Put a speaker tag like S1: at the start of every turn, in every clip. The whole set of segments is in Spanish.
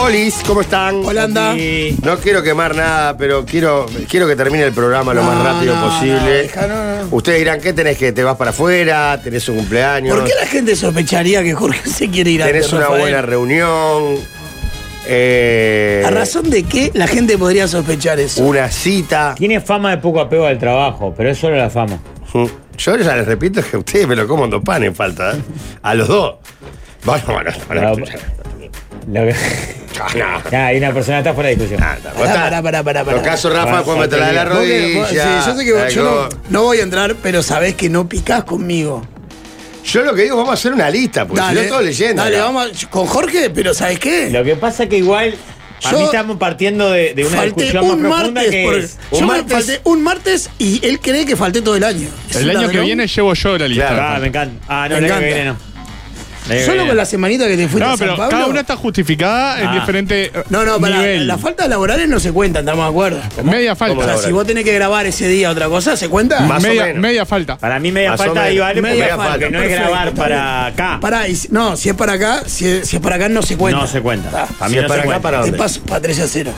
S1: Olis, ¿cómo están?
S2: Holanda.
S3: Sí.
S1: No quiero quemar nada, pero quiero, quiero que termine el programa lo más
S2: No,
S1: rápido
S2: no, no,
S1: posible.
S2: hija, no, no.
S1: Ustedes dirán, ¿qué tenés que? ¿Te vas para afuera? ¿Tenés un cumpleaños?
S2: ¿Por qué la gente sospecharía que Jorge se quiere ir a
S1: ¿Tenés una buena reunión? Eh,
S2: ¿A razón de qué la gente podría sospechar eso?
S1: ¿Una cita?
S3: Tiene fama de poco apego al trabajo, pero es solo la fama.
S1: Mm. Yo ya les repito que ustedes me lo como en dos panes, falta. ¿eh? A los dos. Bueno, bueno, bueno.
S3: Pero- Lo que-
S1: Ah, no.
S3: Ya, hay una persona está fuera de discusión.
S1: Nada, vos
S2: Pará,
S1: estás-
S2: pará, pará, pará, pará.
S1: Lo caso Rafa,
S3: Vas
S1: después
S3: a
S1: me la de la
S3: pelear.
S2: Vos que-
S1: rodilla.
S2: vos- sí, yo sé que vos- yo no,
S1: algo.
S2: no voy a entrar, pero sabés que no picás conmigo.
S1: Yo lo que digo, vamos a hacer una lista, porque si no, todo leyenda.
S2: dale,
S1: acá.
S2: vamos a- con Jorge, pero ¿sabés qué?
S3: Lo que pasa que igual, para
S2: Yo
S3: mí estamos partiendo de, de una
S2: Falté
S3: discusión más
S2: un
S3: profunda
S2: martes,
S3: que
S2: por-
S3: es-
S1: Un
S2: yo me
S1: martes-
S2: falté un martes y él cree que falté todo el año. Es
S4: El
S2: un
S4: año que
S2: ladrón.
S4: viene llevo yo la lista.
S1: Claro.
S3: Ah, me encanta. Ah, no,
S2: Me
S3: el año que
S2: encanta.
S3: viene no. El año que
S2: Eh. Solo
S3: viene
S2: con
S3: no.
S2: la semanita que te fuiste
S4: No,
S2: a San
S4: pero
S2: Pablo.
S4: cada una está justificada en
S3: Ah.
S4: diferente eh,
S2: No, no, para
S4: nivel.
S2: las faltas laborales no se cuentan, estamos de acuerdo.
S4: Media
S2: O sea,
S4: falta.
S2: si vos tenés que grabar ese día otra cosa, ¿se cuenta?
S1: Más o
S4: Media,
S1: menos.
S4: media falta.
S3: Para mí media
S1: Más o
S3: falta ahí
S1: menos.
S3: vale,
S1: Media
S3: porque-
S1: falta,
S3: porque no es
S2: perfecto,
S3: grabar
S2: está
S3: para acá.
S2: Pará, y si- no, si es para acá, si, si es para acá no se cuenta.
S3: No se cuenta.
S2: Ah,
S3: Para mí
S1: Si
S3: no
S1: es para
S3: se
S1: acá,
S3: cuenta.
S1: para-
S2: te paso para 3 a 0.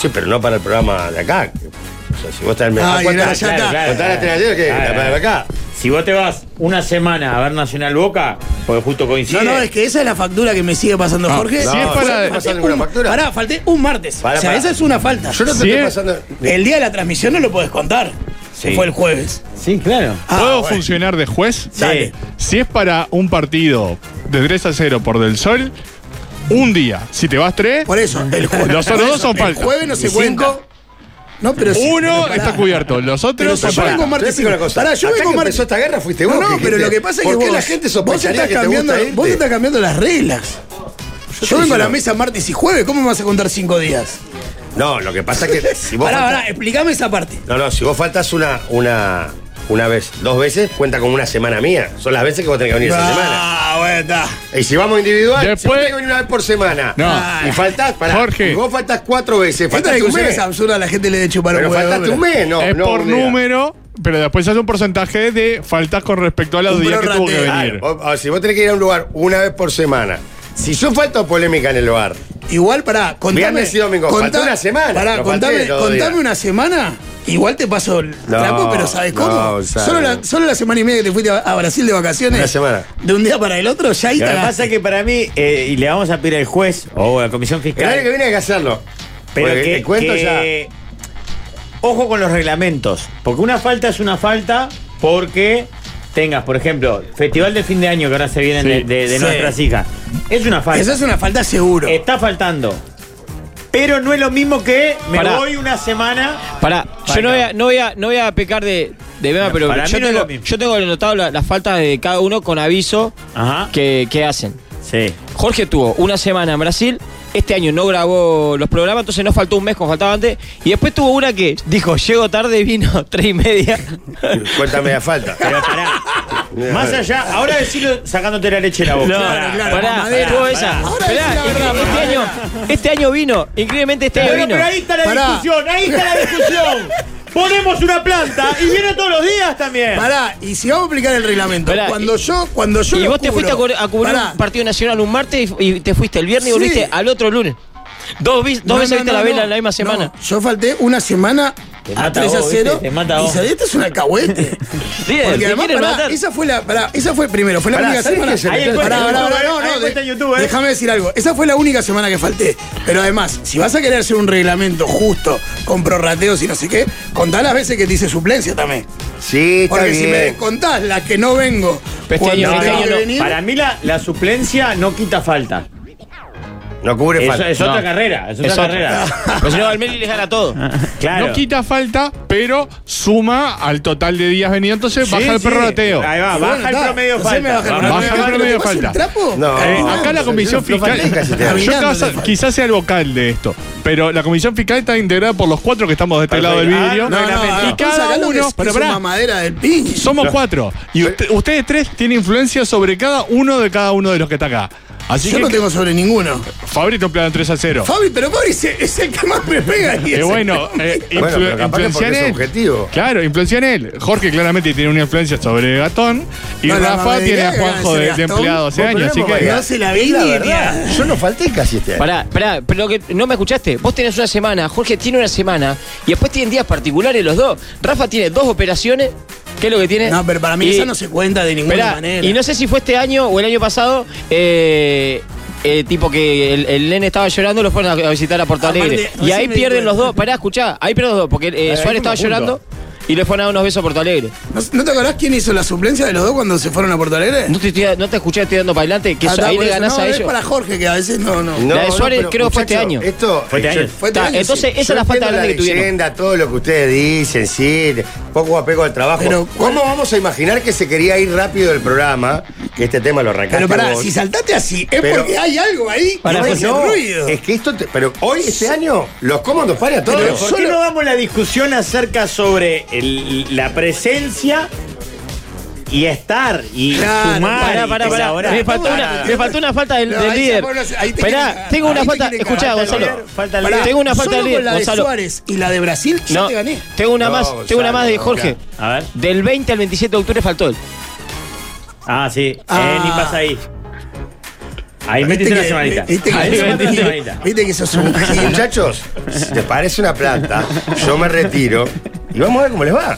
S1: Sí, pero no para el programa de acá. O sea, si vos estás en
S2: Ay,
S1: ¿Cuántas-
S2: no, ya
S1: claro,
S2: está.
S1: claro, ¿Cuántas las tenés ayer? ¿Qué?
S3: Claro,
S1: ¿La para
S3: claro.
S1: acá?
S3: Si vos te vas una semana a ver Nacional Boca, porque justo
S2: No,
S3: coincide.
S2: no, es que esa es la factura que me sigue pasando
S4: Ah,
S2: Jorge.
S4: si es
S2: Falté
S4: para-
S2: un-
S1: ¿No pasa ninguna factura?
S2: Pará, falté un martes.
S1: Pará,
S2: o sea,
S1: pará.
S2: esa es una falta.
S1: Yo no te
S4: Si
S1: estoy
S4: es-
S1: pasando.
S2: El día de la transmisión no lo podés contar. Se
S3: Sí.
S2: fue el jueves.
S3: Sí, claro.
S2: Ah,
S4: ¿Puedo
S2: bueno.
S4: funcionar de juez?
S3: Dale.
S4: Si es para un partido de 3 a 0 por Del Sol, un día. Si te vas 3,
S2: Por eso, el jueves.
S4: Los otros dos son
S2: El
S4: falta.
S2: jueves no se
S1: ¿Y
S2: cuenta.
S1: cinco?
S2: No, pero sí, pero
S4: uno
S2: pará.
S4: está cubierto. Los
S2: Pero
S4: otros
S2: si
S4: son
S2: yo vengo
S4: falta.
S2: martes.
S1: Te voy a decir una cosa.
S2: Pará, yo
S1: Acá
S2: vengo
S1: que
S2: martes-
S1: empezó esta guerra fuiste vos.
S2: No, no,
S1: dijiste,
S2: pero lo que pasa es que
S1: ¿Por qué
S2: vos,
S1: la gente
S2: vos
S1: sospecharía
S2: estás
S1: que te
S2: cambiando,
S1: gusta irte?
S2: vos estás cambiando las reglas. Yo,
S1: te
S2: vengo a
S1: digo-
S2: la mesa martes y jueves, ¿cómo me vas a contar cinco días?
S1: No, lo que pasa es Ah, que si vos
S2: pará,
S1: faltas-
S2: pará, explícame esa parte.
S1: No, no, si vos faltas una, una, una vez, dos veces, cuenta como una semana mía. Son las veces que vos tenés que venir
S2: Ah.
S1: esa semana.
S2: bueno, está.
S1: Y si vamos individual, si vos
S4: Después-
S1: tenés que venir una vez por semana.
S4: No.
S1: Y faltás, pará.
S4: Jorge.
S1: Y vos faltás cuatro veces,
S2: Esta
S1: faltaste un
S2: discusión es
S1: mes.
S2: absurda, la gente le debe chupar
S1: Pero
S2: un huevo.
S1: faltaste un mes, no.
S4: es
S1: no
S4: por
S1: un día.
S4: número, pero después hace un porcentaje de faltas con respecto a los
S2: Un
S4: días que tuvo que
S2: prorrateo.
S4: venir.
S1: Claro, o- o si vos tenés que ir a un lugar una vez por semana. Si yo falto polémica en el bar,
S2: Igual, pará, contame.
S1: Viernes y domingo, faltó una semana,
S2: Pará,
S1: lo
S2: contame,
S1: falté todo
S2: contame
S1: día.
S2: una semana. Igual te paso el
S1: No,
S2: trapo, pero ¿sabes
S1: no,
S2: cómo?
S1: sabe.
S2: solo, la, solo la semana y media que te fuiste a, a Brasil de vacaciones.
S1: Una semana.
S2: De un día para el otro, ya ahí
S3: Lo
S2: te
S3: que pasa
S2: agaste.
S3: es que para mí, eh, y le vamos a pedir al juez o a la comisión
S1: el año que
S3: fiscal,
S1: viene hay que hacerlo.
S3: pero
S1: Porque
S3: que,
S1: te cuento ya.
S3: que- ojo con los reglamentos, porque una falta es una falta porque tengas, por ejemplo, festival de fin de año que ahora se vienen
S4: Sí.
S3: de, de- de
S2: Sí.
S3: nuestras hijas, es una falta, Eh,
S2: Esa es una falta seguro.
S3: está faltando, pero no es lo mismo que me
S5: Pará.
S3: voy una semana.
S5: Pará,
S3: Pará.
S5: yo no voy a, no voy a, no voy a pecar de, de Bema, pero
S3: para
S5: yo,
S3: mí no es
S5: tengo,
S3: lo mismo.
S5: yo tengo anotado la- las faltas de cada uno con aviso
S3: Ajá.
S5: que, que hacen.
S3: Sí.
S5: Jorge tuvo una semana en Brasil, este año no grabó los programas, entonces no faltó un mes como faltaba antes, y después tuvo una que dijo, llego tarde, vino tres y media.
S1: Cuéntame la falta.
S3: Pero pará. Más allá, ahora decirlo sacándote la leche de la boca. Pará,
S2: claro,
S5: pará,
S2: mamadera,
S5: tuvo
S2: pará.
S5: esa.
S2: Ahora
S5: Pará,
S2: decí la
S5: incre-
S2: verdad.
S5: este, año, este año vino, increíblemente este año
S3: Bueno,
S5: vino.
S3: pero ahí está la
S2: Pará.
S3: discusión, ahí está la discusión. Ponemos una planta y viene todos los días también.
S2: Pará, y si vamos a aplicar el reglamento,
S5: Pará,
S2: cuando
S5: y-
S2: yo, cuando yo.
S5: Y
S2: lo
S5: vos te
S2: cubro-
S5: fuiste a, cubrir- a cubrir
S2: Pará.
S5: un partido nacional un martes y, y te fuiste el viernes y
S2: Sí.
S5: volviste al otro lunes. Dos, vi- dos
S2: No,
S5: veces
S2: no,
S5: viste
S2: no,
S5: la vela
S2: no.
S5: en la misma
S2: No,
S5: semana.
S2: yo falté una semana a
S3: mata
S2: 3 a
S3: vos,
S2: 0.
S3: viste, te mata
S2: y
S3: vos.
S2: saliste es un alcahuete.
S5: Líder,
S2: Porque
S5: te
S2: además,
S5: quieren
S2: pará,
S5: matar.
S2: esa fue la. pará, esa fue primero, fue la
S1: Pará,
S2: única
S1: ¿sabés
S2: semana.
S1: qué se
S3: Ahí
S1: metió?
S3: encuentra
S2: Pará,
S3: en
S2: pará,
S3: YouTube,
S2: pará,
S3: eh,
S2: no,
S3: ahí
S2: no,
S3: encuentra
S2: de-
S3: en YouTube, eh.
S2: déjame decir algo. Esa fue la única semana que falté. Pero además, si vas a querer hacer un reglamento justo, con prorrateos y no sé qué, contá las veces que te hice suplencia también.
S1: Sí, está
S2: Porque si
S1: bien.
S2: me descontás las que no vengo,
S5: Pero este
S2: cuando
S5: año-
S2: tengo
S5: este
S2: que
S5: año no.
S2: venir,
S3: Para mí la, la suplencia no quita falta.
S1: No cubre
S3: Es,
S1: falta.
S3: es otra carrera, es otra
S5: Es otra.
S3: carrera.
S5: Pues si no, al Meli les gana todo.
S2: Ah.
S3: Claro.
S4: No quita falta, pero suma al total de días venidos, entonces
S3: Sí,
S4: baja el
S3: sí.
S4: prorrateo.
S3: Ahí
S2: Ah,
S3: va,
S2: bueno,
S3: baja el
S2: está.
S3: promedio
S2: Entonces me
S3: falta.
S2: baja el
S4: Baja
S2: promedio
S4: el
S2: falta.
S4: promedio
S2: ¿Te pasas el
S4: falta.
S2: trapo?
S1: No.
S4: Eh,
S2: Caminando.
S4: acá la comisión
S1: no falté
S4: fiscal.
S1: casi te hago.
S4: Yo
S2: Caminando
S4: casa-
S2: te falta.
S4: quizás sea el vocal de esto, pero la comisión fiscal está integrada por los cuatro que estamos de este
S3: Perfecto.
S4: lado del
S3: Ah, no,
S4: vidrio.
S2: No, no,
S4: y
S2: no,
S4: cada
S2: sacá lo que
S4: uno.
S2: es-
S4: pero
S2: es una
S4: pará,
S2: mamadera del pinche.
S4: somos cuatro. Y usted- ustedes tres tienen influencia sobre cada uno de cada uno de los que está acá. Así
S2: Yo
S4: que
S2: no tengo sobre ninguno.
S4: Fabri te plana 3 a 0.
S2: Fabri, pero Fabri es, es el que más me pega. Y es
S4: Eh,
S2: el
S4: bueno,
S2: que-
S4: eh,
S1: Bueno,
S4: influ-
S1: pero capaz que
S4: influencia en
S1: porque es
S4: él.
S1: objetivo.
S4: Claro, influencia en él. Jorge claramente tiene una influencia sobre Gatón y
S2: No, la
S4: Rafa
S2: mamadera
S4: tiene a
S2: que
S4: Juanjo
S2: gana ese
S4: de, de
S2: Gastón. Pues,
S4: empleado hace
S5: Este
S1: Vos, pero
S4: años, así
S1: hemos
S4: que...
S1: variado.
S2: No se la
S1: Es
S2: vi,
S1: verdad. Yo no falté casi este año.
S5: Pará, pará, pero que no me escuchaste. Vos tenés una semana, Jorge tiene una semana, y después tienen días particulares los dos. Rafa tiene dos operaciones, que es lo que tiene.
S2: No, pero para mí
S5: eh, Y-
S2: esa no se cuenta de ninguna
S5: Esperá,
S2: manera.
S5: y no sé si fue este año o el año pasado, eh, eh, tipo que el, el nene estaba llorando, lo fueron a, a visitar a Porto
S2: Aparte,
S5: Alegre. Y
S2: recién
S5: ahí
S2: me di
S5: pierden
S2: cuenta.
S5: los dos, pará, escuchá, ahí pierden los dos, porque eh, Suárez estaba llorando y le fueron a dar unos besos a Porto Alegre.
S2: ¿No, no te acordás quién hizo la suplencia de los dos cuando se fueron a Porto Alegre?
S5: No te, estoy- no te escuché, estoy dando para adelante, que
S2: Ah,
S5: eso-
S2: está,
S5: ahí
S2: por
S5: le
S2: eso.
S5: ganás
S2: No,
S5: a
S2: es
S5: ellos.
S2: para Jorge, que a veces no, no.
S5: La de Suárez
S1: pero,
S5: creo que fue este
S1: muchacho,
S5: año.
S1: Esto,
S3: Fue este
S1: yo-
S3: año.
S2: Fue este
S5: Ta,
S2: año,
S5: entonces,
S2: sí.
S5: esa es la falta
S1: entiendo
S5: grande que tuvieron.
S1: leyenda, todo lo que ustedes dicen, sí, poco apego al trabajo.
S2: Pero,
S1: ¿cómo vamos a imaginar que se quería ir rápido del programa? Que este tema lo arrancaste
S2: Pero pará,
S1: vos?
S2: si saltaste así, es
S1: Pero-
S2: porque hay algo ahí
S5: Pará,
S2: que no
S5: José,
S2: hace
S1: Pues No,
S2: ruido.
S1: es que esto, te- pero hoy, este año, los cómodos para a todos.
S3: Pero ¿por qué
S1: Solo-
S3: no damos la discusión acerca sobre el- la presencia y estar y
S2: Claro,
S3: sumar?
S5: Pará,
S3: y
S5: pará, pará.
S3: colaborar?
S5: Me faltó una, me faltó una falta del,
S2: No,
S5: del
S2: ahí
S5: líder.
S2: se fueron los- ahí te quieren
S5: Esperá,
S2: cagar.
S5: tengo una
S2: Ahí te
S5: falta.
S2: quieren
S5: Escuchá,
S2: cagar.
S5: Gonzalo.
S3: Falta el líder, falta el
S2: Pará,
S3: líder.
S5: Tengo una falta
S2: solo
S5: del líder,
S2: con la de
S5: Gonzalo.
S2: Suárez y la de Brasil, ya
S5: No,
S2: te gané.
S5: tengo una
S1: No,
S5: más, tengo una
S1: Gonzalo,
S5: más de
S1: no,
S5: Jorge.
S3: A ver.
S5: Del 20 al 27 de octubre faltó él.
S3: Ah, sí.
S2: Ah.
S3: Eh, ni pasa ahí. Ahí metiste una semanita.
S2: Viste que,
S3: Ahí metiste una semanita.
S2: viste que sos un gil.
S1: Muchachos, si te parece una planta, yo me retiro y vamos a ver cómo les va.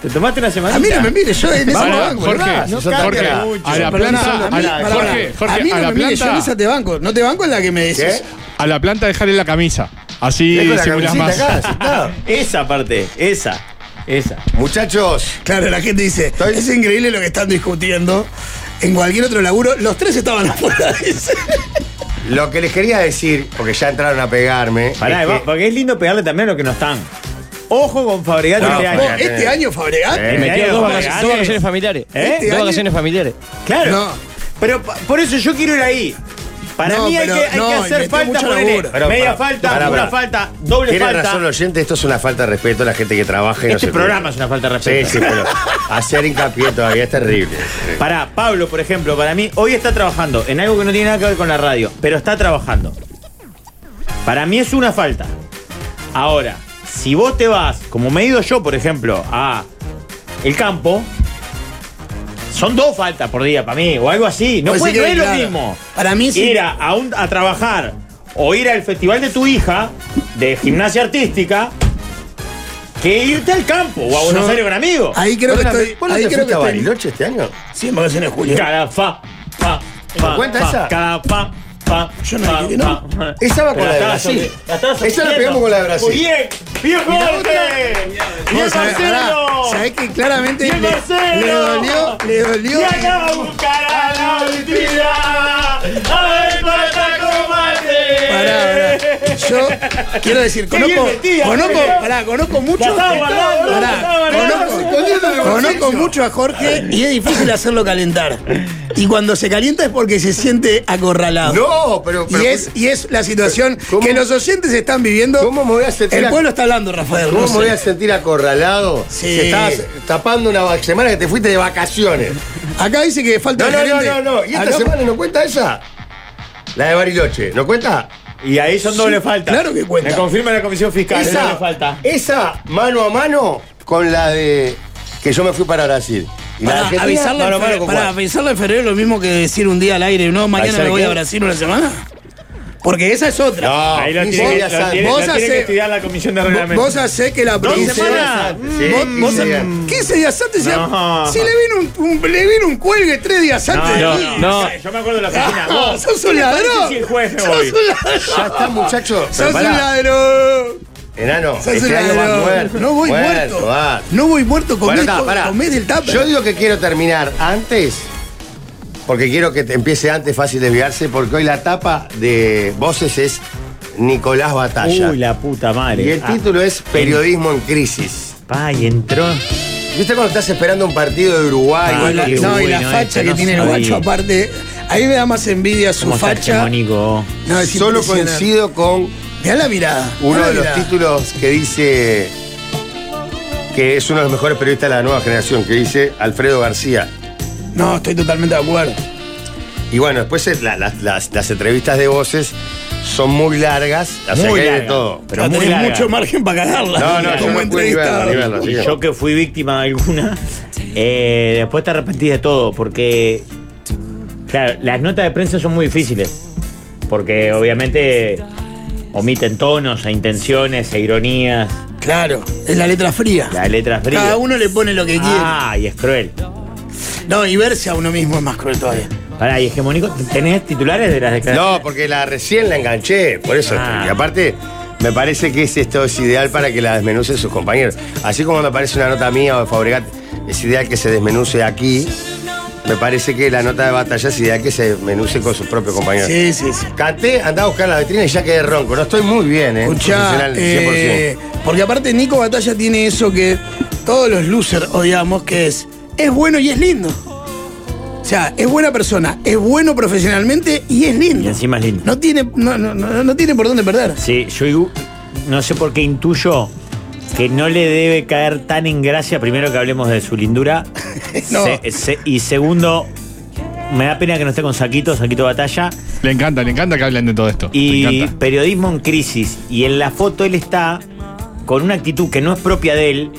S3: Te tomaste una semanita.
S2: A mí no me mires, yo en esa
S4: Pará,
S2: banco, ¿verdad?
S4: Jorge,
S2: No
S1: cambia
S4: Jorge,
S1: mucho.
S4: a la
S2: Pero no,
S4: planta,
S2: a
S4: a
S2: mí-
S4: la,
S2: pará,
S4: Jorge,
S2: a
S4: Jorge,
S2: mí no
S4: a la
S2: me mires, yo en
S4: planta,
S2: esa te banco. No te banco en la que me decís.
S1: ¿Qué?
S4: a la planta dejarle la camisa, así
S1: Tengo la
S4: simulás
S1: camisita
S4: más.
S1: acá, sentada.
S3: Esa parte, esa, esa.
S1: Muchachos,
S2: Claro, la gente dice,
S1: Estoy-
S2: es increíble lo que están discutiendo. En cualquier otro laburo, los tres estaban afuera. dice.
S1: lo que les quería decir, porque ya entraron a pegarme.
S3: Pará,
S1: es que-
S3: Eva, porque es lindo pegarle también a los que no están. Ojo con Fabregat
S1: No,
S3: este
S2: Vos,
S3: año.
S1: Fabregat.
S2: este año, Fabregat,
S1: Eh,
S5: Y metió
S3: Claro,
S5: dos,
S3: vale,
S5: vacaciones,
S3: vale.
S5: dos vacaciones familiares.
S3: ¿Eh?
S5: Dos
S2: Dale.
S5: vacaciones familiares.
S3: Claro.
S2: No.
S3: Pero pa- por eso yo quiero ir ahí. Para
S2: No,
S3: mí hay
S2: pero
S3: que, hay
S2: no,
S3: que
S2: y
S3: hacer
S2: metió
S3: falta,
S2: mucho
S3: ponele,
S2: laburo.
S1: Pará, pará,
S3: media falta,
S1: pará,
S3: una
S1: pará.
S3: falta, doble
S1: Tiene
S3: falta.
S1: razón el oyente, esto es una falta de respeto a la gente que trabaja y no
S3: Este
S1: se
S3: programa
S1: cuida.
S3: es una falta de
S1: Sí,
S3: respeto.
S1: sí, pero hacer hincapié todavía es terrible.
S3: Para Pablo, por ejemplo, para mí hoy está trabajando en algo que no tiene nada que ver con la radio, pero está trabajando. Para mí es una falta. Ahora, si vos te vas, como me he ido yo, por ejemplo, a el campo, son dos faltas por día para mí, o algo así. No,
S2: Pues
S3: puede,
S2: sí que
S3: no es
S2: claro.
S3: lo mismo.
S2: Para mí sí.
S3: Ir a, a un- a trabajar o ir al festival de tu hija de gimnasia artística que irte al campo o a Buenos
S2: Yo-
S3: Aires con amigos.
S2: ahí creo que
S1: ¿Vos no-
S2: estoy.
S1: ¿Vos no
S2: ahí
S1: te
S2: creo
S1: fuiste
S2: que
S1: a
S2: estoy.
S1: Bariloche este año?
S2: Sí, en vacaciones de julio.
S3: Cada fa, fa, fa.
S1: cuenta
S3: fa,
S1: esa?
S3: Cada fa, fa.
S2: Yo no dije que no.
S3: fa.
S1: Esa va con
S3: Pero
S1: la de
S3: estabas
S1: Brasil.
S3: sonri- la estabas
S1: Esa la
S3: sonriendo.
S1: pegamos con la de Brasil.
S3: Muy bien, bien Jorge. Bien
S2: Vos sabés,
S3: Marcelo.
S2: pará, sabés que claramente
S3: Bien,
S2: le,
S3: Marcelo.
S2: le dolió, le dolió.
S3: Y acá va a buscar a la mentira. A ver, pata combate.
S2: Pará, pará. Yo quiero decir,
S3: Qué Eh. bien
S2: conozco,
S3: metida,
S2: conozco,
S3: Jorge.
S2: pará, conozco mucho.
S3: La estaba guardando,
S2: Pará,
S3: la estaba guardando.
S2: conozco- Conozco mucho a Jorge y es difícil hacerlo calentar. Y cuando se calienta es porque se siente acorralado.
S1: No, pero. pero
S2: y, es, y es la situación
S1: ¿Cómo?
S2: que los oyentes están viviendo.
S1: ¿Cómo me voy a sentir
S2: El
S1: ac-
S2: pueblo está hablando, Rafael.
S1: ¿Cómo
S2: no
S1: me
S2: sé.
S1: voy a sentir acorralado?
S2: Sí.
S1: Si estabas tapando una va- semana que te fuiste de vacaciones.
S2: Acá dice que falta
S1: No,
S2: el
S1: no, no,
S2: gerente.
S1: no, no. ¿Y esta
S2: Acá-
S1: semana no cuenta esa? La de Bariloche, ¿no cuenta?
S3: Y ahí son doble falta.
S2: claro que cuenta.
S3: Me confirma la comisión fiscal. es doble falta.
S1: esa mano a mano con la de que yo me fui para Brasil. Y la
S2: Pará,
S1: Argentina, mano
S2: avisarla,
S1: a
S2: en
S1: mano
S2: febrero,
S1: con
S2: pará,
S1: Juan.
S2: avisarla en febrero es lo mismo que decir un día al aire, no, mañana
S1: ¿Avisar
S2: me voy
S1: qué?
S2: a Brasil una semana. Porque esa es otra.
S1: No,
S3: Ahí lo
S1: y
S3: tiene,
S1: Ah, vos
S3: que,
S1: ya
S3: lo
S1: sabes,
S3: tiene-
S1: vos
S3: lo tiene que
S2: hace-
S3: estudiar la comisión de
S2: Vos-
S3: reglamento.
S2: Vos hacés que la
S3: Dos
S2: producción.
S3: semanas.
S1: Sí,
S2: Vos- vos-
S1: 15 días.
S2: 15 días antes. ya-
S3: No.
S2: Si le vino un, un- le vino un cuelgue tres días antes.
S3: No,
S2: de-
S3: no, no. Yo me acuerdo de la oficina.
S2: Ah,
S3: Vos,
S2: ¡Sos un
S3: parece
S2: ladrón!
S3: si el juez me
S2: ¡Sos
S3: voy?
S2: un ladrón!
S1: Ya está, muchachos. Pero
S2: ¡Sos un
S1: pará,
S2: ladrón!
S1: Enano,
S2: ¡Sos
S1: este
S2: un
S1: año vas
S2: ladrón!
S1: muerto.
S2: no voy muerto.
S1: vas.
S2: No voy muerto. Comé,
S1: Bueno, está, pará.
S2: comé del tapa.
S1: Yo digo que quiero terminar antes, porque quiero que te empiece antes fácil desviarse, porque hoy la tapa de voces es Nicolás Batalla.
S3: Uy, la puta madre.
S1: Ah, y el
S3: Ah,
S1: título es Periodismo en Crisis.
S3: Pa, y entró.
S1: ¿Viste cuando estás esperando un partido de Uruguay?
S2: No, y la,
S3: Qué
S2: no, y la
S3: bueno,
S2: facha
S3: este
S2: que
S3: no
S2: tiene el
S3: sabía.
S2: guacho aparte. Ahí me da más envidia su
S3: ¿Cómo está
S2: facha.
S3: hegemónico?
S2: No, es
S1: Solo
S2: impresionante.
S1: coincido con
S2: Mirá la mirada.
S1: uno
S2: mirá
S1: de
S2: la
S1: los
S2: mirada.
S1: títulos que dice que es uno de los mejores periodistas de la nueva generación, que dice Alfredo García.
S2: No, estoy totalmente de acuerdo.
S1: Y bueno, después es la- la- las, las entrevistas de voces son muy largas, o sea que
S3: Muy
S1: hay de
S3: largas.
S1: todo.
S3: Pero
S2: Ya
S3: muy
S2: tenés
S3: larga.
S2: mucho margen para cagarla.
S1: No, no, yo
S2: como
S1: no pude ni verla,
S2: entrevistado.
S1: ni verla, así que-
S3: Yo que fui víctima de alguna, eh, después te arrepentís de todo, porque. Claro, las notas de prensa son muy difíciles. Porque obviamente omiten tonos e intenciones e ironías,
S2: Claro, es la letra fría.
S3: las letras frías.
S2: Cada uno le pone lo que quiere.
S3: Ah, y es cruel.
S2: No, y verse a uno mismo es más cruel todavía.
S3: Pará, y hegemónico, ¿tenés titulares de las declaraciones?
S1: No, porque la recién la enganché, por eso.
S3: Ah.
S1: Y aparte, me parece que es, esto es ideal para que la desmenucen sus compañeros. Así como me parece una nota mía o de Fabregat, es ideal que se desmenuce aquí. Me parece que la nota de batalla es ideal que se desmenuce con sus propios compañeros.
S2: Sí, sí, sí.
S1: Canté, andá a buscar la vitrina y ya quedé ronco. No estoy muy bien, ¿eh?
S2: Escuchá,
S1: Profesional, 100%.
S2: eh, porque aparte Nico Batalla tiene eso que todos los losers odiamos, que es, es bueno y es lindo. O sea, es buena persona, es bueno profesionalmente y es lindo.
S3: Y encima es lindo.
S2: No tiene, no, no, no, no tiene por dónde perder.
S3: Sí, yo igu- no sé por qué intuyo que no le debe caer tan en gracia, primero que hablemos de su lindura,
S2: No.
S3: se- se- y segundo, me da pena que no esté con Saquito, Saquito Batalla,
S4: Le encanta, le encanta que hablen de todo esto. Le
S3: y
S4: encanta.
S3: periodismo en crisis, y en la foto él está con una actitud que no es propia de él,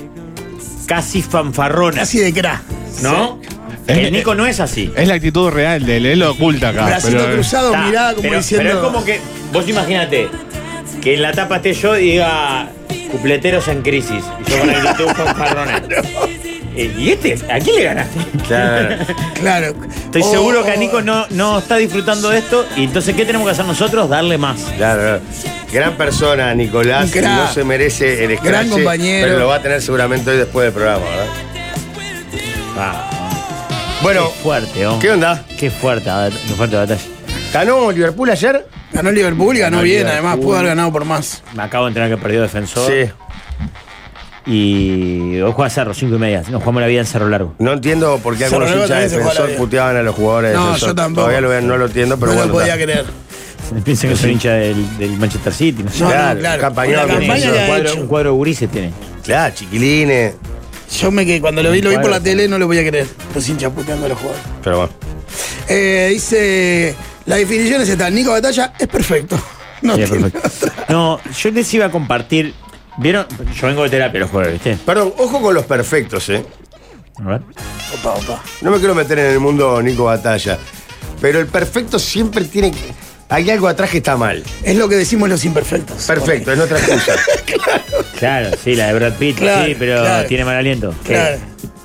S3: casi fanfarrona,
S2: Así de cra.
S3: ¿no?
S4: Es-
S3: El Nico no es así.
S2: Eh,
S4: Es la actitud real de él, él lo oculta acá.
S2: Bracito
S4: Pero, eh,
S2: cruzado,
S3: Está,
S2: mirada como
S3: pero,
S2: diciendo.
S3: pero es como que, vos imagínate, que en la tapa esté yo y diga cupleteros en crisis. Y yo con el YouTube con Farrona. Eh, ¿Y este? ¿A quién le ganaste?
S1: Claro.
S2: Claro.
S3: Estoy
S2: O-
S3: seguro que a
S2: o-
S3: Nico no,
S2: Oh.
S3: no está disfrutando de esto. Y entonces, ¿qué tenemos que hacer nosotros? Darle más.
S1: Claro, claro. Gran persona, Nicolás.
S2: Un crack.
S1: No se merece el escrache,
S2: Gran compañero.
S1: Pero lo va a tener seguramente hoy después del programa, ¿verdad?
S3: Ah,
S1: Bueno,
S3: qué fuerte, ¿oh?
S1: ¿qué onda?
S3: Qué fuerte, ah, qué fuerte batalla.
S1: ¿Ganó Liverpool ayer?
S2: Ganó Liverpool y ganó
S1: Ganó
S2: bien,
S1: Liverpool.
S2: además pudo haber ganado por más.
S3: Me acabo de enterar que perdió defensor. Y hoy juega Cerro, cinco y media. Nos jugamos la vida en Cerro Largo.
S1: No entiendo por qué
S2: Se
S1: algunos
S2: renueva
S1: hinchas de
S2: también, se juega
S1: defensor
S2: la vida.
S1: puteaban a los jugadores de
S2: No,
S1: defensor.
S2: yo tampoco.
S1: Todavía lo veo, no lo entiendo, pero
S2: no
S1: bueno.
S2: lo podía
S1: está.
S2: creer.
S3: Piensen que soy hincha del, del Manchester City. No sé.
S2: No,
S1: Claro,
S2: no, claro.
S1: campañón
S2: Una
S1: que
S2: campaña
S1: hizo.
S2: que
S3: un,
S2: ha
S3: cuadro,
S2: hecho.
S3: un cuadro de gurises tiene.
S1: Claro, chiquilines.
S2: Yo me quedé, cuando lo vi, lo vi por la
S3: Cuadros.
S2: tele, no lo voy a creer. Los hinchas puteando a los jugadores.
S1: Pero bueno.
S2: Eh, dice, la definición es esta, Nico Batalla es perfecto. No
S3: Sí, es
S2: tiene
S3: perfecto.
S2: otra.
S3: No, yo les iba a compartir. ¿Vieron? Yo vengo de terapia los jueves, ¿viste?
S1: Perdón, ojo con los perfectos, ¿eh?
S3: A ver.
S2: Opa, opa.
S1: No me quiero meter en el mundo Nico Batalla. Pero el perfecto siempre tiene que. Hay algo atrás que está mal.
S2: Es lo que decimos los imperfectos.
S1: Perfecto, es otra excusa.
S3: Claro, sí, la de Brad Pitt,
S2: Claro,
S3: sí, pero
S2: claro.
S3: tiene mal aliento.
S2: Porque, Claro.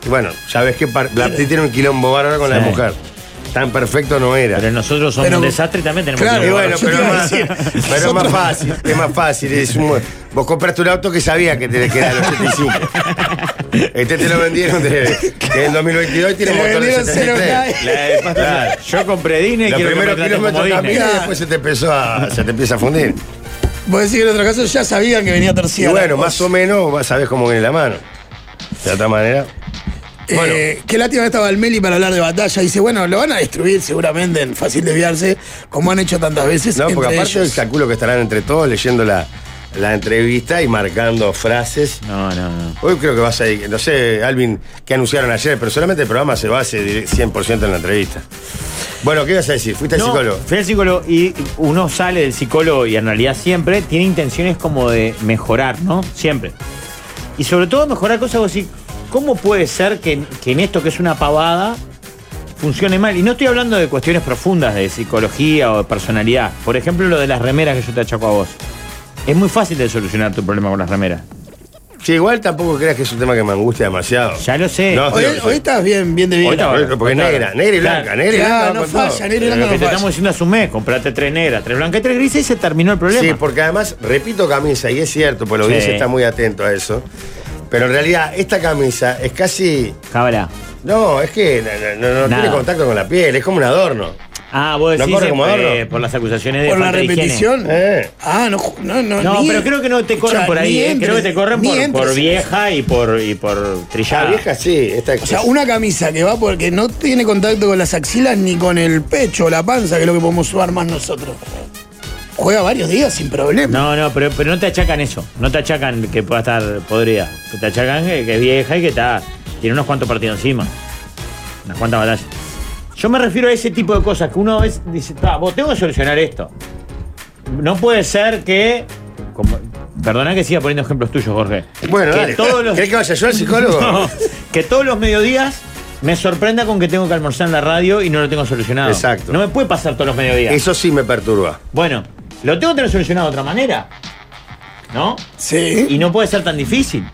S1: Bueno, sabes que par- Brad Pitt tiene un quilombo bárbaro con la
S3: Sí.
S1: mujer. Tan perfecto no era.
S3: Pero nosotros somos
S2: Pero-
S3: un desastre también tenemos
S2: Claro,
S3: que
S1: Y bueno,
S2: yo
S1: pero,
S2: te iba a
S1: más-
S2: decir,
S1: pero es más
S2: nosotros-
S1: fácil, es más fácil. es un- vos compraste un auto que sabía que te le quedaba el 85. Este te lo vendieron de, que en 2022 y tiene
S2: Te lo
S1: motor de
S2: vendieron cero
S1: 73.
S2: K.
S3: La de Pasto- Claro, yo compré Disney y
S1: Los
S3: quiero que me
S1: primeros
S3: traten como
S1: kilómetros
S3: Disney.
S1: caminas y después se te, empezó a, se te empieza a fundir.
S2: Vos decís que en otro caso ya sabían que venía
S1: Y
S2: tercera.
S1: bueno, más o menos vas- sabés cómo viene la mano. De otra manera.
S2: Eh,
S1: bueno.
S2: Qué lástima que estaba el Meli para hablar de batalla. Dice, bueno, lo van a destruir seguramente en fácil desviarse, como han hecho tantas veces.
S1: No, porque
S2: entre
S1: aparte
S2: ellos.
S1: calculo que estarán entre todos leyendo la, la entrevista y marcando frases.
S3: No, no, no.
S1: Hoy creo que vas a ir, no sé, Alvin, que anunciaron ayer, pero solamente el programa se base dire- 100% en la entrevista. Bueno, ¿qué ibas a decir? Fuiste al
S3: No,
S1: psicólogo.
S3: Fui al psicólogo y uno sale del psicólogo y en realidad siempre tiene intenciones como de mejorar, ¿no? Siempre. Y sobre todo mejorar cosas así. ¿Cómo puede ser que, que en esto que es una pavada funcione mal? Y no estoy hablando de cuestiones profundas de psicología o de personalidad. Por ejemplo, lo de las remeras que yo te achaco a vos. Es muy fácil de solucionar tu problema con las remeras.
S1: Sí, igual tampoco creas que es un tema que me angustia demasiado.
S3: Ya lo sé.
S1: No,
S2: Hoy,
S1: no, no.
S2: hoy estás bien, bien de bien.
S3: Hoy está-
S1: Porque porque es
S3: Claro.
S1: negra, negra y blanca,
S3: Claro.
S1: negra y
S2: Claro,
S1: blanca.
S2: no
S1: con todo.
S2: falla, negra y
S3: Pero lo
S2: blanca
S3: que
S2: no
S3: te estamos
S2: falla.
S3: diciendo hace un mes, comprate tres negras, tres blancas y tres grises y se terminó el problema.
S1: Sí, porque además, repito camisa, y es cierto, porque la
S3: Sí.
S1: audiencia está muy atento a eso. Pero en realidad, esta camisa es casi.
S3: Cabra.
S1: No, es que no, no- no
S3: Nada.
S1: tiene contacto con la piel, es como un adorno.
S3: Ah, vos
S1: ¿No
S3: decís
S1: corre
S3: eh,
S1: como adorno?
S3: eh, por las acusaciones de
S2: Por la
S3: falta de higiene.
S2: repetición.
S1: Eh.
S2: Ah, no, ju- no, no.
S3: No,
S2: ni-
S3: pero creo que no te corren
S2: Escuchá,
S3: por ahí,
S2: ni
S3: eh.
S2: entres,
S3: creo que te corren
S2: ni
S3: por,
S2: entres.
S3: por vieja y por, y por
S1: Ya
S3: trillada.
S1: vieja, sí. Esta,
S2: O sea, una camisa que va porque no tiene contacto con las axilas ni con el pecho o la panza, que es lo que podemos sudar más nosotros. Juega varios días sin problema.
S3: No, no, pero, pero no te achacan eso. No te achacan que pueda estar podrida. Que Te achacan que, que es vieja y que está tiene unos cuantos partidos encima. Unas cuantas batallas. Yo me refiero a ese tipo de cosas que uno es, dice, "Ta, vos tengo que solucionar esto. No puede ser que. como- perdona que siga poniendo ejemplos tuyos, Jorge.
S1: Bueno,
S3: que
S1: dale.
S3: todos los-
S1: ¿Querés que vaya yo al psicólogo?
S3: No, que todos los mediodías me sorprenda con que tengo que almorzar en la radio y no lo tengo solucionado.
S1: Exacto.
S3: No me puede pasar todos los mediodías.
S1: Eso sí me perturba.
S3: Bueno, lo tengo que tener solucionado de otra manera. ¿No?
S2: Sí.
S3: Y no puede ser tan difícil.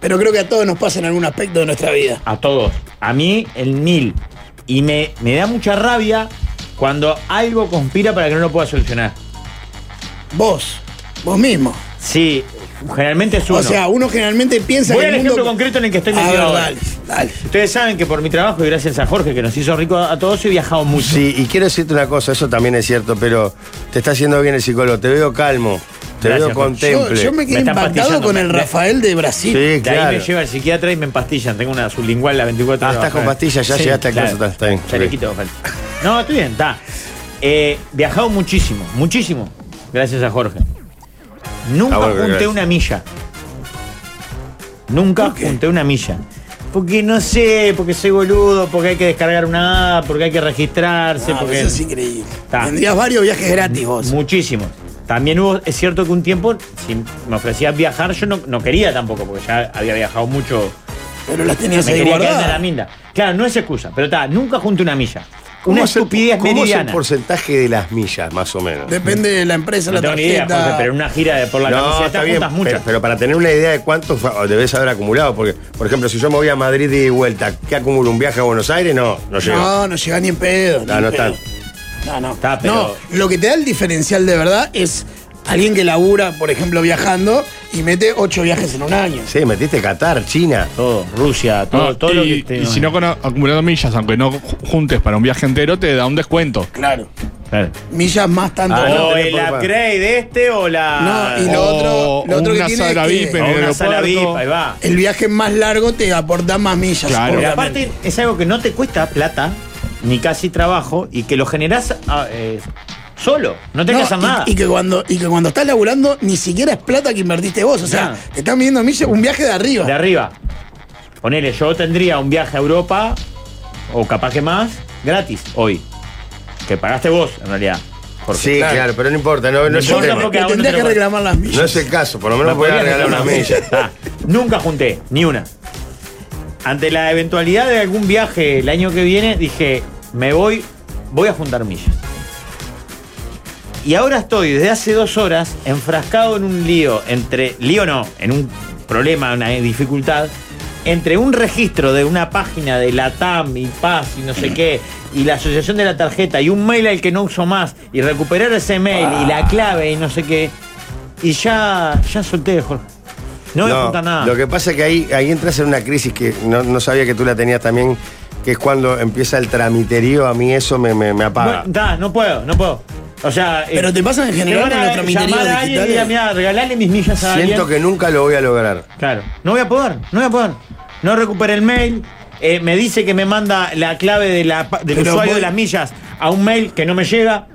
S2: Pero creo que a todos nos pasa en algún aspecto de nuestra vida.
S3: A todos. A mí, el mil. Y me, me da mucha rabia cuando algo conspira para que no lo pueda solucionar.
S2: Vos, vos mismo.
S3: Sí, generalmente es uno.
S2: O sea, uno generalmente piensa
S3: Voy
S2: que
S3: al
S2: el mundo-
S3: ejemplo concreto en el que estoy
S2: A
S3: metido
S2: ver,
S3: ahora.
S2: dale, dale.
S3: Ustedes saben que por mi trabajo y gracias a Jorge que nos hizo rico a a todos he viajado mucho.
S1: Sí, y quiero decirte una cosa, eso también es cierto, pero te está haciendo bien el psicólogo. Te veo calmo, te
S3: Gracias,
S1: veo
S3: Juan.
S2: Yo,
S1: contemple.
S2: yo me
S3: Me
S2: quedé
S3: está
S2: impactado
S3: pastillando,
S2: con el
S3: me-
S2: Rafael de Brasil.
S1: Sí,
S3: De ahí
S1: claro.
S3: me lleva el psiquiatra y me empastillan. Tengo una sublingual la 24
S1: Ah,
S3: horas.
S1: estás con pastillas, ya llegaste al caso, está- está bien.
S3: Ya le quito, Rafael. No, estoy bien, está. Eh, viajado muchísimo, muchísimo. Gracias a Jorge. Nunca
S1: Ah, bueno,
S3: junté
S1: gracias.
S3: una milla. Nunca junté una milla. Porque no sé, porque soy boludo, porque hay que descargar una app, porque hay que registrarse,
S2: Ah,
S3: porque.
S2: Eso es increíble.
S3: Ta.
S2: Tendrías varios viajes gratis vos.
S3: Muchísimos. También hubo, es cierto que un tiempo, si me ofrecías viajar, yo no, no quería tampoco, porque ya había viajado mucho.
S2: Pero las tenías
S3: Me
S2: ahí
S3: quería quedar en la
S2: guardadas.
S3: minda. Claro, no es excusa, pero está, nunca junté una milla.
S1: ¿Cómo
S3: Una
S1: es el-
S3: estupidez
S1: ¿Cómo es el
S3: meridiana.
S1: porcentaje de las millas, más o menos?
S2: Depende de la empresa,
S3: No
S2: la
S3: tengo ni idea,
S2: tarjeta.
S3: Jorge, pero en una gira de por la
S1: no,
S3: camiseta
S1: está bien,
S3: juntas
S1: pero,
S3: muchas.
S1: pero para tener una idea de cuánto fa- debes haber acumulado, porque, por ejemplo, si yo me voy a Madrid y de vuelta, ¿qué acumulo? ¿Un viaje a Buenos Aires? No, no llego. No,
S2: No, no llega ni en pedo. ni
S1: no,
S2: en
S1: están.
S2: pedo. No, no.
S3: Está, pero-
S2: No, lo que te da el diferencial de verdad es alguien que labura, por ejemplo, viajando y mete ocho viajes en un año.
S1: Sí, metiste Qatar, China.
S3: todo, Rusia, todo,
S4: No,
S3: todo lo que
S4: y,
S3: te-
S4: y si no con- acumulando millas, aunque no ju- juntes para un viaje entero, te da un descuento.
S2: Claro.
S3: Claro.
S2: Millas más tanto.
S1: Ah, no,
S3: o
S1: te
S3: el
S1: puedo-
S3: upgrade este o la.
S2: No, y lo
S4: o-
S2: otro- lo
S4: o
S2: otro que
S4: una
S2: tiene
S4: sala
S2: es que-
S4: VIP en
S3: o
S4: el
S3: una sala
S4: aeropuerto.
S3: VIP, ahí va.
S2: El viaje más largo te aporta más millas.
S4: Claro.
S3: Pero
S2: obviamente.
S3: aparte es algo que no te cuesta plata, ni casi trabajo, y que lo generás ah, eh, solo. No tenés que hacer
S2: No,
S3: nada.
S2: y, y que cuando, y que cuando estás laburando ni siquiera es plata que invertiste vos. O sea,
S3: Nah.
S2: te están midiendo millas un viaje de arriba.
S3: De arriba. Ponele, yo tendría un viaje a Europa, o capaz que más, gratis, hoy. Que pagaste vos, en realidad. Jorge.
S1: Sí, claro. pero no importa, no, no es
S3: Yo
S1: el tema.
S3: tampoco-
S2: Te
S3: que a uno
S2: tendrías
S3: te
S2: que
S3: lo-
S2: reclamar las
S1: No
S2: millas.
S1: es el caso, por lo
S3: Me
S1: menos voy a
S3: podrías
S1: regalar
S3: regalar
S1: una milla.
S3: Está. Ah, Nunca junté, ni una. Ante la eventualidad de algún viaje el año que viene, dije, me voy, voy a juntar millas. Y ahora estoy desde hace dos horas enfrascado en un lío, entre, lío no, en un problema, una dificultad, entre un registro de una página de la TAM y Paz y no sé qué, y la asociación de la tarjeta, y un mail al que no uso más, y recuperar ese mail, y la clave y no sé qué, y ya, ya solté, Jorge. No voy a
S1: No,
S3: juntar nada.
S1: Lo que pasa es que ahí, ahí entras en una crisis que no, no sabía que tú la tenías también, que es cuando empieza el tramiterío, a mí eso me, me- me apaga.
S3: Bueno, ta, no puedo, no puedo. O sea, eh,
S2: Pero te pasan en general
S3: van
S2: con
S3: a
S2: los tramiteríos
S3: llamar a alguien y
S2: digitales.
S3: dirá, mira, regalale mis millas a alguien.
S1: Siento que nunca lo voy a lograr.
S3: Claro, no voy a poder, no voy a poder. No recuperé el mail. eh, me dice que me manda la clave de la pa- del
S2: Pero
S3: usuario
S2: voy-
S3: de las millas a un mail que no me llega.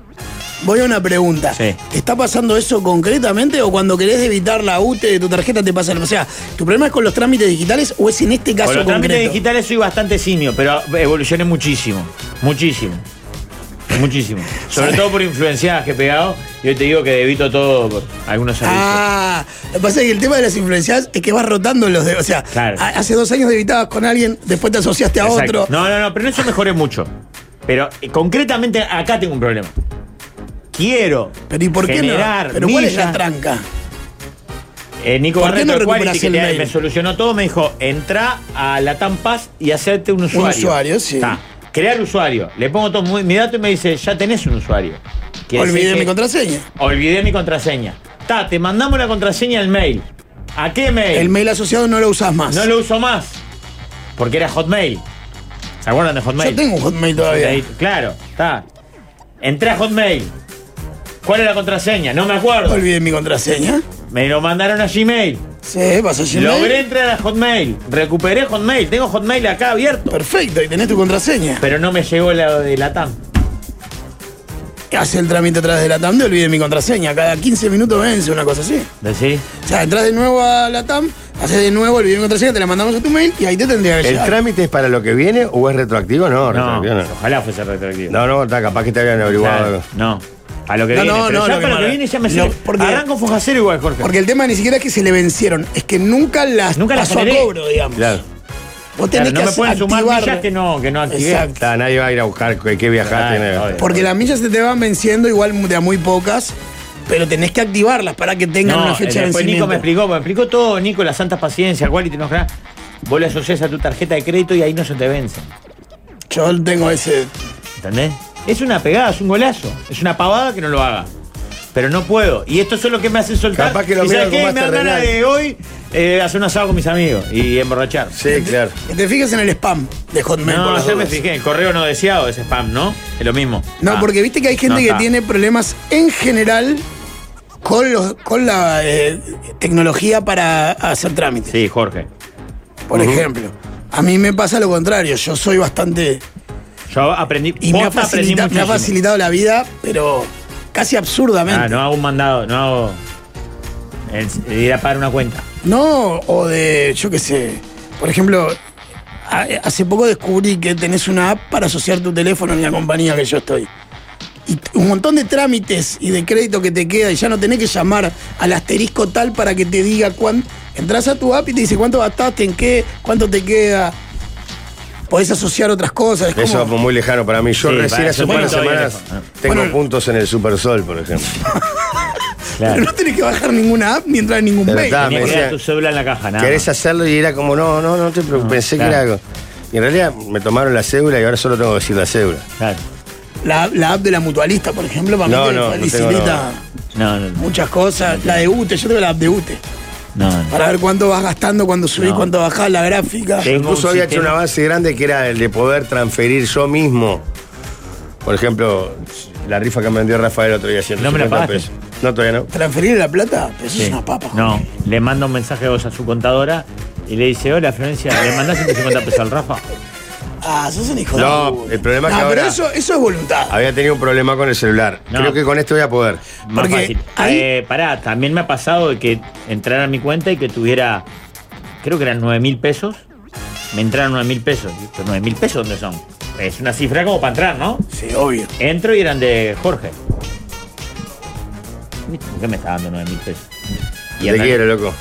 S2: Voy a una pregunta.
S3: Sí.
S2: ¿Te está pasando eso concretamente o cuando querés evitar la UTE de tu tarjeta te pasa? O sea, ¿tu problema es con los trámites digitales o es en este caso
S3: Con los
S2: concreto?
S3: trámites digitales soy bastante simio, pero evolucioné muchísimo. Muchísimo. Muchísimo. Sobre todo por influenciadas que he pegado. Yo te digo que debito todo por algunos servicios.
S2: Ah, lo que pasa es que el tema de las influencias es que vas rotando los dedos. O sea,
S3: Claro.
S2: a- hace dos años debitabas con alguien, después te asociaste a
S3: Exacto.
S2: otro.
S3: No, no, no, pero en eso mejoré mucho. Pero eh, concretamente acá tengo un problema. Quiero
S2: Pero ¿y por qué no?
S3: generar
S2: ¿Pero cuál es la
S3: millas.
S2: tranca?
S3: Eh, Nico
S2: ¿Por qué
S3: Barreto
S2: no
S3: de Quality,
S2: recuperás
S3: que
S2: el
S3: te-
S2: mail?
S3: me solucionó todo, me dijo, entra a la Tampas y hacerte un usuario.
S2: usuario, sí.
S3: Está. Crear usuario. Le pongo todo muy- mi dato y me dice, ya tenés un usuario. Quiere decir
S2: Olvidé
S3: que
S2: mi contraseña.
S3: Olvidé mi contraseña. Ta, te mandamos la contraseña al mail. ¿A qué mail?
S2: El mail asociado no lo usás más.
S3: No lo uso más. Porque era Hotmail. ¿Se acuerdan de Hotmail?
S2: Yo tengo un Hotmail todavía.
S3: Ahí, Claro, está. Entré a Hotmail. ¿Cuál es la contraseña? No me acuerdo.
S2: Olvidé mi contraseña.
S3: Me lo mandaron a Gmail.
S2: Sí, vas a Gmail.
S3: Logré entrar a Hotmail. Recuperé Hotmail. Tengo Hotmail acá abierto.
S2: Perfecto, y tenés tu contraseña.
S3: Pero no me llegó la de la TAM.
S2: Hace el trámite a través de la TAM, te olvidé mi contraseña. Cada 15 minutos vence una cosa así.
S3: ¿Decís?
S2: O sea, entras de nuevo a la TAM, haces de nuevo el video en contraseña, te la mandamos a tu mail y ahí te tendría que
S1: ¿El
S2: llegar.
S1: trámite es para lo que viene o es retroactivo? No,
S3: No,
S1: retroactivo no.
S3: ojalá fuese retroactivo.
S1: No, no, está, capaz que te habían averiguado
S3: Claro,
S1: algo.
S3: no. A lo que
S2: No,
S3: viene.
S2: no,
S3: pero
S2: no,
S3: ya
S2: lo que
S3: para lo que
S2: manda-
S3: viene ya me
S2: lo-
S3: sirve.
S2: porque-
S3: Arranco con cero igual, Jorge.
S2: Porque el tema ni siquiera es que se le vencieron, es que nunca las
S3: Nunca las
S2: pasó a
S3: generé.
S2: cobro, digamos.
S1: Claro.
S2: Vos
S3: Claro,
S2: tenés
S3: no
S2: que
S3: me pueden sumar
S2: activar-
S3: millas que no, que no activé.
S2: Exacto.
S1: Está, nadie va a ir a buscar qué qué viajaste.
S3: Claro,
S1: nada.
S3: obvio.
S2: Porque las millas se te van venciendo igual de a muy pocas, pero tenés que activarlas para que tengan
S3: No, eh,
S2: una fecha de
S3: después Nico
S2: vencimiento.
S3: me explicó, me explicó todo, Nico, la santa paciencia, cual y te enojará. Vos le asociás a tu tarjeta de crédito y ahí no se te vence.
S2: Yo tengo ese.
S3: ¿Entendés? Es una pegada, es un golazo. Es una pavada que no lo haga. Pero no puedo. Y esto es lo que me hace soltar.
S1: Capaz que lo
S3: ¿Y
S1: miro
S3: sabes
S1: algo
S3: qué?
S1: más
S3: Me dan ganas
S1: terrenal.
S3: de hoy eh, hacer un asado con mis amigos y emborrachar.
S1: Sí, claro.
S2: Que te fijes en el spam de Hotmail. por
S3: No,
S2: las
S3: yo me
S2: dudas.
S3: fijé, correo no deseado es spam, ¿no? Es lo mismo.
S2: No,
S3: Ah.
S2: porque viste que hay gente
S3: No,
S2: que
S3: está.
S2: tiene problemas en general con, los, con la eh, tecnología para hacer trámites.
S3: Sí, Jorge.
S2: Por ejemplo, a mí me pasa lo contrario. Yo soy bastante.
S3: Yo aprendí.
S2: Y me ha,
S3: posta aprendí
S2: facilita- me ha
S3: muchísimo.
S2: facilitado la vida, pero casi absurdamente.
S3: Ah, no hago un mandado, no hago. el- ir a pagar una cuenta.
S2: No, o de, yo qué sé. Por ejemplo, a- hace poco descubrí que tenés una app para asociar tu teléfono en la compañía que yo estoy. Y t- un montón de trámites y de crédito que te queda y ya no tenés que llamar al asterisco tal para que te diga cuánto. Entrás a tu app y te dice cuánto gastaste, en qué, cuánto te queda. Podés asociar otras cosas. es
S1: Eso
S2: como-
S1: fue muy lejano para mí. Yo
S3: Sí,
S1: recién
S3: para
S1: hace
S3: su
S1: un par de
S3: punto bien
S1: semanas
S3: lejano.
S1: tengo
S2: Bueno.
S1: puntos en el Supersol, por ejemplo.
S2: Pero no tenés que bajar ninguna app ni entrar en ningún
S1: Pero
S2: mail.
S1: está, Ah, me
S3: Tenías que dar
S1: decía-
S3: tu celular en la caja, nada.
S1: Querés
S3: más.
S1: hacerlo y era como, no, no, no te preocupes, pensé
S3: claro.
S1: que era algo. Y en realidad me tomaron la cédula y ahora solo tengo que decir la cédula.
S3: Claro.
S2: La, la app de la mutualista, por ejemplo, para
S1: No,
S2: mí te
S1: no, no tengo,
S2: facilita
S3: No, no, no.
S2: muchas cosas. La de UTE, yo tengo la app de UTE.
S3: no, no.
S2: Para ver cuánto vas gastando, cuándo subís,
S3: No.
S2: cuánto bajás, la gráfica.
S3: Sí. Tengo
S1: Incluso
S3: un
S1: había hecho
S3: sistema-
S1: un avance grande que era el de poder transferir yo mismo. Por ejemplo, la rifa que me vendió Rafael el otro día, 150
S3: ¿No me la
S1: pesos.
S3: pagaste?
S1: No, todavía no.
S2: ¿Transferir la plata? Pero eso
S3: Sí.
S2: es una papa.
S3: No, le manda un mensaje vos a su contadora y le dice, hola Florencia, ¿le mandás 150 pesos al Rafa?
S2: Ah, sos un hijo
S1: No,
S2: de puta.
S1: el problema es
S2: No,
S1: que
S2: pero
S1: ahora-
S2: eso, eso es voluntad.
S1: Había tenido un problema con el celular.
S3: No.
S1: Creo que con esto voy a poder.
S3: Más
S2: Porque
S3: fácil.
S2: ahí-
S3: Eh, pará, también me ha pasado de que entrara a mi cuenta y que tuviera, creo que eran 9 mil pesos. Me entraron 9 mil pesos. Y estos 9 mil pesos dónde son? Es una cifra como para entrar, ¿no?
S2: Sí, obvio.
S3: Entro y eran de Jorge. ¿Viste? ¿Por qué me está dando 9 mil pesos? Y
S1: Te
S3: en realidad-
S1: quiero, loco.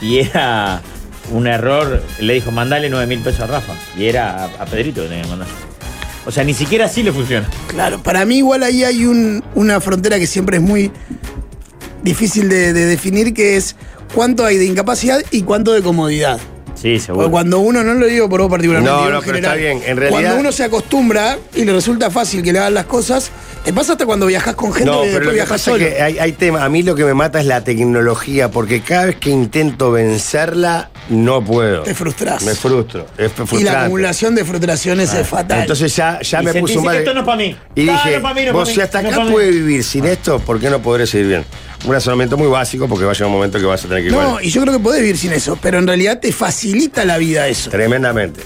S3: Y era un error. Le dijo, mandale 9 mil pesos a Rafa. Y era a, a Pedrito que tenía que mandar. O sea, ni siquiera así le funciona.
S2: Claro, para mí igual ahí hay un- una frontera que siempre es muy difícil de, de definir, que es cuánto hay de incapacidad y cuánto de comodidad.
S3: Sí, seguro.
S2: Porque cuando uno, no lo digo por vos particularmente,
S1: No,
S2: digo
S1: no,
S2: en
S1: pero
S2: general,
S1: está bien, en realidad-
S2: Cuando uno se acostumbra y le resulta fácil que le hagan las cosas, te pasa hasta cuando viajas con gente
S1: No, pero
S2: que después
S1: lo que
S2: viajas
S1: pasa
S2: solo.
S1: es que hay, hay tema. A mí lo que me mata es la tecnología, porque cada vez que intento vencerla, no puedo.
S2: Te frustrás.
S1: Me frustro. Es frustrante. Ah,
S2: Y la acumulación de frustraciones es fatal.
S1: Entonces ya, ya
S3: Y
S1: me
S3: sentí,
S1: puso
S3: sí,
S1: mal.
S3: que esto no es pa' mí.
S1: Y
S3: Ah, no
S1: dije,
S3: es pa' mí, no es
S1: vos
S3: pa'
S1: si
S3: mí,
S1: hasta
S3: no es
S1: acá
S3: pa' mí.
S1: puede vivir sin esto, ¿por qué no podré seguir bien? Un razonamiento muy básico porque va a llegar un momento que vas a tener que
S2: no,
S1: igual.
S2: y yo creo que podés vivir sin eso, pero en realidad te facilita la vida eso.
S1: Tremendamente.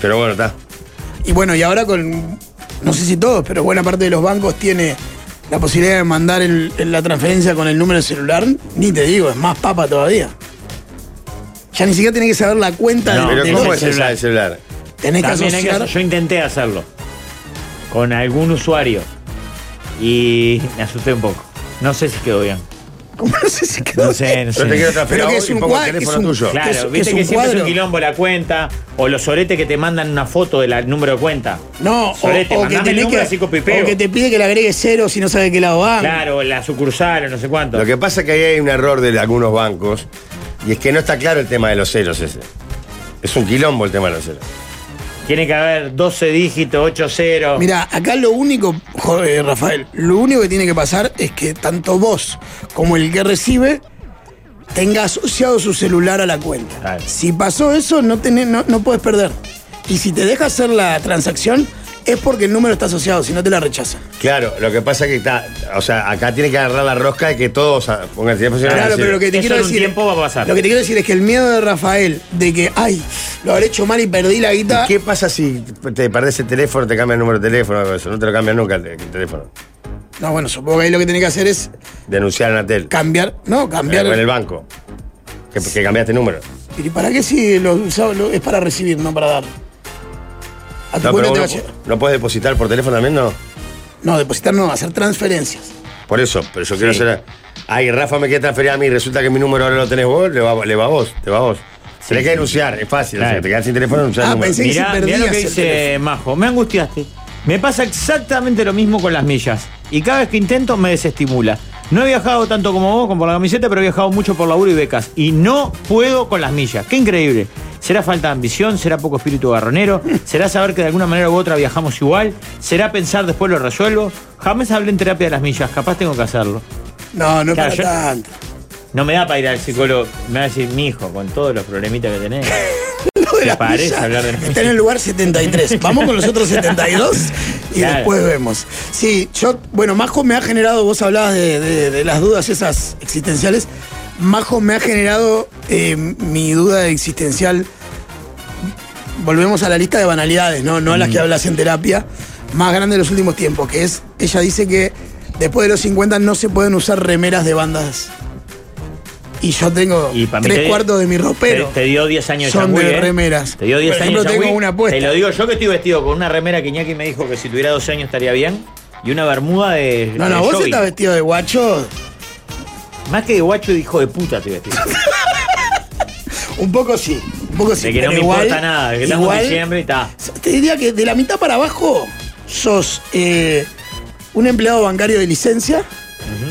S1: Pero bueno, está.
S2: Y bueno, y ahora con, no sé si todos, pero buena parte de los bancos tiene la posibilidad de mandar el- el- la transferencia con el número de celular, ni te digo, es más papa todavía. Ya ni siquiera tenés que saber la cuenta
S3: No,
S2: de-
S1: Pero
S2: de
S1: ¿cómo
S2: los-
S1: es esa del celular?
S2: Tenés que
S3: También hay que
S2: asociar.
S3: hacer- yo intenté hacerlo con algún usuario y me asusté un poco. No sé si quedó bien.
S2: ¿Cómo no sé si quedó?
S3: No sé, no
S1: Yo te quiero
S3: sé.
S1: transferir
S2: Pero
S1: a
S2: que
S1: vos
S2: es
S1: y
S2: un
S1: pongo el
S2: cuad-
S1: teléfono
S2: es un-
S1: tuyo.
S2: que es
S3: Claro,
S2: un
S3: viste que siempre es
S2: cuadro.
S3: un quilombo la cuenta o los soretes que te mandan una foto del número de cuenta.
S2: No, o,
S3: Sorete,
S2: o que
S3: este, mandame el
S2: tenés
S3: número, así
S2: que,
S3: copipeo.
S2: o que te pide que le agregues cero si no sabe qué lado va.
S3: Claro, la sucursal o no sé cuánto.
S1: Lo que pasa es que ahí hay un error de algunos bancos y es que no está claro el tema de los ceros ese. Es un quilombo el tema de los ceros.
S3: Tiene que haber 12 dígitos, 8 ceros.
S2: Mira, acá lo único, joder, Rafael, lo único que tiene que pasar es que tanto vos como el que recibe tenga asociado su celular a la cuenta.
S3: Claro.
S2: Si pasó eso, no, tenés, no, no puedes perder. Y si te deja hacer la transacción, es porque el número está asociado, si no te la rechazan.
S1: Claro, lo que pasa es que está. O sea, acá tiene que agarrar la rosca de que todos ah, pongan el teléfono.
S2: Claro, pero lo que te
S3: Eso
S2: quiero
S3: en un
S2: decir.
S3: tiempo va a pasar.
S2: Lo que te quiero decir es que el miedo de Rafael de que, ay, lo habré hecho mal y perdí la guita.
S1: ¿Y qué pasa si te perdés el teléfono, te cambian el número de teléfono? algo de Eso? No te lo cambian nunca el, el teléfono.
S2: No, bueno, supongo que ahí lo que tenés que hacer es
S1: Denunciar a Natel.
S2: cambiar. No, cambiar.
S1: Con el banco. que, que cambiaste número.
S2: ¿Y para qué si lo usaba- lo- es para recibir, no para dar? A tu
S1: No,
S2: cuenta
S1: pero
S2: Ah, te va
S1: vos
S2: a
S1: no,
S2: llegar-
S1: no puedes depositar por teléfono también, no.
S2: No, depositar no, hacer transferencias.
S1: Por eso, pero yo quiero
S3: Sí.
S1: hacer. Ay, Rafa me quiere transferir a mí, resulta que mi número ahora lo tenés vos, le va, le va a vos, te va a vos. Tenés que denunciar, es fácil, o sea,
S3: Claro.
S1: te quedas sin teléfono, denunciar
S2: Ah,
S1: el número.
S2: pensé que-
S3: Mirá,
S2: si
S3: mirá lo que
S2: perdías el
S3: dice
S2: teléfono.
S3: Majo. Me angustiaste. Me pasa exactamente lo mismo con las millas. Y cada vez que intento me desestimula. No he viajado tanto como vos, como por la camiseta, pero he viajado mucho por laburo y becas. Y no puedo con las millas. Qué increíble. ¿Será falta de ambición? ¿Será poco espíritu garronero? ¿Será saber que de alguna manera u otra viajamos igual? ¿Será pensar después lo resuelvo? Jamás hablé en terapia de las millas. Capaz tengo que hacerlo.
S2: No, no es
S3: Claro,
S2: para
S3: yo-
S2: tanto.
S3: No me da para ir al psicólogo. Me va a decir, mi hijo, con todos los problemitas que tenés.
S2: Lo de
S3: ¿Te
S2: las
S3: parece
S2: millas
S3: hablar de las
S2: Está en el lugar 73. Vamos con los otros 72 y
S3: Claro.
S2: después vemos. Sí, yo, bueno, Majo me ha generado, vos hablabas de, de- de las dudas esas existenciales. Majo me ha generado eh, mi duda existencial. Volvemos a la lista de banalidades, ¿no? No a
S3: Mm.
S2: las que hablas en terapia. Más grande de los últimos tiempos, que es, ella dice que después de los 50 no se pueden usar remeras de bandas. Y yo tengo
S3: Y pa' mí
S2: tres
S3: te-
S2: cuartos de mi ropero.
S3: Te, te dio 10 años
S2: Son
S3: changüí,
S2: de
S3: ¿eh?
S2: remeras.
S3: Te dio 10
S2: Por
S3: años
S2: ejemplo, tengo
S3: changüí.
S2: una apuesta.
S3: Te lo digo yo que estoy vestido con una remera que Iñaki me dijo que si tuviera 12 años estaría bien. Y una bermuda de.
S2: No,
S3: de
S2: no, vos
S3: jogging.
S2: estás vestido de guacho.
S3: Más que de guacho, de hijo de puta estoy vestido.
S2: Un poco sí. Un poco sí.
S3: De que no
S2: pero
S3: me
S2: igual-
S3: importa nada, de que estamos en diciembre y está.
S2: Te diría que de la mitad para abajo sos eh, un empleado bancario de licencia.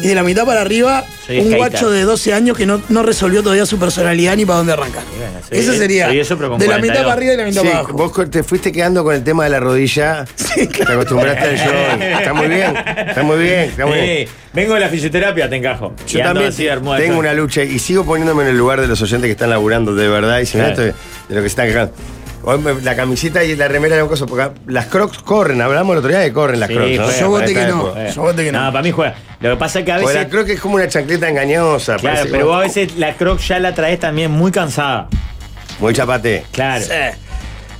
S2: Y de la mitad para arriba,
S3: Soy
S2: un
S3: skater.
S2: guacho de 12 años que no, no resolvió todavía su personalidad ni para dónde arrancar.
S3: bueno, soy-
S2: Eso sería
S3: soy eso, pero con
S2: de la
S3: 42.
S2: mitad para arriba y de la mitad
S1: Sí,
S2: para abajo.
S1: vos co- te fuiste quedando con el tema de la rodilla. Te acostumbraste al show. Está muy bien, está muy bien, está muy bien.
S3: Eh, vengo de la fisioterapia, te encajo. Y
S1: Yo
S3: ando
S1: también
S3: así de bermuda de
S1: tengo
S3: jogging.
S1: una lucha y sigo poniéndome en el lugar de los oyentes que están laburando de verdad y si no,
S3: Claro.
S1: esto es de lo que se están quejando. Hoy me- la camisita y la remera de un coso, porque las crocs corren, hablamos el otro día de que corren las
S3: Sí,
S1: crocs. ¿no?
S3: juega,
S2: Yo
S1: Para
S2: voté
S1: esta
S2: que no.
S1: época.
S3: Eh.
S2: Yo voté que no.
S3: No, para mí juega. Lo que pasa es que a
S1: Porque la
S3: veces.
S1: croc es como una chancleta engañosa.
S3: Claro,
S1: parece
S3: pero
S1: como-
S3: vos a veces la croc ya la traes también muy cansada.
S1: Muy chapate.
S3: Claro.
S2: Sí.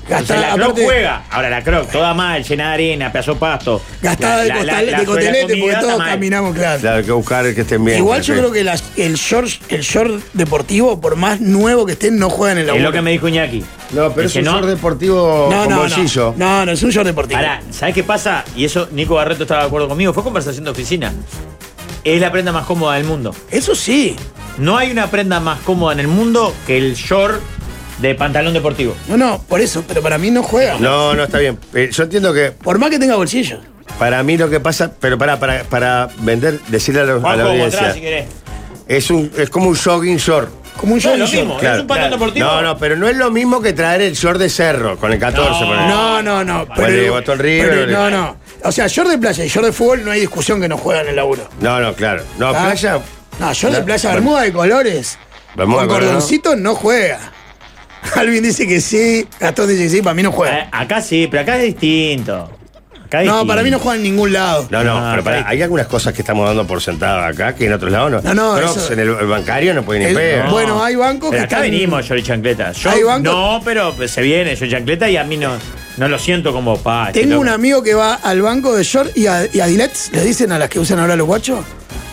S2: Gastá-
S3: Entonces, la croc
S2: aparte-
S3: juega. Ahora la croc, toda mal, llena de arena, pedazo pasto.
S2: Gastada de,
S3: La- la-
S2: costal-
S3: la- la
S2: de
S3: suela
S2: cotelete,
S3: comida
S2: porque
S3: está
S2: todos
S3: mal.
S2: caminamos, claro.
S1: Claro, hay que buscar que estén bien.
S2: Igual yo creo que las- el, short, el short deportivo, por más nuevo que estén, no juegan en el
S3: Es lo
S2: laburo.
S3: que me dijo Iñaki.
S1: No, pero
S3: Es
S1: es
S3: que
S1: un
S3: no.
S1: short deportivo
S2: No,
S1: con
S2: no,
S1: bolsillo.
S2: no, no, no, es un short deportivo.
S3: Pará, ¿sabes qué pasa? Y eso Nico Barreto estaba de acuerdo conmigo. Fue conversación de oficina. Es la prenda más cómoda del mundo.
S2: Eso sí,
S3: No hay una prenda más cómoda en el mundo que el short de pantalón deportivo.
S2: no, no, por eso, pero para mí no juega.
S1: No, no, está bien. Eh, Yo entiendo que
S2: Por más que tenga bolsillo.
S1: para mí lo que pasa, pero para, para, para vender, decirle a, los- a la
S3: Juanjo, vos
S1: audiencia,
S3: atrás si querés.
S1: es, un, es como un jogging short.
S2: Como un
S3: No,
S2: short.
S3: es lo
S2: y short.
S3: mismo.
S1: claro.
S3: Es un pantalón
S1: Claro.
S3: deportivo.
S1: No, no, pero no es lo mismo que traer el short de cerro con el 14.
S3: No.
S1: ponele.
S2: No, no, no.
S1: Vale, Botón River, eh.
S2: pero-
S1: vale.
S2: no, no. O sea, short de playa y short de fútbol no hay discusión que no juegan en el laburo.
S1: no, no, claro. No,
S2: ¿Ah?
S1: playa.
S2: No, short de
S1: No,
S2: playa,
S1: bueno.
S2: bermuda de colores.
S1: Bermuda
S2: con
S1: de colores,
S2: cordoncito no juega. Alguien dice que sí, Gastón dice que sí, para mí no
S3: Eh,
S2: juega.
S3: Acá sí, pero acá es distinto. Acá es
S2: No, para mí no
S3: distinto.
S2: juega en ningún lado.
S1: No, no,
S3: Ah,
S1: pero pará,
S3: está
S1: hay algunas cosas que estamos dando por sentado acá que en otros lados no.
S2: No, no,
S1: Crocs
S2: eso-
S1: en el, el bancario no puede ni
S2: El-
S1: pedo.
S2: no. Bueno, hay bancos
S3: Pero
S2: que
S3: acá
S2: están-
S3: venimos, yo y chancleta. Yo
S2: Hay bancos-
S3: no, pero se viene yo y chancleta y a mí no, no lo siento como pa. este
S2: Tengo
S3: loco.
S2: un amigo que va al banco de short y a, y a Dilets, le dicen a las que usan ahora los guachos,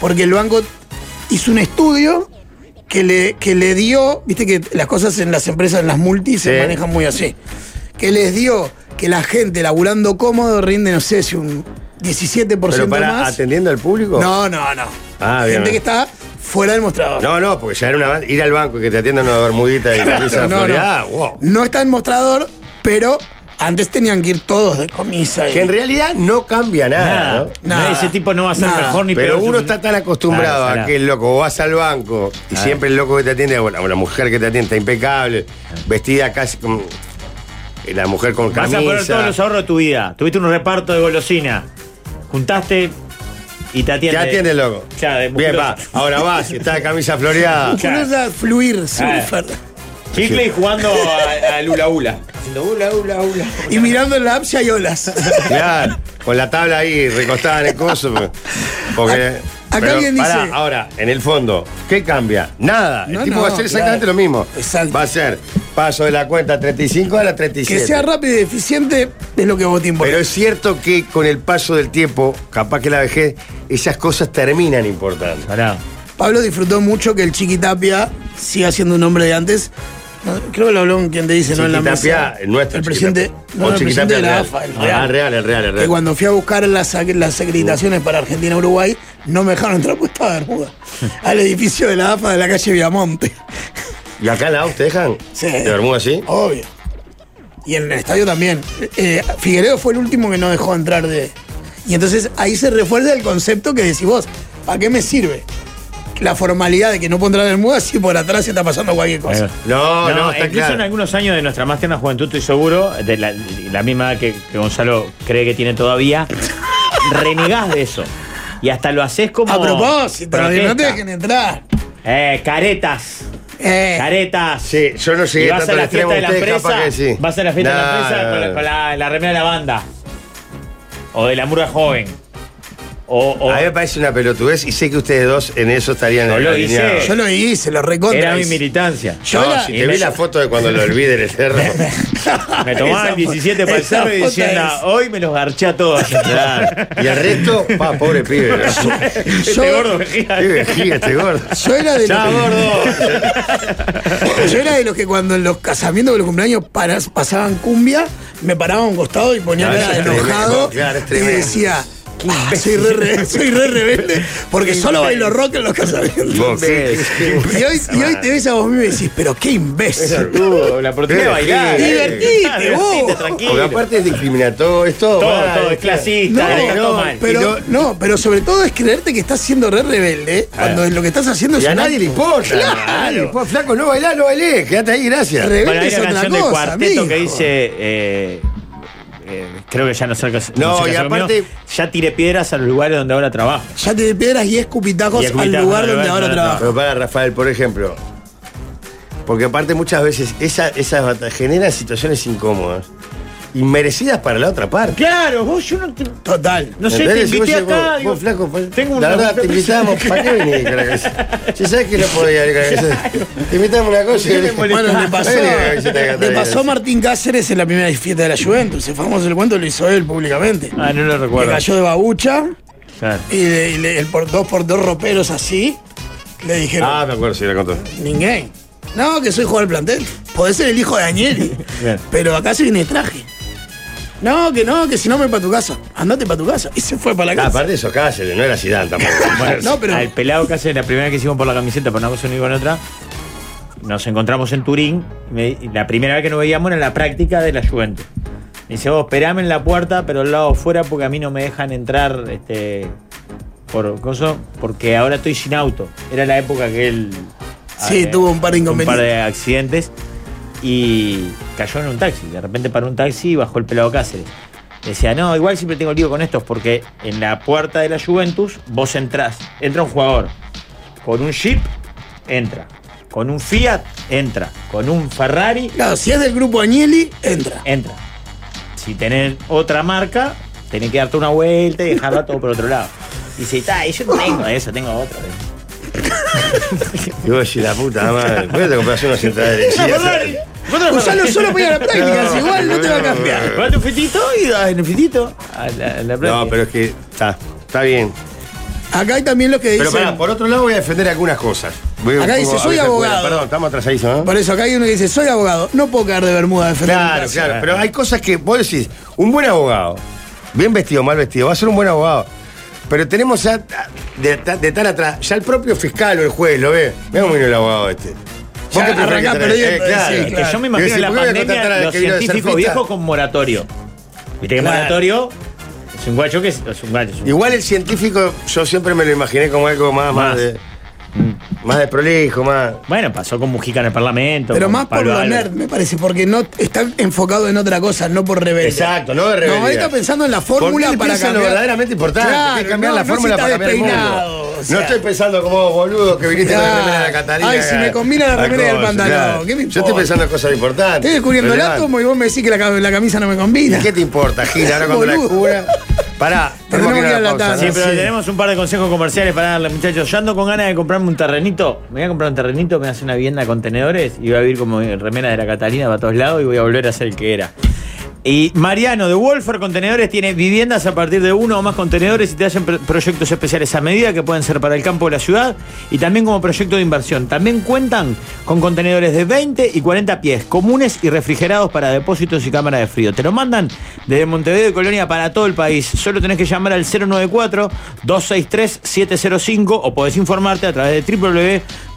S2: porque el banco hizo un estudio que le, que le dio, viste que las cosas en las empresas, en las multis, se
S1: Sí.
S2: manejan muy así, que les dio que la gente laburando cómodo rinde, no sé si un 17%
S1: pero para
S2: más.
S1: atendiendo al público.
S2: No, no, no.
S1: Ah,
S2: gente
S1: bien, bien.
S2: que está fuera del mostrador.
S1: No, no, porque ya era una van- ir al banco y que te atiendan una bermudita y te
S2: Claro,
S1: camisa
S2: no,
S1: floreada,
S2: no.
S1: wow.
S2: No está en mostrador, pero antes tenían que ir todos de comisa. y-
S1: Que en realidad no cambia nada,
S3: Nada,
S1: ¿no?
S2: Nada.
S3: Ese tipo no va a ser
S2: Nada.
S3: mejor ni
S1: Pero
S3: peor.
S1: uno está tan acostumbrado
S3: Claro,
S1: a
S3: claro.
S1: que el loco vas al banco y siempre el loco que te atiende, bueno, o la mujer que te atiende está impecable, vestida casi como eh, la mujer con
S3: Vas
S1: camisa.
S3: a perder todos los ahorros de tu vida. Tuviste un reparto de golosina. Juntaste y te
S1: te
S3: atiende.
S1: atiende el loco.
S3: Claro, de
S1: Bien, va.
S3: musculoso.
S1: Ahora vas, y está de camisa floreada.
S2: Uno es a
S1: Ah.
S2: fluir, surfer.
S3: Chicle y jugando a- al hula hula. Haciendo hula hula hula.
S2: Y mirando en la app si hay olas.
S1: Claro, con la tabla ahí recostada en el coso. porque- Porque.
S2: Acá alguien
S1: pará,
S2: dice-
S1: ahora, en el fondo, ¿qué cambia? Nada.
S2: No,
S1: el tipo
S2: no,
S1: va a hacer exactamente
S2: claro.
S1: lo mismo.
S2: Exacto.
S1: Va a ser paso de la cuenta 35 a la 37.
S2: que sea rápido y eficiente es lo que voté
S1: Pero
S2: importante.
S1: es cierto que con el paso del tiempo, capaz que la vejez, esas cosas terminan importando.
S3: Pará.
S2: Pablo disfrutó mucho que el Chiquitapia siga siendo un hombre de antes. No, creo que lo habló con quien te dice, ¿no? En la
S1: Chiquitapia,
S2: mesa.
S1: el nuestro.
S2: El presidente,
S1: Chiquitapia.
S2: no,
S1: O
S2: el presidente
S1: Chiquitapia
S2: de la
S1: real.
S2: AFA, el
S1: Ah,
S2: Real.
S1: real, el real, el
S2: Que
S1: real.
S2: cuando fui a buscar las, ac- las acreditaciones para Argentina-Uruguay, no me dejaron entrar puesta de Bermuda. Al edificio de la AFA de la calle Viamonte.
S1: ¿Y acá en la AUF te dejan?
S2: Sí.
S1: ¿De Bermuda sí?
S2: Obvio. Y en el estadio también. Eh, Figueredo fue el último que no dejó entrar de. Y entonces ahí se refuerza el concepto que decís vos, ¿para qué me sirve? La formalidad de que no puedo entrar en el muda si por atrás se está pasando cualquier cosa.
S1: No, no, está
S3: incluso en
S1: claro.
S3: algunos años de nuestra más tierna juventud, estoy seguro, de la, la misma edad que, que Gonzalo cree que tiene todavía, renegás de eso. Y hasta lo haces como.
S2: A propósito, no te
S3: protesta.
S2: dejen entrar.
S3: Eh, caretas.
S2: Eh,
S3: Caretas.
S1: Sí, yo no
S3: Y
S1: llegué
S3: vas
S1: tanto
S3: a
S1: al
S3: la
S1: extremo.
S3: fiesta de la
S1: Ustedes
S3: presa.
S1: capaz que sí.
S3: Vas a la fiesta de la
S1: No,
S3: presa
S1: no,
S3: con, la,
S1: no.
S3: con la- la remera de la banda. O de la murga joven. O, o-
S1: A mí me parece una pelotudez y sé que ustedes dos en eso estarían
S3: No
S1: en
S3: lo hice.
S2: yo lo hice, lo recontra.
S3: era mi
S2: hice.
S3: militancia.
S2: Yo
S1: no,
S2: era-
S1: si te vi la foto de cuando lo olvidé en el cerro.
S3: Me tomaba
S2: Esa
S3: el
S2: fo-
S3: 17 para el
S2: esa
S3: cerro y
S2: foto
S3: diciendo,
S2: es-
S3: hoy me los garché a todos.
S1: Claro. Y el resto, pa, pobre pibe. ¿no?
S3: este
S2: Yo-
S3: gordo vejiga.
S1: Qué vejiga este gordo.
S2: Yo era de
S3: Chao,
S2: los que-
S3: gordo.
S2: Yo era de los que cuando en los casamientos o los cumpleaños para- pasaban cumbia, me paraba a un costado y ponía
S1: No,
S2: cara
S1: es
S2: de
S1: tremendo,
S2: enojado
S1: claro, es
S2: y
S1: tremendo.
S2: decía, "Ah, soy, re, re- soy re rebelde porque solo bailo rock en los casamientos.
S1: Vos, qué- qué-
S2: Y hoy, y hoy te ves a vos mismo y decís, pero qué imbécil.
S3: Uh, la oportunidad de bailar.
S1: Divertite,
S3: Ah,
S2: vos.
S3: tranquilo.
S1: Porque aparte es discriminatorio, es todo.
S3: Todo,
S1: mal,
S3: todo, es clasista,
S2: No,
S3: está todo
S1: no,
S3: mal.
S1: Y
S2: Pero,
S1: lo- Ah.
S2: no, pero sobre todo es creerte que estás siendo re rebelde cuando lo que estás haciendo es
S1: Y a
S2: un
S1: nadie le
S2: acto.
S1: importa. A nadie le
S2: Claro.
S1: importa. Flaco, no bailá, no bailé. Quédate ahí, gracias.
S2: Re-
S3: Bueno, hay
S2: es
S3: una
S2: otra
S3: canción de
S2: cosa,
S3: cuarteto que
S2: mijo.
S3: dice. eh, eh, creo que ya no sé qué
S1: No,
S3: sé
S1: y
S3: qué hacer
S1: aparte-
S3: conmigo. Ya tiré piedras a los lugares donde ahora trabajo.
S2: Ya te de piedras y escupitajos
S3: Y
S2: al
S3: escupitajos
S2: lugar
S3: al lugar
S2: donde ahora
S3: donde
S2: trabajas.
S1: Pero para Rafael, por ejemplo. Porque aparte muchas veces esa, esas bata- generan situaciones incómodas. Inmerecidas para la otra parte.
S3: Claro, vos yo no te.
S2: Total.
S3: No sé, te
S1: ¿Entendés? Si vos
S3: invité
S1: decís,
S3: acá.
S1: vos-
S3: digo,
S1: vos, flaco, pues,
S3: tengo
S1: la
S3: una-
S1: verdad, te invitamos. ¿Para qué venís con la cabeza? Si sabes que no podía ir con la cabeza. Te invitamos una cosa.
S3: ¿Qué le molesta?
S2: Bueno, le pasó,
S1: Venía con la camiseta de
S2: le
S1: Catalina.
S2: pasó a Martín Cáceres en la primera fiesta de la Juventus. El famoso el cuento lo hizo él públicamente.
S3: Ah, no lo
S2: Le
S3: recuerdo.
S2: cayó de babucha
S3: Claro.
S2: y, le- y le- el por dos por dos roperos así le dijeron,
S1: Ah, me acuerdo, sí, la contó.
S2: ninguém. No, que soy jugador del plantel. Podés ser el hijo de Daniel,
S3: Bien.
S2: pero acá se viene de traje. No, que no, que si no me voy para tu casa. Andate para tu casa. Y se fue para la
S1: Ah,
S2: casa.
S1: aparte de eso, Cáceres, no era Zidane tampoco.
S2: no, pero
S3: Al pelado que hace la primera que hicimos por la camiseta, por una cosa no iba en otra, nos encontramos en Turín. me- y la primera vez que nos veíamos era en la práctica de la Juventus. Me dice, vos, esperame en la puerta, pero al lado fuera, porque a mí no me dejan entrar este, por coso, porque ahora estoy sin auto. Era la época que él. eh,
S2: Sí, tuvo un par de
S3: Un par
S2: inconvenientes.
S3: de accidentes y cayó en un taxi. De repente paró un taxi y bajó el pelado Cáceres. Decía, no, igual siempre tengo lío con estos porque en la puerta de la Juventus vos entrás, entra un jugador. Con un Jeep, entra. Con un Fiat, entra. Con un Ferrari,
S2: claro, si es del grupo Agnelli, entra.
S3: entra. Si tenés otra marca, tenés que darte una vuelta y dejarla todo por otro lado. Y dice, "Ta, yo no tengo eso, tengo otra.
S1: Y vos decís, la puta madre. ¿Por qué te compras una sentada de
S3: Ferrari.
S2: Usalo solo para ir a la práctica, si igual no te va a cambiar.
S3: Va tu fitito y da en el fitito a la, a la
S1: No,
S3: plaza.
S1: pero es que está, está bien.
S2: Acá hay también los que dicen.
S1: Pero pará, por otro lado voy a defender algunas cosas. Voy
S2: Acá
S1: un
S2: dice,
S1: poco
S2: soy
S1: a veces-
S2: abogado.
S1: Bueno, Perdón, estamos atrasaditos, ¿no?
S2: Por eso acá hay uno que dice, soy abogado, no puedo caer de Bermuda a defender mi
S1: Claro,
S2: caso".
S1: claro. Pero hay cosas que vos decís, un buen abogado, bien vestido, mal vestido, va a ser un buen abogado. Pero tenemos ya de, de tan atrás, ya el propio fiscal o el juez lo ve. Mira cómo vino el abogado este. ¿Por
S2: Ya
S1: qué preferís Eh,
S2: arrancás
S1: que te-
S2: perdiendo, eh, sí,
S3: Es que yo me
S1: Digo,
S3: imagino
S1: si,
S3: la
S1: ¿por qué voy a contratar
S3: pandemia,
S1: al
S3: los
S1: que vino de
S3: científicos
S1: surfista?
S3: viejos con moratorio. Viste que
S2: Claro.
S3: moratorio es un guacho que es, es un guacho. es un-
S1: Igual el científico, yo siempre me lo imaginé como algo más, más,
S3: Más.
S1: de. Más de prolijo, más.
S3: Bueno, pasó con Mujica en el Parlamento.
S2: Pero
S3: con
S2: más por
S3: Pablo
S2: lo
S3: Álvarez.
S2: nerd, me parece, porque no está enfocado en otra cosa, no por rebelde.
S1: Exacto, no de rebeldía.
S2: No, él está pensando en la
S1: ¿Por qué
S2: fórmula
S1: él
S2: para
S1: piensa en
S2: cambiar.
S1: lo verdaderamente importante, que es
S2: Claro,
S1: cambiar
S2: no,
S1: la
S2: no si
S1: fórmula
S2: está
S1: para cambiar el
S2: despeinado,
S1: mundo.
S2: o
S1: no
S2: sea.
S1: estoy pensando como vos, boludo, que viniste con la
S2: Claro.
S1: remera de la Catalina.
S2: Ay, si me combina la remera y el
S1: cosa,
S2: pantalón, ¿qué me
S1: Yo estoy
S2: importa?
S1: pensando en cosas importantes.
S2: Estoy descubriendo el
S1: relevantes.
S2: átomo y vos me decís que la, cam- la camisa no me combina.
S1: ¿Y qué te importa, Gil? Ahora cuando la
S2: Boludo.
S1: descubra. Pará,
S2: Tenemos que ir a la tanda.
S3: Sí,
S1: ¿no?
S3: pero
S2: Sí.
S3: tenemos un par de consejos comerciales para darle, muchachos. Yo ando con ganas de comprarme un terrenito. Me voy a comprar un terrenito, me hace una vivienda con tenedores y voy a vivir como remera de la Catalina para todos lados y voy a volver a ser el que era. Y Mariano de Wolfer Contenedores tiene viviendas a partir de uno o más contenedores y te hacen pro- proyectos especiales a medida que pueden ser para el campo o la ciudad y también como proyecto de inversión. También cuentan con contenedores de 20 y 40 pies, comunes y refrigerados para depósitos y cámara de frío. Te lo mandan desde Montevideo y Colonia para todo el país. Solo tenés que llamar al 094-263-705 o podés informarte a través de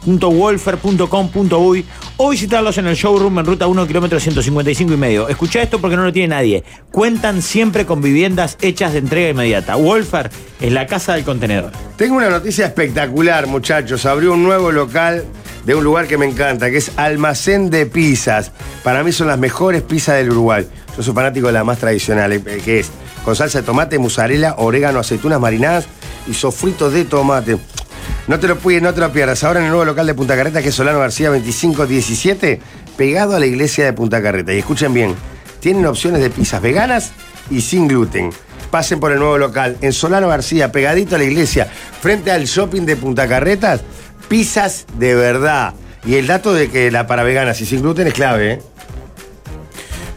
S3: www.wolfer.com.uy o visitarlos en el showroom en ruta 1, kilómetro 155 y medio. Escucha esto porque no lo tiene nadie. Cuentan siempre con viviendas hechas de entrega inmediata. Wolfer es la casa del contenedor.
S1: Tengo una noticia espectacular, muchachos. Abrió un nuevo local de un lugar que me encanta, que es Almacén de Pizzas. Para mí son las mejores pizzas del Uruguay. Yo soy fanático de las más tradicionales, eh, que es con salsa de tomate, mozzarella, orégano, aceitunas marinadas y sofrito de tomate. No te lo pude, no te lo pierdas. Ahora en el nuevo local de Punta Carreta, que es Solano García 2517, pegado a la iglesia de Punta Carreta. Y escuchen bien, tienen opciones de pizzas veganas y sin gluten. Pasen por el nuevo local en Solano García, pegadito a la iglesia, frente al shopping de Punta Carretas, pizzas de verdad. Y el dato de que la para veganas y sin gluten es clave, ¿eh?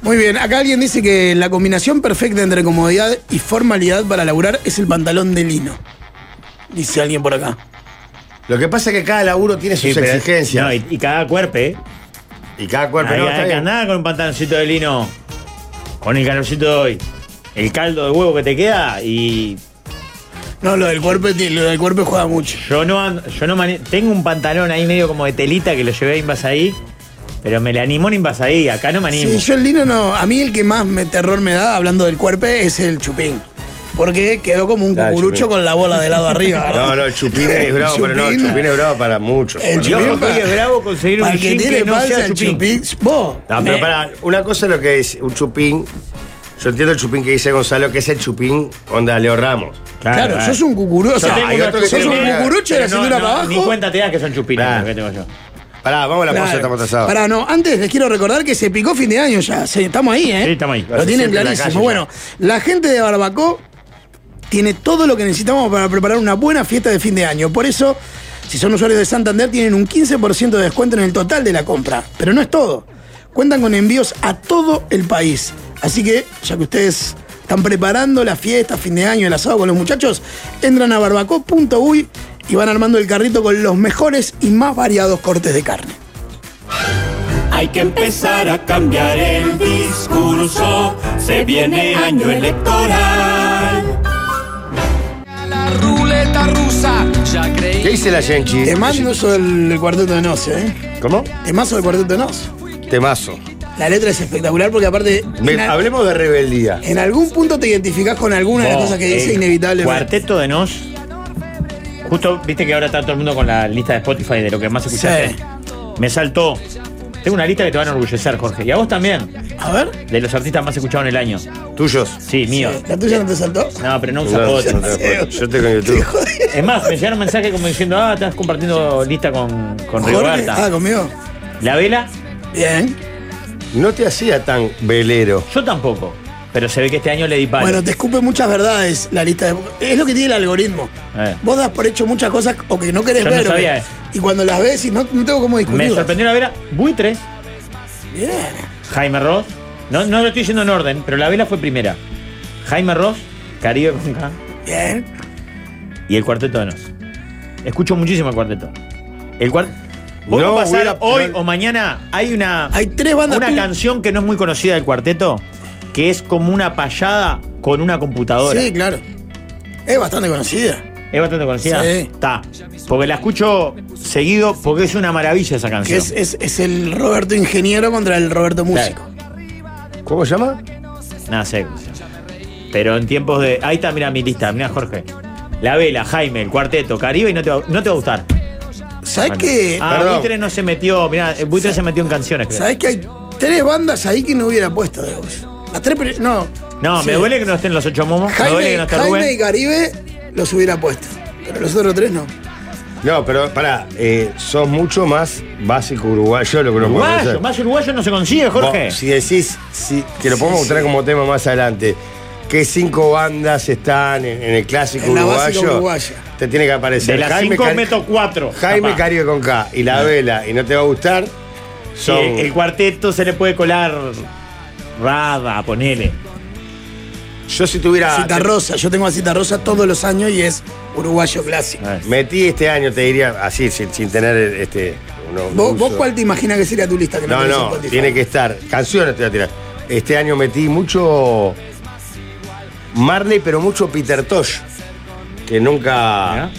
S2: Muy bien, acá alguien dice que la combinación perfecta entre comodidad y formalidad para laburar es el pantalón de lino. Dice alguien por acá.
S1: Lo que pasa es que cada laburo tiene sus
S3: pero-
S1: exigencias.
S3: no, y, y cada cuerpo, ¿eh?
S1: y, cada cuerpo.
S3: Ahí,
S1: no,
S3: ahí,
S1: está
S3: que
S1: bien.
S3: andá con un pantaloncito de lino, con el calorcito de hoy, el caldo de huevo que te queda y
S2: No, lo del cuerpo, lo del cuerpo juega mucho.
S3: Yo no ando- yo no mane- tengo un pantalón ahí medio como de telita que lo llevé a Invasaí, pero me le animó en Invasaí, acá no me animo.
S2: Sí, yo el lino no. A mí el que más me terror me da hablando del cuerpo es el chupín. Porque quedó como un
S1: Ah, el
S2: cucurucho
S1: chupín.
S2: con la bola de lado arriba. ¿verdad?
S1: No, no, el chupín es bravo, pero no, el
S2: Chupín.
S1: chupín es bravo para muchos.
S2: El
S1: Para
S3: Y ojo,
S2: chupín,
S3: estoy de bravo conseguir un
S2: Para el que
S3: jean
S2: tiene
S3: que no
S2: panza,
S3: sea
S2: el
S3: chupín.
S2: chupín. Vos.
S1: No, pero
S2: me-
S1: para, una cosa es lo que es un chupín. Yo entiendo el chupín que dice Gonzalo, que es el chupín onda Leo Ramos.
S2: Claro, sos un cucurucho. O sea,
S1: tengo una-
S2: sos
S1: tengo
S2: un
S1: una-
S2: cucurucho de la
S3: Pero no-
S2: cintura
S3: no,
S2: para
S3: Ni
S2: abajo.
S3: cuenta te das que son chupines
S1: Claro.
S3: lo que tengo yo.
S1: Pará, vamos a la pausa, estamos atrasados.
S2: Pará, no, antes les quiero recordar que se picó fin de año ya. se- estamos ahí, ¿eh?
S3: Sí, estamos ahí.
S2: Lo tienen
S1: Siempre en la
S2: clarísimo.
S1: calle ya.
S2: bueno, la gente de Barbacó tiene todo lo que necesitamos para preparar una buena fiesta de fin de año. Por eso, si son usuarios de Santander, tienen un 15% de descuento en el total de la compra. Pero no es todo. Cuentan con envíos a todo el país. Así que, ya que ustedes están preparando la fiesta, fin de año, el asado con los muchachos, entran a barbaco.uy y van armando el carrito con los mejores y más variados cortes de carne.
S6: Hay que empezar a cambiar el discurso. Se viene año electoral.
S1: ¿Qué dice la Genchi?
S2: Temazo del cuarteto de Nos, ¿eh?
S1: ¿Cómo?
S2: Temazo del cuarteto de Nos.
S1: Temazo.
S2: La letra es espectacular porque aparte...
S1: Me-
S2: en, al-
S1: hablemos de rebeldía.
S2: en algún punto te identificás con alguna de las
S3: Vos,
S2: cosas que dice
S3: el
S2: inevitablemente.
S3: Cuarteto de Nos. Justo, viste que ahora está todo el mundo con la lista de Spotify de lo que más escuchaste.
S2: Sí.
S3: Me saltó. Tengo una lista que te van a enorgullecer, Jorge. Y a vos también,
S2: A ver,
S3: de los artistas más escuchados en el año.
S1: Tuyos.
S3: Sí, mío.
S2: ¿la tuya no te saltó?
S3: No, pero no usa
S1: No, yo,
S3: fotos.
S1: tengo- yo tengo en YouTube.
S3: Es más, me llegaron mensajes como diciendo, ah, estás compartiendo lista con, con
S2: Jorge,
S3: Rigoberta.
S2: ah, conmigo.
S3: La vela,
S2: Bien.
S1: No te hacía tan velero.
S3: yo tampoco. Pero se ve que este año le di palo.
S2: Bueno, te escupe muchas verdades la lista de... Es lo que tiene el algoritmo.
S3: Eh.
S2: Vos das por hecho muchas cosas o que no querés
S3: Yo no
S2: ver. o que-
S3: sabía eso.
S2: Y cuando las ves y no, no tengo cómo
S3: me
S2: discutirlas.
S3: sorprendió la vela. Buitres,
S2: Bien.
S3: Jaime Ross. No, no lo estoy diciendo en orden, pero la vela fue primera. Jaime Ross, Caribe con K,
S2: Bien.
S3: y el cuarteto de Nos. Escucho muchísimo el cuarteto. El cuarteto. Vos
S1: No,
S3: vas a pasar
S1: hubiera-
S3: hoy
S1: no-
S3: o mañana hay una.
S2: Hay tres bandas
S3: Una
S2: tuyas.
S3: canción que no es muy conocida del cuarteto, que es como una payada con una computadora.
S2: Sí, claro. Es bastante conocida.
S3: ¿Es bastante conocida?
S2: Sí.
S3: Está. Porque la escucho seguido porque es una maravilla esa
S2: Que
S3: canción.
S2: es, es- es el Roberto Ingeniero contra el Roberto Músico.
S1: ¿Cómo se llama?
S3: Nada sé. cómo se llama. Pero en tiempos de. Ahí está, mira mi lista, mira Jorge. La vela, Jaime, el cuarteto, Caribe y no te va, no te va a gustar.
S2: ¿Sabes qué?
S3: Ah,
S1: Perdón.
S3: Buitre no se metió, mirá, el Buitre se metió en canciones, creo.
S2: ¿Sabes que hay tres bandas ahí que no hubiera puesto de vos? Las tres. pri- No.
S3: No, me
S2: Sí.
S3: duele que no estén los ocho momos, me duele que
S2: Jaime,
S3: no esté
S2: Jaime y
S3: Rubén.
S2: Caribe los hubiera puesto. Pero los otros tres no.
S1: No, pero pará, eh, sos mucho más básico uruguayo lo que nos podemos
S3: Uruguayo,
S1: hacer.
S3: más uruguayo no se consigue, Jorge.
S1: Vos, si decís, si- que lo podemos mostrar como tema más adelante, que cinco bandas están en, en el clásico
S2: En la básica
S1: uruguayo,
S2: uruguaya.
S1: te tiene que aparecer
S3: de las
S1: Jaime
S3: cinco
S1: Cari-
S3: meto cuatro.
S1: Jaime
S3: capaz.
S1: Caribe con K y La Vela y no te va a gustar,
S3: Sí,
S1: son...
S3: el cuarteto se le puede colar Rada, ponele.
S1: Yo si tuviera.
S3: Ah,
S2: Cita Rosa, yo tengo a Cita Rosa todos los años y es uruguayo clásico.
S3: A ver.
S1: Metí este año, te diría, así, sin, sin tener este. uno- un
S2: ¿Vos, vos
S1: uso.
S2: cuál te imaginas que sería tu lista? Que
S1: No,
S2: tenés en
S1: no,
S2: Spotify?
S1: tiene que estar. Canciones te voy a tirar. Este año metí mucho Marley, pero mucho Peter Tosh. Que nunca.
S3: Mirá.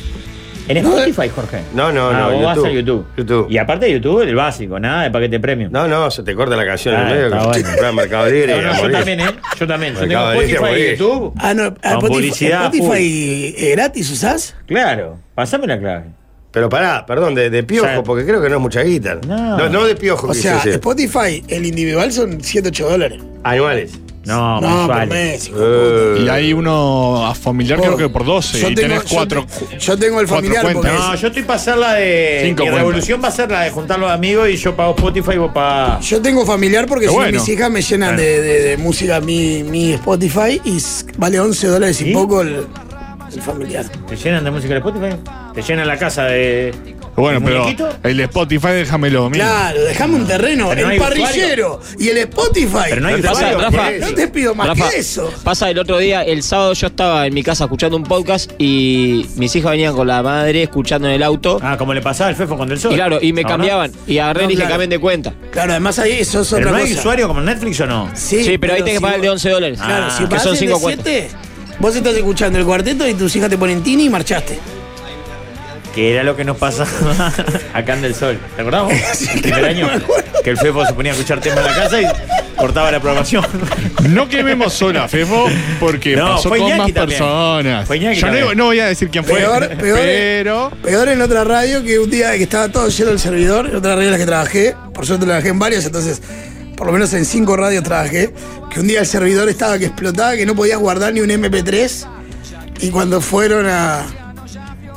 S3: En Spotify, Jorge.
S1: eh. No, no,
S3: Ah,
S1: no,
S3: Vos
S1: YouTube.
S3: vas a YouTube.
S1: YouTube.
S3: Y aparte de YouTube, el básico, nada de paquete premium.
S1: No, no, se te corta la canción en
S3: Ah,
S1: el medio.
S3: está
S1: que
S3: bueno.
S1: comprar Mercado Libre.
S3: No, no,
S1: a
S3: yo
S1: morir.
S3: también, ¿eh? Yo también. Yo tengo
S1: Acaba de decir,
S3: Spotify y
S1: morí.
S3: YouTube.
S2: Ah, no, a
S3: Con
S2: Spotify,
S3: publicidad,
S2: Spotify eh, gratis usás?
S3: Claro, pasame la clave.
S1: Pero pará, perdón, de, de piojo,
S3: O sea,
S1: porque creo que no es mucha guita.
S3: No.
S1: No, no, de piojo,
S2: O
S1: quise
S2: sea,
S1: decir.
S2: Spotify, el individual son 7, 8 dólares.
S1: Anuales.
S3: No,
S2: no,
S3: más
S2: por
S3: vale.
S2: mes. hijo de puta.
S1: Eh,
S4: Y hay uno a familiar, creo que por 12.
S2: Oh, Yo
S4: y
S2: tengo-
S4: tenés
S2: yo
S4: cuatro.
S2: te- yo tengo el
S4: cuatro
S2: familiar
S4: cuentas.
S2: porque
S3: No, yo estoy para hacer la de.
S4: Cinco
S3: mi
S4: cuentas.
S3: revolución va a ser la de juntar los amigos y yo pago Spotify y vos pagás.
S2: Yo tengo familiar porque
S4: Qué
S2: si no,
S4: bueno.
S2: mis hijas me llenan de, de- de música mi, mi Spotify y s- vale 11 dólares y
S3: ¿Sí?
S2: poco el, el familiar.
S3: ¿Te llenan de música de Spotify? ¿Te llenan la casa de.
S4: Bueno,
S3: de
S4: pero
S3: muñequito?
S4: el Spotify déjamelo, mío.
S2: Claro, dejame un terreno,
S3: Pero no
S2: el
S3: hay
S2: parrillero y el Spotify.
S3: Pero no hay
S1: No te
S3: usuario.
S5: pasa,
S1: valió,
S5: Rafa.
S1: por eso.
S2: No te pido más
S5: Rafa,
S2: que eso.
S5: Pasa el otro día, el sábado yo estaba en mi casa escuchando un podcast y mis hijas venían con la madre escuchando en el auto.
S3: Ah, como le pasaba al Fefo con el sol.
S5: y claro, y me
S3: No,
S5: cambiaban. Y agarré
S2: No,
S5: y dije,
S2: claro.
S5: cambien de cuenta.
S2: Claro, además ahí eso es otra
S3: ¿no? ¿Pero no hay
S2: cosa.
S3: usuario como en Netflix o no?
S5: Sí, pero ahí tenés que
S2: si
S5: pagar el de
S2: vos-
S5: 11 dólares.
S2: Claro, si
S3: Ah,
S5: que
S2: pagas
S5: son
S2: el de
S5: 5 cuentas.
S2: siete, vos estás escuchando el cuarteto y tus hijas te ponen tini y marchaste.
S3: Que era lo que nos pasaba acá en Del Sol. ¿Te acordás? vos? el primer año. Que el Fefo se ponía a escuchar temas en la casa y cortaba la programación.
S4: No quememos sola, Fefo, porque
S3: No,
S4: pasó
S3: fue
S4: con
S3: Iñaki
S4: más
S3: también.
S4: personas.
S3: Fue Iñaki
S4: Yo no,
S3: también.
S4: no voy a decir quién fue.
S2: Peor, peor es-
S4: pero.
S2: Peor en otra radio que un día que estaba todo lleno el servidor, en otra radio en la que trabajé, por suerte trabajé en varias, entonces por lo menos en cinco radios trabajé, que un día el servidor estaba que explotaba, que no podías guardar ni un MP3, y cuando fueron a,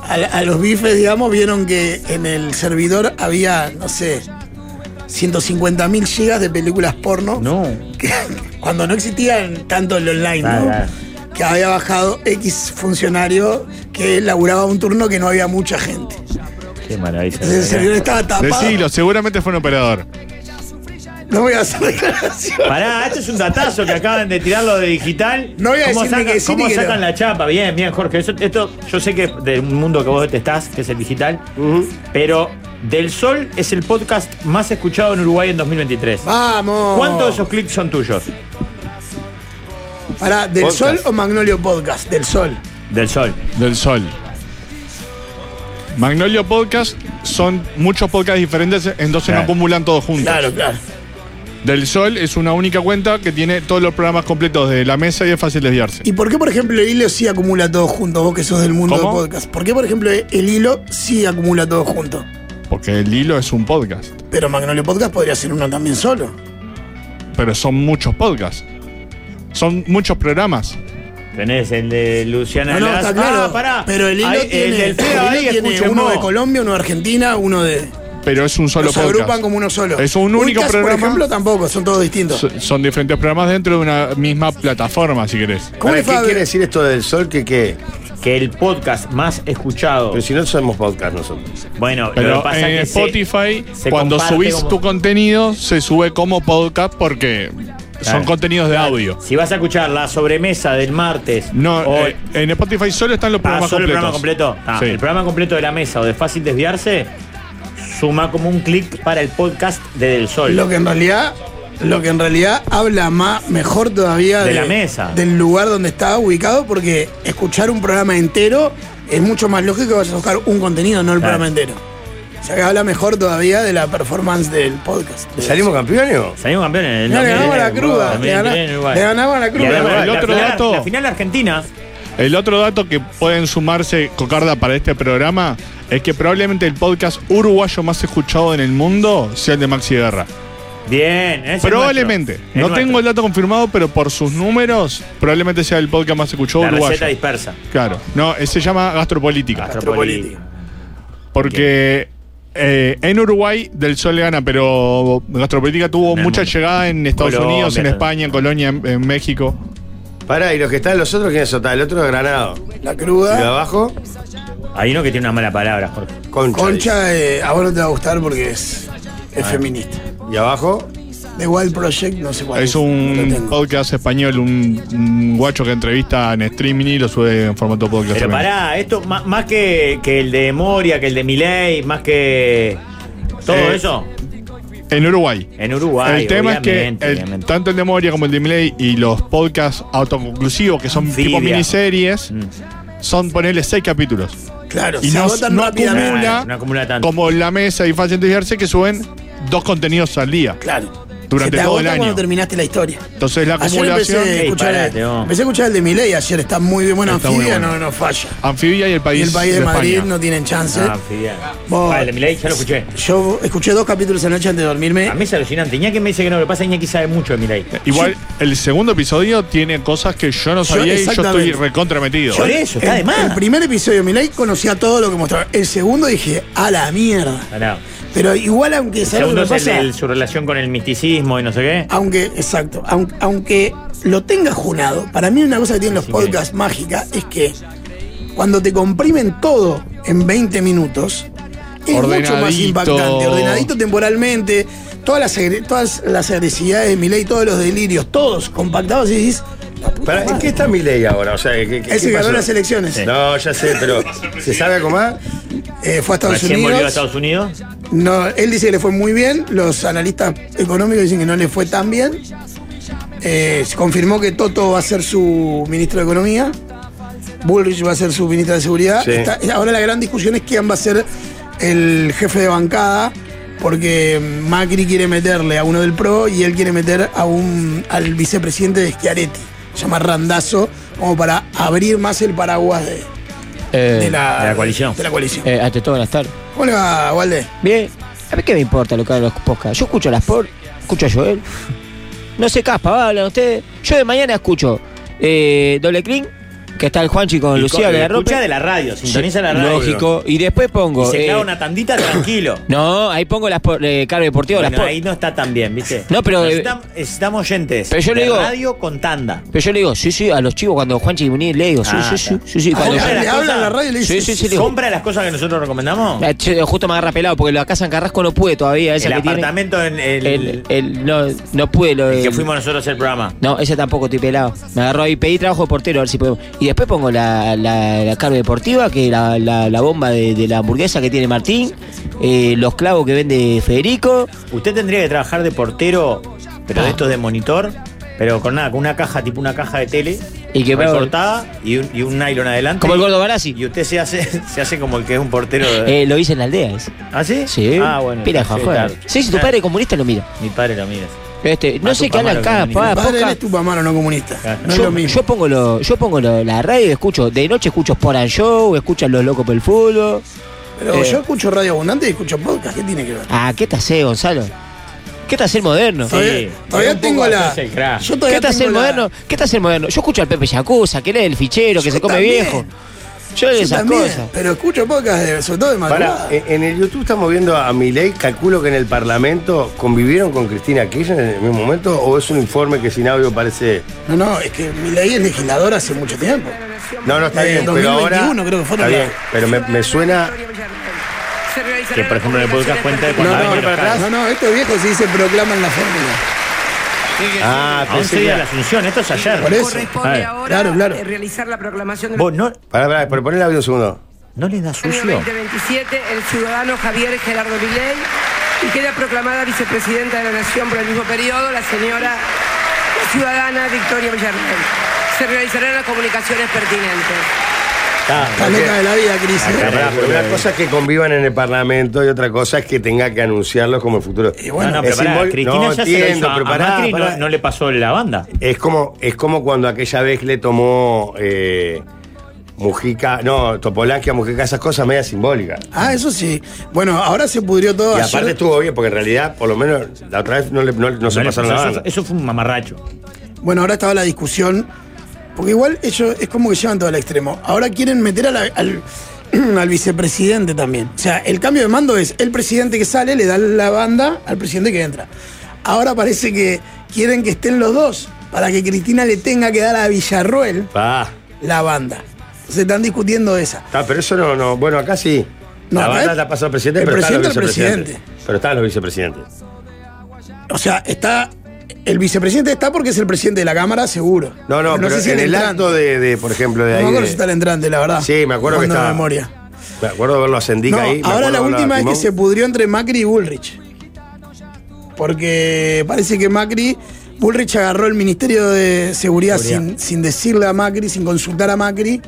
S2: a, la- a los bifes, digamos, vieron que en el servidor había, no sé, 150 mil gigas de películas porno, que- cuando no existían tanto el online, ¿no?
S3: Claro.
S2: que había bajado X funcionario que laburaba un turno que no había mucha gente.
S3: Qué maravilla.
S2: Entonces el servidor estaba tapado.
S4: Decilo, seguramente fue un operador.
S2: No voy a hacer declaración.
S3: Pará, este es un datazo que acaban de tirarlo de digital.
S2: No voy a
S3: ¿Cómo
S2: decir ni
S3: sacan,
S2: que sí
S3: cómo
S2: ni que no.
S3: sacan la chapa? Bien, bien, Jorge. Eso- esto, yo sé que es del mundo que vos detestás, que es el digital, pero Del Sol es el podcast más escuchado en Uruguay en 2023.
S2: Vamos.
S3: ¿Cuántos de esos clips son tuyos?
S2: Pará, ¿del
S1: Podcast.
S2: sol o Magnolio Podcast? Del sol.
S3: Del Sol.
S4: Del Sol. Magnolio Podcast son muchos podcasts diferentes, entonces
S3: Claro.
S4: no acumulan todos juntos.
S2: claro.
S4: Del Sol es una única cuenta que tiene todos los programas completos de la mesa y es fácil desviarse.
S2: ¿Y por qué, por ejemplo, el hilo sí acumula todo junto, vos que sos del mundo
S4: ¿Cómo?
S2: de podcast? ¿Por qué, por ejemplo, el hilo sí acumula todo junto?
S4: Porque el hilo es un podcast,
S2: Pero Magnolio Podcast podría ser uno también solo.
S4: pero son muchos podcasts. Son muchos programas.
S3: Tenés el de Luciana
S2: No, no,
S3: Glass.
S2: está claro.
S3: Ah, pará.
S2: Pero el hilo
S3: Ahí,
S2: tiene,
S3: El del
S2: el
S3: Feo
S2: hilo
S3: ahí,
S2: tiene
S3: escuchen
S2: uno
S3: vos.
S2: de Colombia, uno de Argentina, uno de...
S4: Pero es un solo
S2: los
S4: podcast.
S2: agrupan como uno solo.
S4: Es un único
S2: Uncas,
S4: programa.
S2: por ejemplo, tampoco, son todos distintos.
S4: So- Son diferentes programas dentro de una misma plataforma, si querés.
S2: ¿Cómo
S1: ¿Para
S2: le
S1: qué
S2: fue a-
S1: quiere decir esto del sol? Que qué?
S3: Que el podcast más escuchado.
S1: Pero si no somos podcast nosotros.
S3: Bueno, lo
S4: Pues, Pero
S3: que pasa
S4: en
S3: es que se-
S4: Spotify,
S3: se
S4: cuando
S3: comparte
S4: subís
S3: como-
S4: tu contenido, se sube como podcast porque son
S3: Claro.
S4: contenidos de audio.
S3: Si vas a escuchar la sobremesa del martes.
S4: No,
S3: o-
S4: eh, en Spotify solo están los
S3: Ah,
S4: programas
S3: solo el programa
S4: completos.
S3: completo. Ah,
S4: Sí.
S3: El programa completo de la mesa o de fácil desviarse suma como un clic para el podcast de Del Sol.
S2: Lo que en realidad, lo que en realidad habla más, mejor todavía
S3: De la mesa.
S2: del lugar donde está ubicado, porque escuchar un programa entero es mucho más lógico que vas a buscar un contenido, no el
S3: Claro.
S2: programa entero. O sea que habla mejor todavía de la performance del podcast. De-
S1: ¿Salimos campeones o?
S3: Salimos campeones en el
S2: No, le
S3: 2003,
S2: ganamos la cruda,
S3: en
S2: le gana-
S3: 2003 en Uruguay.
S2: le ganamos la
S3: Y
S2: cruda.
S3: además,
S4: El
S3: la
S4: otro
S3: final-
S4: dato-
S3: La final argentina.
S4: El otro dato que pueden sumarse Cocarda para este programa es que probablemente el podcast uruguayo más escuchado en el mundo sea el de Maxi Guerra.
S3: Bien, ese es
S4: probablemente.
S3: nuestro. Es
S4: No
S3: nuestro.
S4: tengo el dato confirmado, pero por sus números probablemente sea el podcast más escuchado
S3: La
S4: uruguayo.
S3: receta dispersa.
S4: Claro. No, eh, se llama Gastropolítica.
S3: Astropolítica.
S4: Porque eh, en Uruguay del Sol le gana, pero Gastropolítica tuvo
S3: En el
S4: mucha
S3: mundo.
S4: llegada en Estados
S3: Colombia,
S4: Unidos, en
S3: tal.
S4: España, en Colonia, en, en México.
S1: Pará, y los que están, los otros, ¿quiénes son? Está El otro es Granado.
S2: La
S1: Y de
S2: cruda,
S1: abajo,
S3: Hay uno que tiene una mala palabra, Jorge.
S1: Concha.
S2: concha, eh, a vos no te va a gustar porque es, es feminista.
S1: Y abajo,
S2: The Wild Project, no sé cuál
S4: Es
S2: no lo
S4: un
S2: tengo.
S4: podcast español, un, un guacho que entrevista en streaming y lo sube en formato podcast.
S3: Pero
S4: también.
S3: pará, esto ma- más, que, que el de Moria, que el de Milei, más que todo
S4: Eh,
S3: eso,
S4: En Uruguay.
S3: en Uruguay.
S4: el tema es que
S3: obviamente,
S4: el-
S3: obviamente.
S4: tanto el de Moria como el de Miley y los podcasts autoconclusivos, que son
S3: Anfibia. Mm.
S4: tipo miniseries, son ponerle seis capítulos.
S2: Claro,
S4: Y
S2: se
S4: no,
S2: agotan
S4: no
S2: rápidamente.
S4: acumula,
S3: Ah, No acumula tanto.
S4: como la mesa de infancia y Diversa, que suben dos contenidos al día.
S2: Claro.
S4: Durante
S2: se te
S4: todo
S2: agota
S4: el año.
S2: cuando terminaste la historia.
S4: Entonces la
S2: Ayer empecé
S4: acumulación,
S2: a,
S3: Ey,
S2: escuchar,
S3: parate, vos.
S2: empecé a escuchar el de Miley ayer, está muy bien. Bueno,
S4: Está
S2: anfibia
S4: muy bueno.
S2: no, no falla.
S4: anfibia y el
S2: Y
S4: país,
S2: el país de,
S4: España.
S2: Madrid no tienen chance.
S3: Ah, Fidel.
S2: Vos- Eh.
S3: Ah, el de Milei ya lo escuché.
S2: Yo escuché dos capítulos anoche antes de dormirme.
S3: A mí es alucinante. Iñaki me dice que no, lo que pasa es que Iñaki sabe mucho de Milei.
S4: Igual, el segundo episodio tiene cosas que yo no sabía y yo estoy
S2: exactamente.
S4: recontrametido.
S3: Por eso, está de
S2: el, el
S3: más.
S2: primer episodio de Miley conocía todo lo que mostraba. El segundo dije, a la mierda.
S3: Pará.
S2: Pero igual, aunque ¿sabes lo
S3: Segundo
S2: que
S3: es el-
S2: pasa? Ah,
S3: el- su relación con el misticismo y no sé qué.
S2: Aunque, exacto, aun- aunque, lo tengas junado, para mí una cosa que tienen los
S3: Sí,
S2: podcasts mágica es que cuando te comprimen todo en 20 minutos, es mucho más
S4: Ordenadito.
S2: impactante, ordenadito temporalmente, todas las, agre- todas las agresividades de mi ley, todos los delirios, todos compactados y dices, la puta
S1: Pará, ¿En
S2: madre.
S1: qué está mi ley ahora? O sea, ¿qué, qué-
S2: Ese
S1: qué
S2: ganó
S1: pasó?
S2: las elecciones.
S1: No, ya sé, pero ¿se sabe algo más?
S2: Eh, fue a Estados
S3: Recién volvió a
S2: Unidos.
S3: Estados Unidos.
S2: No, él dice que le fue muy bien, los analistas económicos dicen que no le fue tan bien. Eh, se confirmó que Toto va a ser su ministro de Economía, Bullrich va a ser su ministro de Seguridad.
S1: Sí.
S2: Está- ahora la gran discusión es quién va a ser el jefe de bancada, porque Macri quiere meterle a uno del PRO y él quiere meter a un, al vicepresidente de Schiaretti, se llama Randazo, como para abrir más el paraguas de,
S5: Eh,
S2: de la,
S3: de la coalición.
S2: de la coalición.
S5: eh, ante todo, buenas tardes.
S2: ¿Cómo le va, Walde?
S5: Bien. A mí qué me importa lo que hagan los podcasts. Yo escucho las por, escucho a Joel. No sé, Caspa, hablan ustedes. Yo de mañana escucho eh, Doble Clean, que está el Juanchi con
S3: Y
S5: Lucía
S3: co-
S5: que la
S3: Escucha de la radio, sintoniza la radio.
S5: Lógico. Y después
S3: Y
S5: pongo.
S3: se
S5: eh,
S3: clava una tandita tranquilo.
S5: No, ahí pongo las por, eh, Carve Deportivo, las
S3: Bueno,
S5: por-
S3: ahí no está tan bien, ¿viste?
S5: No, pero- eh,
S3: Necesitam- necesitamos oyentes.
S5: Pero yo le
S3: de
S5: digo-
S3: Radio con tanda.
S5: Pero yo le digo, sí, sí, a los chivos cuando Juanchi Muñiz le digo, sí,
S3: Ah,
S5: sí, sí,
S3: está.
S5: sí, sí,
S3: Ah,
S5: cuando
S3: bueno,
S5: yo-
S3: la
S2: Le
S3: cosa-
S2: habla a la radio y le dice,
S5: Sí, sí, sí, le digo.
S3: Compra las cosas que nosotros recomendamos.
S5: Ah, che, Justo me agarra pelado porque lo de Casa en Carrasco no pude todavía. Esa
S3: El
S5: que tiene.
S3: apartamento en el,
S5: El- el- no, no pude lo
S3: que
S5: del-
S3: fuimos nosotros a hacer el programa.
S5: No, ese tampoco estoy pelado. Me agarró ahí, pedí trabajo de portero, a ver si podemos. Y después pongo la, la, la carne deportiva, que la, la, la bomba de, de la hamburguesa que tiene Martín, eh, los clavos que vende Federico.
S3: Usted tendría que trabajar de portero, pero
S5: Ah.
S3: de estos de monitor, pero con nada, con una caja, tipo una caja de tele,
S5: Y que veo-
S3: recortada y un, y un nylon adelante.
S5: Como el gordo Barassi.
S3: Y usted se hace, se hace como el que es un portero de.
S5: Eh, lo hice en la aldea. ese.
S3: ¿Ah, sí?
S5: Sí.
S3: Ah, bueno.
S5: Pira,
S3: sí,
S5: Juan
S3: claro.
S5: Sí, si tu
S3: Ah,
S5: padre es comunista lo mira.
S3: Mi padre lo mira.
S5: Este,
S3: Ah,
S5: no sé
S3: tu
S5: qué hablan
S3: papá
S5: cada
S3: era comunista.
S5: pa-
S2: Padre, él
S5: poca-
S2: es tu mamá, no comunista.
S3: Claro.
S2: No es
S5: yo,
S2: lo mismo.
S5: yo pongo lo, yo pongo lo- la radio, escucho, de noche escucho Sport and Show, escucho a los locos por el fútbol.
S2: Pero
S5: Eh.
S2: yo escucho radio abundante y escucho podcast. ¿Qué tiene que ver?
S5: Ah, ¿qué te hace, Gonzalo? ¿Qué te hace el moderno?
S3: Sí,
S2: Todavía, todavía
S3: pero un
S2: tengo
S3: poco
S2: la.
S3: haces el crack.
S2: Yo
S5: ¿Qué
S2: todavía
S5: te hace
S2: tengo
S5: el
S2: la-
S5: moderno? ¿Qué te hace el moderno? Yo escucho al Pepe Yacuza, que él es el fichero, que
S2: Yo
S5: se come
S2: también.
S5: viejo.
S2: Yo
S5: Yo, esas
S2: también,
S5: cosas.
S2: pero escucho podcast, de- sobre todo de madrugada.
S1: Pará, eh. en en el YouTube estamos viendo a Milei, calculo que en el Parlamento convivieron con Cristina Kirchner en el mismo momento, o es un informe que sin audio parece.
S2: no, no, es que mi ley es legislador hace mucho tiempo.
S1: No, no está
S2: Eh,
S1: bien, pero
S2: 2021
S1: ahora.
S2: creo que fueron
S1: está
S2: la-
S1: bien, pero me, me suena.
S3: Que por ejemplo en el podcast cuenta de
S2: No,
S3: cuando
S2: no,
S3: venía
S2: no,
S3: los caras.
S2: no, no, estos viejos sí se proclaman la fórmula.
S1: Ah,
S3: A 11
S1: pensé.
S3: días de
S1: que-
S3: la Asunción, esto es ayer.
S2: Por eso.
S7: Corresponde
S3: A ver,
S7: ahora
S2: claro, claro.
S7: eh, realizar la proclamación del
S3: Vos no,
S1: Pará, pará, pero poné el audio un segundo.
S3: no le da
S7: año
S3: sucio.
S7: 2027 el ciudadano Javier Gerardo Viley y queda proclamada vicepresidenta de la Nación por el mismo periodo la señora ciudadana Victoria Villarreal. Se realizarán las comunicaciones pertinentes.
S3: Está.
S2: Está loca de la vida, Cris. ¿eh?
S1: Pará, pará, pero una cosa es que convivan en el Parlamento y otra cosa es que tenga que anunciarlos como el futuro.
S2: Y
S3: No,
S2: bueno,
S3: no, pero
S1: es
S3: pará,
S1: simbol-
S3: Cristina
S1: no,
S3: ya se lo hizo
S1: entiendo,
S3: a-
S1: pero
S3: a
S1: pará,
S3: Macri, no-
S1: pará.
S3: no le pasó la banda.
S1: Es como, es como cuando aquella vez le tomó eh, Mujica, no, Topolancia, Mujica, esas cosas media simbólicas.
S2: Ah, eso sí. Bueno, ahora se pudrió todo.
S1: Y
S2: ayer.
S1: aparte estuvo bien, porque en realidad, por lo menos, la otra vez no, le- no- no se
S3: No le
S1: pasaron
S3: pasó,
S1: la
S3: eso,
S1: banda.
S3: eso fue un mamarracho.
S2: Bueno, ahora estaba la discusión, porque igual ellos es como que llevan todo al extremo. Ahora quieren meter a la- al, al vicepresidente también. O sea, el cambio de mando es el presidente que sale le da la banda al presidente que entra. Ahora parece que quieren que estén los dos para que Cristina le tenga que dar a Villarruel
S1: Ah,
S2: la banda. Se están discutiendo esa.
S1: está, pero eso no, no. Bueno, acá sí.
S2: No,
S1: la
S2: acá
S1: banda
S2: es-
S1: la pasó al presidente,
S2: el
S1: pero están los
S2: presidente al
S1: vicepresidentes. Pero están los vicepresidentes.
S2: O sea, está. El vicepresidente está porque es el presidente de la Cámara, seguro.
S1: No, no, pero,
S2: sé si
S1: en el
S2: entrante.
S1: acto de, de, por ejemplo, de
S2: No me
S1: ahí.
S2: acuerdo
S1: de-
S2: si está el entrante, la verdad.
S1: Sí, me acuerdo que
S2: Jugando de
S1: estaba.
S2: memoria.
S1: Me acuerdo de verlo a Sendica
S2: No,
S1: ahí. me
S2: ahora
S1: acuerdo
S2: la
S1: verlo a
S2: última es que
S1: Timón.
S2: se pudrió entre Macri y Bullrich. Porque parece que Macri, Bullrich agarró el Ministerio de Seguridad, Sin, sin decirle a Macri, sin consultar a Macri.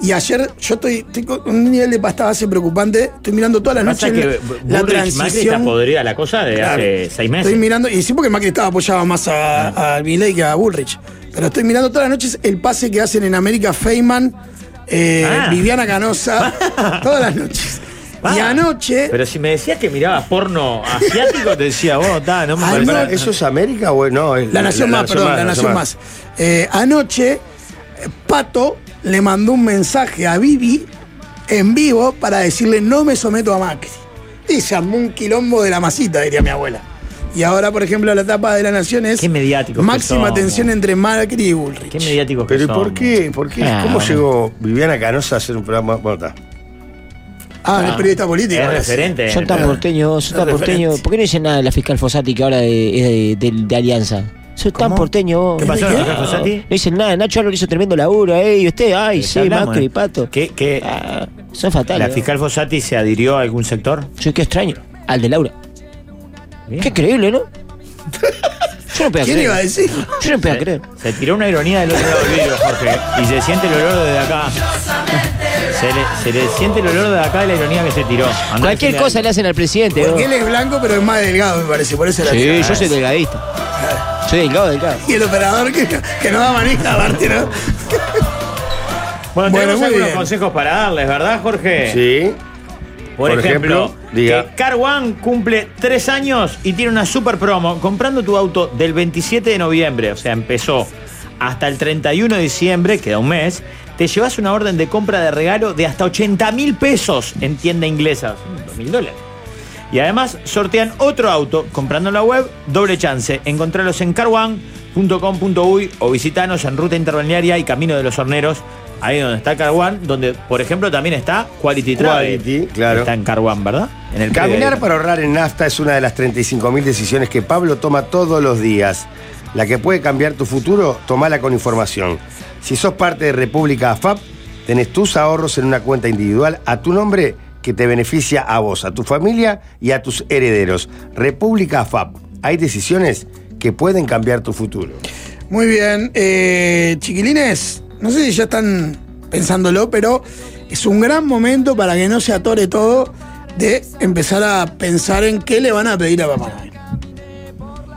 S2: Y ayer yo estoy, estoy con un nivel de pasta base preocupante. Estoy mirando todas las
S3: Pasa
S2: noches
S3: que
S2: la-
S3: Bu-
S2: la,
S3: Bullrich Macri está
S2: transición.
S3: podrida la cosa de
S2: Claro.
S3: hace seis meses. Ah.
S2: Estoy mirando, y sí porque Macri estaba apoyado más a, a Milei que a Bullrich. Pero estoy mirando todas las noches el pase que hacen en América Feynman, eh,
S3: Ah.
S2: Viviana Canosa, todas las noches.
S3: Va.
S2: Y anoche,
S3: Pero si me decías que mirabas porno asiático, te decía, vos, está, no me
S2: Ay,
S1: Pero
S3: parece-
S1: pará, ¿Eso es América o es- no? es-
S2: la Nación Más, perdón, la Nación Más. Eh, anoche, eh, Pato le mandó un mensaje a Vivi en vivo para decirle no me someto a Macri. Y se armó un quilombo de la masita, diría mi abuela. Y ahora, por ejemplo, la tapa de la Nación es
S3: Qué mediáticos que
S2: máxima
S3: somos.
S2: tensión entre Macri y Bullrich.
S3: Qué mediáticos que
S1: Pero ¿y
S3: somos.
S1: por qué? ¿Por qué?
S5: Ah,
S1: ¿Cómo
S5: bueno.
S1: llegó Viviana Canosa a hacer un programa? Bueno, está.
S2: Ah, es periodista político.
S3: Es
S2: ahora sí.
S3: referente.
S5: Son tan porteños, son tan porteños. ¿Por qué no dicen nada de la fiscal Fossati que ahora de- es de, de- de Alianza? Son tan porteños. vos.
S3: ¿Qué pasó,
S5: No,
S3: la fiscal Fossati?
S5: No dicen nada. Nacho Álvarez hizo tremendo laburo. eh, y usted, ay,
S3: Ya
S5: sí,
S3: hablamos,
S5: Macri,
S3: eh.
S5: Pato.
S3: ¿Qué- qué-
S5: Ah, son fatales.
S3: ¿La fiscal Fossati se adhirió a algún sector?
S5: Yo, qué extraño. Al de Laura.
S3: Bien.
S5: Qué increíble, ¿no? Yo no podía
S2: ¿Quién
S5: creer.
S2: iba a decir?
S5: Yo no podía creer.
S3: Se tiró una ironía del otro lado del vidrio, Jorge. Y se siente el olor desde acá. Se le, se le siente el olor de acá de la ironía que se tiró. Andá,
S5: Cualquier
S3: decirle
S5: cosa
S3: a-
S5: le hacen al presidente. vos.
S2: Porque él es blanco, pero es más delgado, me parece. Por eso era
S5: Sí,
S2: así.
S5: yo soy delgadista. Soy delgado, delgado.
S2: Y el operador que, que no da manija, aparte, ¿no?
S3: Bueno,
S2: Bueno,
S3: tenemos
S2: muy
S3: algunos
S2: bien.
S3: consejos para darles, ¿verdad, Jorge?
S1: Sí.
S3: Por,
S1: Por
S3: ejemplo,
S1: ejemplo, diga.
S3: que Car One cumple tres años y tiene una super promo comprando tu auto del 27 de noviembre, o sea, empezó hasta el 31 de diciembre, queda un mes, te llevas una orden de compra de regalo de hasta 80 mil pesos en tienda inglesa, dos mil dólares. Y además sortean otro auto comprando en la web, doble chance. Encontralos en carwan.com.uy o visitanos en ruta interbalnearia y camino de los horneros, ahí donde está Carwan, donde por ejemplo también está Quality Travel.
S1: Quality, claro.
S3: Está en Carwan, ¿verdad? En el
S1: Caminar
S3: predio.
S1: para ahorrar en nafta es una de las 35.000 decisiones que Pablo toma todos los días. La que puede cambiar tu futuro, tomala con información. Si sos parte de República AFAP, tenés tus ahorros en una cuenta individual a tu nombre que te beneficia a vos, a tu familia y a tus herederos. República AFAP, hay decisiones que pueden cambiar tu futuro.
S2: Muy bien. eh, chiquilines, no sé si ya están pensándolo, pero es un gran momento para que no se atore todo de empezar a pensar en qué le van a pedir a Papá Noel.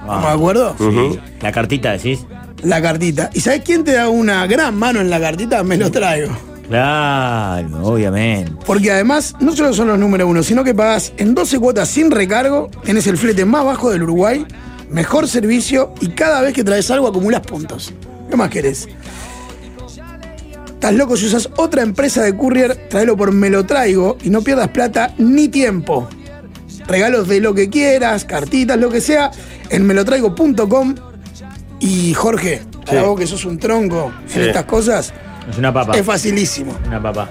S2: ¿Estamos de acuerdo?
S1: Ujú.
S3: La cartita decís.
S2: La cartita. ¿Y sabes quién te da una gran mano en la cartita? Me lo traigo.
S3: Claro, obviamente.
S2: Porque además, no solo son los número uno, sino que pagas en 12 cuotas sin recargo, tenés el flete más bajo del Uruguay, mejor servicio y cada vez que traes algo acumulas puntos. ¿Qué más querés? Estás loco si usas otra empresa de courier, tráelo por Me lo traigo y no pierdas plata ni tiempo. Regalos de lo que quieras, cartitas, lo que sea, en melotraigo.com. Y Jorge, para
S3: Sí.
S2: vos que sos un tronco
S1: Sí.
S2: en estas cosas,
S3: Es una papa.
S2: es facilísimo.
S3: Una papa.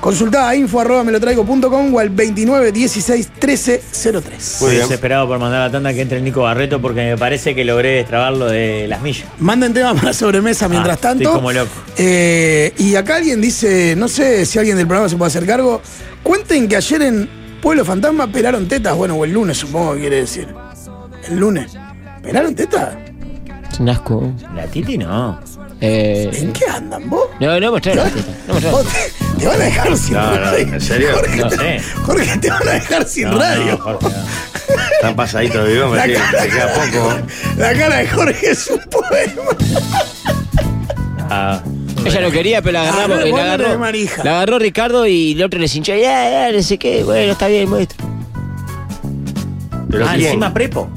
S2: Consultá a info arroba melotraigo.com o al 29 16 13 03.
S1: Muy
S3: Estoy
S1: bien.
S3: desesperado por mandar la tanda que entre el Nico Barreto porque me parece que logré destrabarlo de las millas.
S2: Manden temas para sobremesa mientras
S3: Ah, estoy
S2: tanto.
S3: como loco.
S2: Eh, y acá alguien dice, no sé si alguien del programa se puede hacer cargo. Cuenten que ayer en Pueblo Fantasma pelaron tetas. Bueno, o el lunes supongo que quiere decir. El lunes. ¿Pelaron tetas?
S5: Es un asco.
S3: La Titi no.
S5: Eh,
S2: ¿En qué andan vos?
S5: no, no mostraron la teta. No mostraron.
S2: Vos te, te van a dejar sin
S1: No, no,
S2: radio.
S1: ¿en serio?
S2: Jorge,
S3: No
S2: te,
S3: sé.
S2: Jorge, te van a dejar sin
S3: No, no,
S2: radio.
S3: Jorge, no.
S1: Están pasaditos Pues de vivo, me
S2: La
S1: queda
S2: cara-
S1: me queda poco.
S2: La cara de Jorge es un poema.
S3: Ah,
S5: Ella no quería, pero la
S2: Ah, no,
S5: agarramos. eh,
S2: vos no
S5: la, agarró,
S2: tenés manija.
S5: la agarró Ricardo y el otro le hinchó. Ya, ya, no sé qué. Bueno, está bien, muestra.
S1: Pero
S3: ah,
S1: ¿quién?
S3: encima prepo.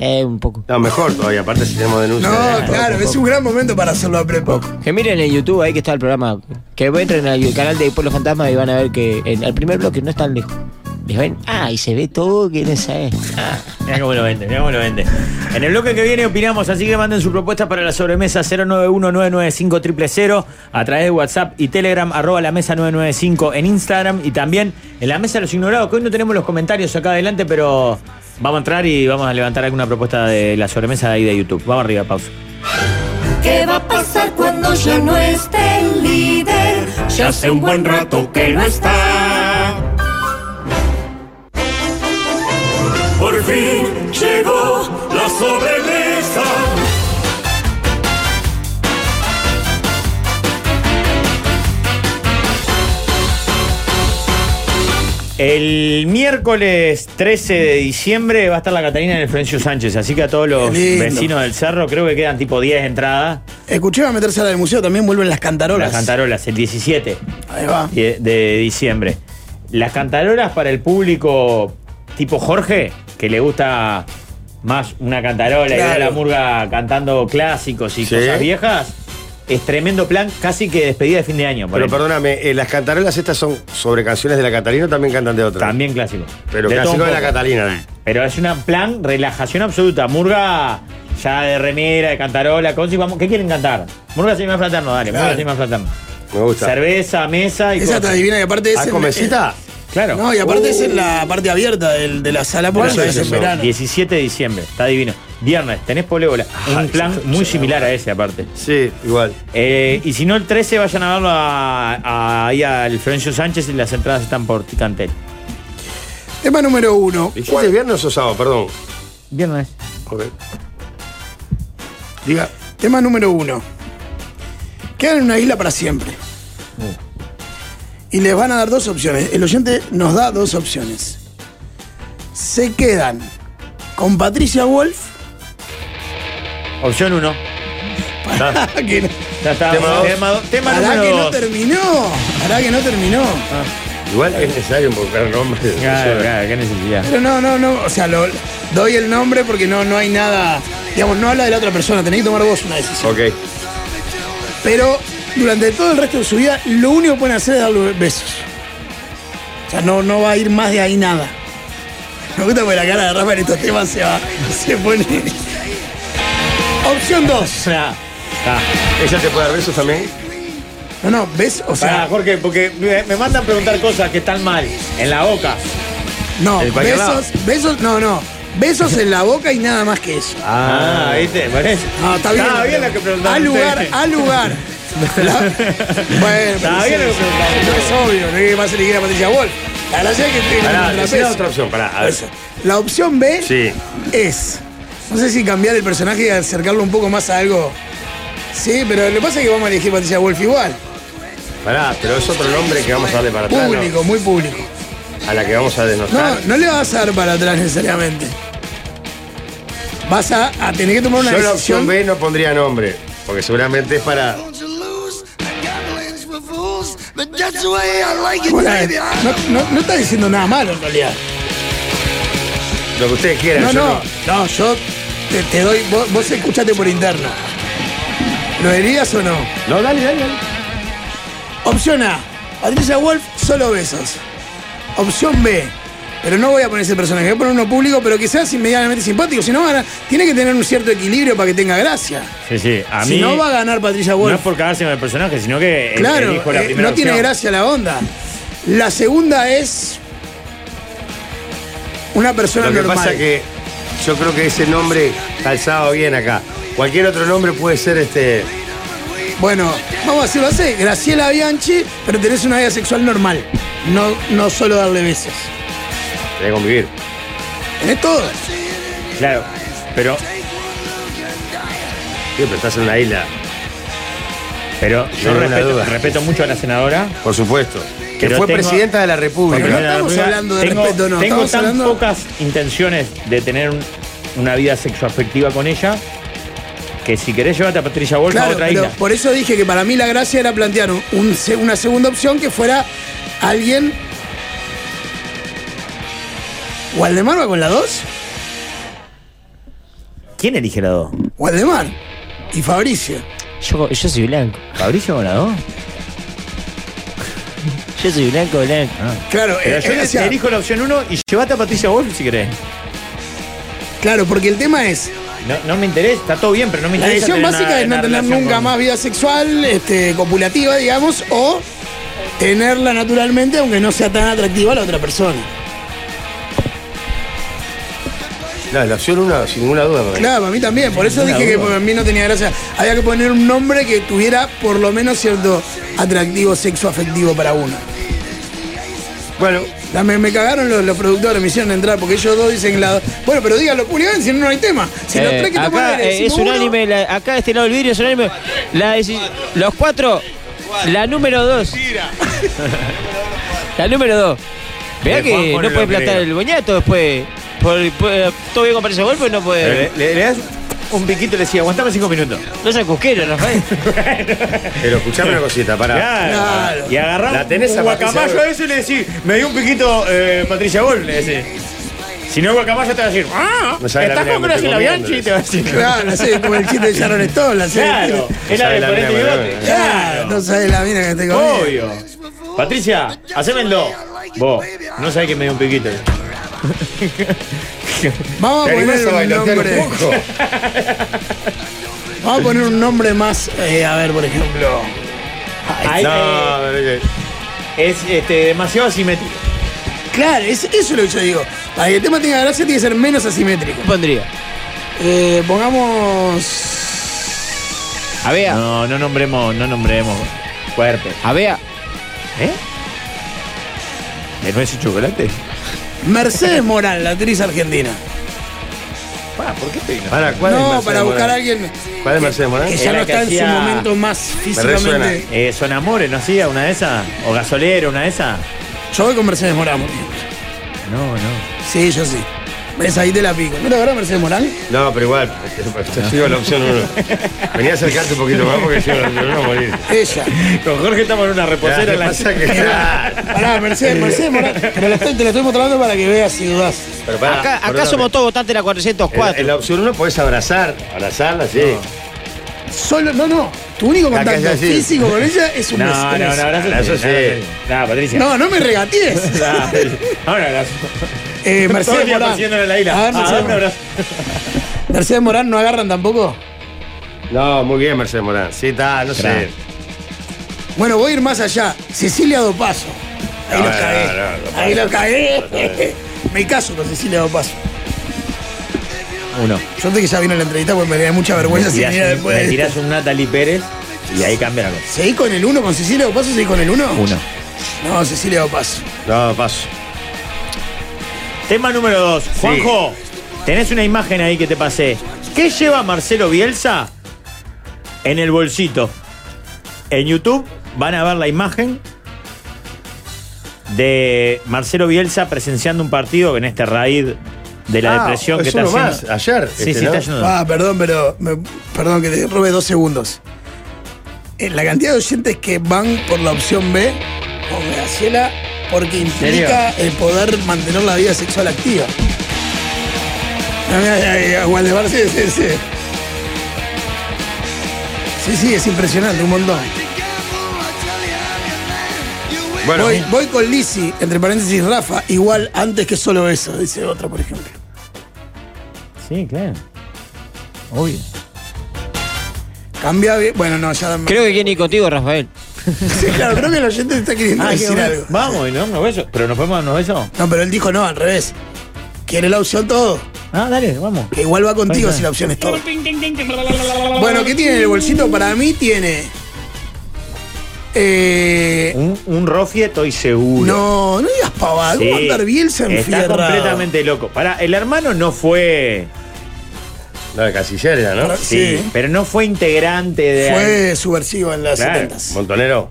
S5: Eh, un poco.
S1: No, mejor todavía, aparte si tenemos denuncias.
S2: No, claro, es un gran momento para hacerlo a prepoco.
S5: Que miren en YouTube, ahí que está el programa. Que entren al canal de Pueblo Fantasma y van a ver que en el primer bloque no es tan lejos. ¿Les ven? Ah, y se ve todo que no sabes.
S3: Mirá cómo lo vende, mirá cómo lo vende. En el bloque que viene opinamos, así que manden su propuesta para la sobremesa 091995000 a través de WhatsApp y Telegram, arroba la mesa 995 en Instagram y también en la mesa de los ignorados, que hoy no tenemos los comentarios acá adelante, pero Vamos a entrar y vamos a levantar alguna propuesta de la sobremesa de ahí de YouTube. Vamos arriba, pausa.
S6: ¿Qué va a pasar cuando ya no esté el líder? Ya hace un buen rato que no está. Por fin llegó la sobremesa.
S3: El miércoles 13 de diciembre va a estar la Catarina en el Florencio Sánchez, así que a todos los
S2: Qué lindo.
S3: vecinos del cerro creo que quedan tipo 10 entradas.
S2: Escuché va a meterse a la del museo, también vuelven las cantarolas.
S3: Las cantarolas, el 17.
S2: Ahí va.
S3: de de diciembre. Las cantarolas para el público tipo Jorge, que le gusta más una cantarola y ver a la
S2: Claro.
S3: murga cantando clásicos y
S1: Sí.
S3: cosas viejas, es tremendo plan, casi que despedida de fin de año.
S1: Pero
S3: ponele.
S1: perdóname, eh, las cantarolas estas son sobre canciones de la Catalina o también cantan de otras.
S3: También clásico.
S1: Pero
S3: De Eh. todo
S1: clásico
S3: un
S1: de la
S3: poco.
S1: Catalina.
S3: Pero es un plan, relajación absoluta. Murga ya de remera, de cantarola, con si vamos. ¿Qué quieren cantar? Murga sin más fraterno, dale,
S2: Claro.
S3: murga sin más fraterno.
S1: Me gusta.
S3: Cerveza, mesa y
S2: Esa te
S3: cosas.
S2: adivina y aparte es.
S1: ¿Ah,
S2: en-
S1: con mesita?
S3: Claro.
S2: No, y aparte es en la parte abierta del- de la sala por
S1: ¿Cuándo
S2: eso
S1: es
S2: es en
S1: eso?
S2: verano.
S3: 17 de diciembre, está divino. Viernes, tenés polébola.
S2: Ah,
S3: Un plan muy similar a ese, aparte.
S1: Sí, igual.
S3: Eh, y si no, el 13 vayan a verlo a- a- ahí al Florencio Sánchez y las entradas están por Ticantel.
S2: Tema número uno.
S1: ¿Dijiste viernes o sábado? Perdón.
S3: Viernes.
S1: Ok. Diga.
S2: Tema número uno. Quedan en una isla para siempre. Y les van a dar dos opciones. El oyente nos da dos opciones. Se quedan con Patricia Wolf.
S3: Opción 1.
S2: que no-
S3: Ya está.
S1: Tema
S3: Tema,
S1: dos.
S3: dos. Tema
S2: Pará que
S3: número
S2: no
S3: dos.
S2: terminó. Pará que no terminó.
S1: Igual es necesario invocar nombres.
S3: Claro, claro, qué necesidad.
S2: Pero no, no, no. O sea, lo- doy el nombre porque no, no hay nada. Digamos, no habla de la otra persona. Tenés que tomar vos una decisión.
S1: Ok.
S2: Pero durante todo el resto de su vida, lo único que pueden hacer es darle besos. O sea, no, no va a ir más de ahí nada. Me gusta porque la cara de Rafa en estos temas se va. Se pone. Opción 2.
S3: Ah, ah.
S1: ¿Ella te puede dar besos también?
S2: No, no, besos. O
S3: Pará,
S2: sea,
S3: Jorge, porque me, me mandan preguntar cosas que están mal en la boca.
S2: no,
S1: el bacalao.
S2: besos, besos, no, no. Besos en la boca y nada más que eso.
S3: Ah, ¿viste? Parece.
S2: No, está bien.
S3: Está bien lo que preguntaron
S2: Al lugar,
S3: ustedes.
S2: al lugar. La- Bueno,
S3: Está
S2: pero
S3: bien
S2: sí,
S3: lo que preguntaron.
S2: eso es obvio, no hay más elegir a Patricia Wolf. La gracia es que tiene
S1: Pará,
S2: una
S1: decía
S2: beso.
S1: otra opción. Pará, a ver.
S2: Esa. La opción B
S1: Sí.
S2: es. No sé si cambiar el personaje y acercarlo un poco más a algo. Sí, pero lo que pasa es que vamos a elegir Patricia Wolf igual.
S1: Pará, pero es otro nombre que vamos a darle para atrás. ¿no?
S2: Público, muy público.
S1: A la que vamos a
S2: No,
S1: denotar.
S2: no le vas a dar para atrás necesariamente. Vas a, a tener que tomar una
S1: Yo la
S2: decisión.
S1: opción B no pondría nombre. Porque seguramente es para.
S2: Hola, no, no, no está diciendo nada malo en realidad.
S1: Lo que ustedes quieran.
S2: No,
S1: yo
S2: no, no, yo te, te doy, vos, vos escuchate por interno. ¿Lo dirías o no?
S1: no. No, dale, dale. dale.
S2: Opción A, Patricia Wolf, solo besos. Opción B, pero no voy a poner ese personaje, voy a poner uno público, pero que sea inmediatamente simpático. Si no, van a- tiene que tener un cierto equilibrio para que tenga gracia.
S3: Sí, sí. A mí
S2: si no, va a ganar Patricia
S3: no es
S2: Wolf.
S3: por cagarse con el personaje, sino que el-
S2: claro,
S3: elijo la
S2: eh,
S3: primera
S2: no tiene
S3: opción.
S2: gracia la onda. La segunda es una persona
S1: Lo que
S2: normal.
S1: pasa que yo creo que ese nombre calzado bien acá. Cualquier otro nombre puede ser este.
S2: Bueno, vamos a decirlo así, Graciela Bianchi, pero tenés una vida sexual normal. No, no solo darle besos.
S1: De convivir.
S2: Tenés todo.
S3: Claro, pero,
S1: Siempre estás en la isla.
S3: pero yo
S1: Ninguna
S3: respeto,
S1: duda.
S3: respeto mucho a la senadora.
S1: Por supuesto. Que
S3: Pero
S1: fue
S3: tengo-
S1: presidenta de la República.
S2: Pero no estamos
S3: Tengo-
S2: hablando de
S3: tengo,
S2: respeto, no,
S3: Tengo
S2: estamos
S3: tan
S2: hablando-
S3: pocas intenciones de tener un- una vida sexoafectiva con ella que si querés llévate a Patricia Wolf a
S2: Claro,
S3: otra
S2: pero
S3: isla.
S2: por eso dije que para mí la gracia era plantear un- un se- una segunda opción que fuera alguien. ¿Waldemar va con la 2?
S3: ¿Quién elige la dos?
S2: Waldemar y Fabricio.
S5: Yo, yo soy blanco.
S3: ¿Fabricio o la dos?
S5: Yo soy blanco, blanco.
S2: Claro,
S3: Pero
S2: eh,
S3: yo
S2: eh,
S3: le-
S2: o sea,
S3: elijo la opción uno y llévate a Patricia Wolf si querés.
S2: claro, porque el tema es,
S3: No, no me interesa, está todo bien, pero no me
S2: la
S3: interesa.
S2: decisión
S3: tener
S2: básica
S3: una-
S2: es no
S3: una
S2: tener
S3: relación
S2: nunca
S3: con-
S2: más vida sexual, este, copulativa, digamos, o tenerla naturalmente aunque no sea tan atractiva a la otra persona.
S1: No, la opción una, sin ninguna duda. me parece.
S2: Claro, para mí también. Por eso
S1: ninguna
S2: dije que
S1: duda.
S2: para mí no tenía gracia. Había que poner un nombre que tuviera por lo menos cierto atractivo sexo afectivo para uno.
S1: Bueno,
S2: La- me, me cagaron los, los productores, me hicieron entrar porque ellos dos dicen la. Bueno, pero díganlo públicamente, si no, no hay tema. Si los
S5: Eh,
S2: tres que estamos
S5: acá
S2: al aire
S5: eh, es
S2: decimos uno,
S5: unánime, la- acá de este lado del vidrio es unánime. La deci- los cuatro, la número dos. la número dos. Vea
S1: Eh,
S5: que
S1: Juanjo
S5: no
S1: no
S5: puede
S1: lo
S5: plantar
S1: creo.
S5: el boñato después. Por, por- todo bien con Paredes de golpe no puede.
S1: Eh.
S3: Le, le- le das un piquito y le decía, aguantame cinco minutos.
S5: No seas cusquero, Rafael.
S1: pero escuchame una cosita, pará.
S3: Claro.
S2: Claro.
S3: Y agarramos
S1: La tenés
S3: un
S1: a Patricia
S3: guacamayo
S1: Gol.
S3: a eso y le decís, me dio un piquito eh, Patricia Gol, le decís. Si no es guacamayo te va a decir, ah,
S1: No sabe la mina
S3: estás con
S1: que me
S3: Graciela
S1: estoy
S3: Bianchi y te va a decir.
S2: Claro, la serie como el chiste de Sharon Stone, la serie.
S3: Claro,
S1: No
S3: es la
S1: sabe
S3: del
S1: la
S3: ponente
S1: mina que me
S3: bigote.
S1: estoy
S3: Claro.
S2: No sabes la mina que te comí.
S3: Obvio. Patricia, haceme el do. Vos, no sabés que me dio un piquito.
S2: Vamos a
S1: ¿Te
S2: poner
S1: animás a
S2: un
S1: bailotear
S2: nombre.
S1: un poco?
S2: Vamos a poner un nombre más. eh, a ver, por ejemplo.
S3: Ahí,
S1: No, bebé.
S3: eh, es este, demasiado asimétrico.
S2: Claro, es- eso es lo que yo digo. Para que el tema tenga gracia, tiene que ser menos asimétrico.
S5: ¿Qué pondría?
S2: Eh, pongamos.
S5: A Bea,
S3: No, no nombremos, no nombremos cuerpo.
S5: a Bea.
S3: ¿Eh? ¿De nuez y chocolate?
S2: Mercedes Morán, la actriz argentina.
S3: Pa, ¿por qué te vino?
S1: Pará, ¿cuál es
S2: No,
S1: Mercedes
S2: para buscar
S1: Morán?
S2: a alguien
S1: ¿Cuál es Mercedes Morán?
S2: que
S3: Era
S2: ya no
S3: que
S2: está en su
S3: hacía-
S2: momento más
S1: resuena.
S2: físicamente.
S3: Eh, ¿Son amores, no hacía una de esas? ¿O gasolero, una de esas?
S2: Yo voy con Mercedes Morán. por ejemplo.
S3: No, no.
S2: Sí, yo sí. ¿Ves? Ahí te la pico. ¿No te agarrás Mercedes Morán?
S1: No, pero igual, yo sigo la opción 1. Venía a acercarte un poquito más porque sigo la opción 1 a morir.
S2: Ella.
S3: Con Jorge estamos en una
S1: Ya,
S3: reposera.
S1: ¿qué
S3: en la...
S1: pasa que-
S2: Pará, Mercedes, Mercedes Morán. Pero la estoy- te la estoy mostrando para que veas si dudás.
S1: Pero pará,
S5: acá acá
S1: perdóname.
S5: somos todos votantes de la
S1: En la- En
S5: 404.
S1: la opción 1 podés abrazar, abrazarla, sí.
S2: Solo, no, no. Tu único
S1: Acá
S2: contacto
S1: ya sí.
S2: físico con ella es un
S3: No,
S2: beso.
S3: no, no,
S2: no.
S3: abrazo.
S1: Eso
S3: no,
S1: sí.
S3: No, Patricia.
S2: No, no me regatees.
S3: Dale. Ahora abrazo.
S2: Eh,
S3: Todo el
S2: Mercedes
S3: día
S2: Morán.
S3: persiguiéndole la isla.
S2: A ver,
S3: Ah,
S2: Mercedes,
S3: dame un abrazo.
S2: Morán. Mercedes Morán no agarran tampoco.
S1: No, muy bien, Mercedes Morán. Sí, está, no sé.
S3: Gran.
S2: Bueno, voy a ir más allá. Cecilia Dopaso. Ahí
S1: No,
S2: los
S1: no,
S2: cagué.
S1: no, no, no,
S2: Ahí
S1: no,
S2: los cagué. Me caso con Cecilia Dopaso.
S3: Uno.
S2: Suerte que ya vino la entrevista porque me daría mucha vergüenza si
S3: Tirás
S2: viniera
S3: un-
S2: después.
S3: le
S2: de-
S3: tirás un Natalie Pérez y ahí cambia la cosa.
S2: ¿Seguís con el 1 con Cecilia Dopaso? ¿Seguís con el 1?
S3: Uno.
S2: No, Cecilia Dopaso.
S1: No, paso.
S3: Tema número dos. Juanjo, tenés una imagen ahí que te pasé. ¿Qué lleva Marcelo Bielsa en el bolsito? En YouTube van a ver la imagen de Marcelo Bielsa presenciando un partido en este raid de la
S1: Ah,
S3: depresión
S1: es
S3: que está
S1: uno
S3: haciendo.
S1: más, ayer,
S3: Sí,
S1: este,
S3: sí,
S1: ¿no?
S3: está yendo.
S2: Ah, perdón, pero. me- perdón que te robe dos segundos. Eh, la cantidad de oyentes que van por la opción B oh, con Graciela porque implica el poder mantener la vida sexual activa. Ah, mira, eh, eh, Waldemar, sí, sí, sí. Sí, sí, es impresionante, un montón.
S1: Bueno,
S2: Voy, voy con Lisi, entre paréntesis Rafa, igual antes que solo eso, dice otra, por ejemplo.
S3: Sí, claro. Obvio.
S2: Cambia, bien- bueno, no, ya...
S5: Creo que quieren ir contigo, Rafael.
S2: Sí, claro, creo que el oyente está queriendo
S3: Ah,
S2: decir
S3: qué
S2: algo.
S3: bueno. Vamos, y nos damos unos besos. Pero nos podemos dar unos besos.
S2: No, pero él dijo no, al revés. Quiere la opción todo.
S3: Ah, dale, vamos.
S2: Que igual va contigo
S3: Ahí está.
S2: si la opción es todo. Bueno, ¿qué tiene en el bolsito? Para mí tiene. Eh,
S3: Un, un Rofi estoy seguro.
S2: no, no digas pavada. ¿Cómo va a
S3: Sí,
S2: andar Bielsa
S3: Está
S2: enfierrado?
S3: completamente loco. Pará, el hermano no fue.
S1: no, de Canciller era, ¿no?
S3: Sí.
S2: Ah, Sí.
S3: Pero no fue integrante de.
S2: Fue subversivo en las
S3: Claro.
S2: 70s.
S1: Montonero.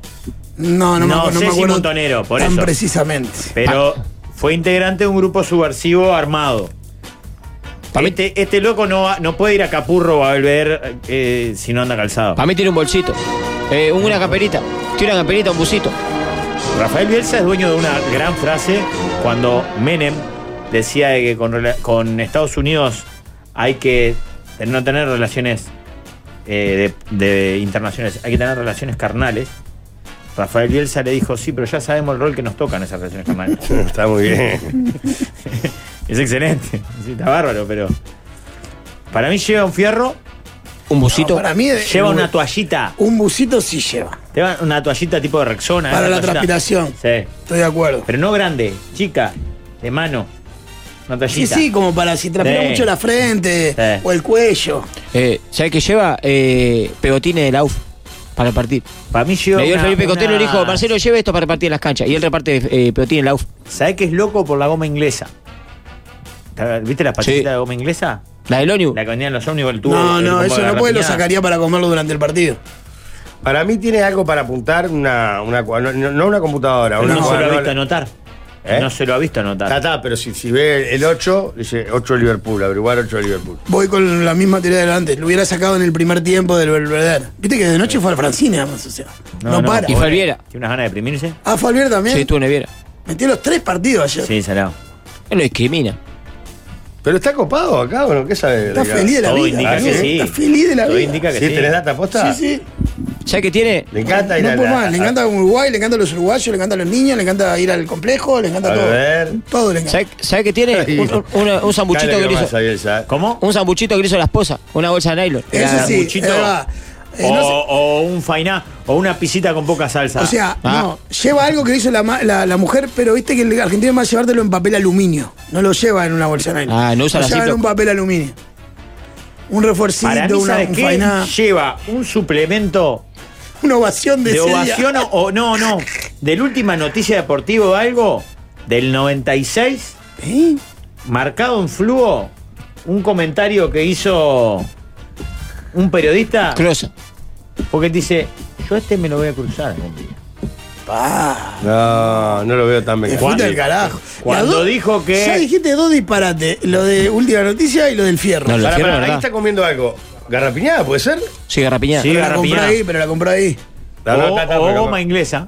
S2: No, no, me
S3: No
S2: acuerdo.
S3: sé
S2: me
S3: si
S2: acuerdo
S3: Montonero, por
S2: tan
S3: eso.
S2: precisamente.
S3: Pero fue integrante de un grupo subversivo armado. Este, este loco no, va- no puede ir a Capurro o a Belvedere eh, si no anda calzado.
S5: Para mí tiene un bolsito. Eh, una camperita. Tiene una camperita, un busito.
S3: Rafael Bielsa es dueño de una gran frase cuando Menem decía de que con, rela- con Estados Unidos hay que no tener relaciones eh, de, de internacionales, hay que tener relaciones carnales. Rafael Bielsa le dijo, sí, pero ya sabemos el rol que nos tocan esas relaciones carnales.
S1: Está muy bien.
S3: es excelente, sí, está bárbaro, pero... Para mí lleva un fierro,
S5: Un
S2: No,
S5: busito.
S2: para mí.
S3: lleva una
S2: toalla.
S3: toallita,
S2: Un busito sí lleva.
S3: lleva una toallita tipo de Rexona.
S2: Para
S3: esa
S2: la
S3: toallita.
S2: transpiración.
S3: Sí.
S2: Estoy de acuerdo.
S3: Pero no grande, chica, de mano. Una
S2: Y
S3: toallita.
S2: sí, como para si trapea
S3: Sí.
S2: mucho la frente
S3: Sí.
S2: o el cuello.
S5: Eh, ¿Sabes qué lleva? Eh, pegotines de la UF para partir.
S3: Para mí yo.
S5: Me dio el Felipe Cotelo y le dijo, Marcelo, lleve esto para repartir en las canchas. Y él reparte eh, pelotines en la UF.
S3: ¿Sabés qué es loco por la goma inglesa? ¿Viste las patitas
S5: Sí.
S3: de goma inglesa?
S5: La del ONU.
S3: La que vendían los ómnibus, el tubo.
S2: No,
S3: el
S2: no,
S3: combo de
S2: eso no
S3: garrapiñada.
S2: puede, lo sacaría para comerlo durante el partido.
S1: Para mí tiene algo para apuntar una, una cua- no, no- no una computadora,
S3: Pero
S1: una
S3: no se lo ha
S1: cuadrola.
S3: visto anotar.
S1: ¿Eh?
S3: No se lo ha visto anotar.
S1: Está, está, pero si, si ve el 8, dice 8 Liverpool, averiguar 8 Liverpool.
S2: Voy con la misma teoría delante. Lo hubiera sacado en el primer tiempo del Belvedere. Viste que de noche fue al Francine, además, o sea. No, para.
S5: Y fue al Viera.
S3: ¿Tiene unas ganas de deprimirse?
S2: Ah, fue al Vier también.
S5: Sí, estuvo en Viera.
S2: Metió los tres partidos ayer.
S3: Sí, salado.
S5: Él lo discrimina.
S1: ¿Pero está copado acá o no? ¿Qué sabe?
S2: Está feliz de la
S3: Todo
S2: vida.
S3: indica
S1: que
S2: boludo.
S3: sí.
S2: Está feliz de la
S3: Todo
S2: vida.
S3: indica que
S1: ¿Sí?
S3: sí.
S1: ¿Tenés data posta?
S2: Sí, sí.
S5: ¿Sabes qué tiene?
S1: Le Ah, encanta ir
S2: No
S1: a
S2: por
S1: la-
S2: más, le encanta Uruguay, le encanta los uruguayos, le encanta los niños, le encanta ir al complejo, le encanta
S1: A
S2: todo.
S1: ver.
S2: Todo le encanta.
S5: ¿Sabes sabe qué tiene?
S1: Ahí.
S5: Un, un- una- un sambuchito
S1: Cara
S5: que le
S1: más,
S5: hizo-
S1: Ariel, ya.
S3: ¿Cómo?
S5: Un sambuchito que le hizo la esposa. Una bolsa de nylon.
S2: Eso sí, es
S3: sanguchito.
S2: verdad. Eh,
S3: o,
S2: no sé-
S3: o un fainá, o una pisita con poca salsa.
S2: O sea,
S5: Ah.
S2: no, lleva algo que le hizo la, ma- la- la mujer, pero viste que el argentino es más llevártelo en papel aluminio. No lo lleva en una bolsa de nylon.
S5: Ah, no usa
S2: lo
S5: la
S2: lleva en
S5: Ziploc.
S2: un papel aluminio. Un
S3: para mí,
S2: refuercito, una,
S3: ¿sabes
S2: un
S3: qué?
S2: fainá,
S3: Lleva un suplemento
S2: una ovación de,
S3: de
S2: ese día.
S3: ovación o, o- no, no. De la última noticia deportiva o algo, del 96,
S2: ¿Eh?
S3: marcado en fluo, un comentario que hizo un periodista,
S5: Crosa.
S3: porque él dice, yo a este me lo voy a cruzar algún día".
S2: Pa,
S1: No, no lo veo tan
S2: te
S1: mecánico.
S2: fuiste
S3: Cuando-
S2: al carajo.
S3: cuando
S2: Las dos-
S3: dijo que-
S2: Ya dijiste dos disparates, lo de última noticia y lo del fierro.
S5: No, lo
S1: Pará,
S5: hicieron,
S1: pará, ahí
S5: ¿verdad?
S1: está comiendo algo. ¿Garrapiñada puede ser?
S5: Sí, garrapiñada.
S3: Sí.
S2: Pero la compró
S3: Garrapiñá.
S2: ahí, pero la compró ahí.
S1: No, no,
S3: o
S1: está, está,
S3: o
S1: pero-
S3: goma inglesa.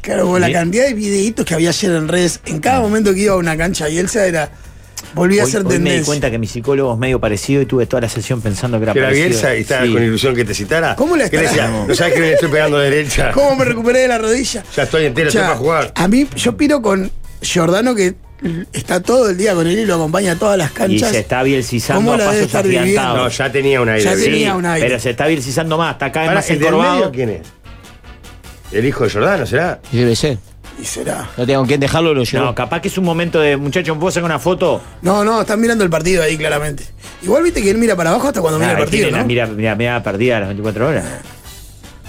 S2: Claro, con la
S3: Sí.
S2: cantidad de videitos que había ayer en redes, en
S5: Ah.
S2: cada momento que iba a una cancha y él se era. Volvía a
S3: Hoy-
S2: ser
S3: hoy me di
S2: tendencia.
S3: cuenta que mi psicólogo es medio parecido y tuve toda la sesión pensando que era
S1: Que la
S3: parecido.
S1: Bielsa y estaba
S3: Sí.
S1: con ilusión que te citara.
S2: ¿Cómo la
S1: ¿Qué le
S2: estará?
S1: decía? No sabes que le estoy pegando derecha.
S2: ¿Cómo me recuperé de la rodilla?
S1: Ya estoy entero, estoy para
S2: Escuchá,
S1: jugar.
S2: A mí, yo piro con Giordano, que está todo el día con él y lo acompaña a todas las
S3: Y
S2: canchas.
S3: se está bielsizando
S2: ¿Cómo
S3: a
S2: la debe
S3: pasos
S2: estar viviendo?
S1: No,
S3: agigantados.
S1: ya tenía un aire.
S2: Ya
S1: Bielsa.
S2: tenía un aire.
S3: Pero se está bielsizando más, está cada vez
S1: Pará,
S3: más
S1: ¿el del medio
S3: encorvado.
S1: quién es? El hijo de Jordano, ¿será?
S5: Sí, Debe ser.
S2: Y será.
S5: No tengo con quién dejarlo, lo llevo.
S3: No, capaz que es un momento de, muchachos, ¿puedo sacar una foto?
S2: No, no, están mirando el partido ahí, claramente. Igual viste que él mira para abajo hasta cuando mira
S3: Ah,
S2: el partido,
S3: tiene la
S2: ¿no?
S3: mira, mira, mira perdida a las 24 horas.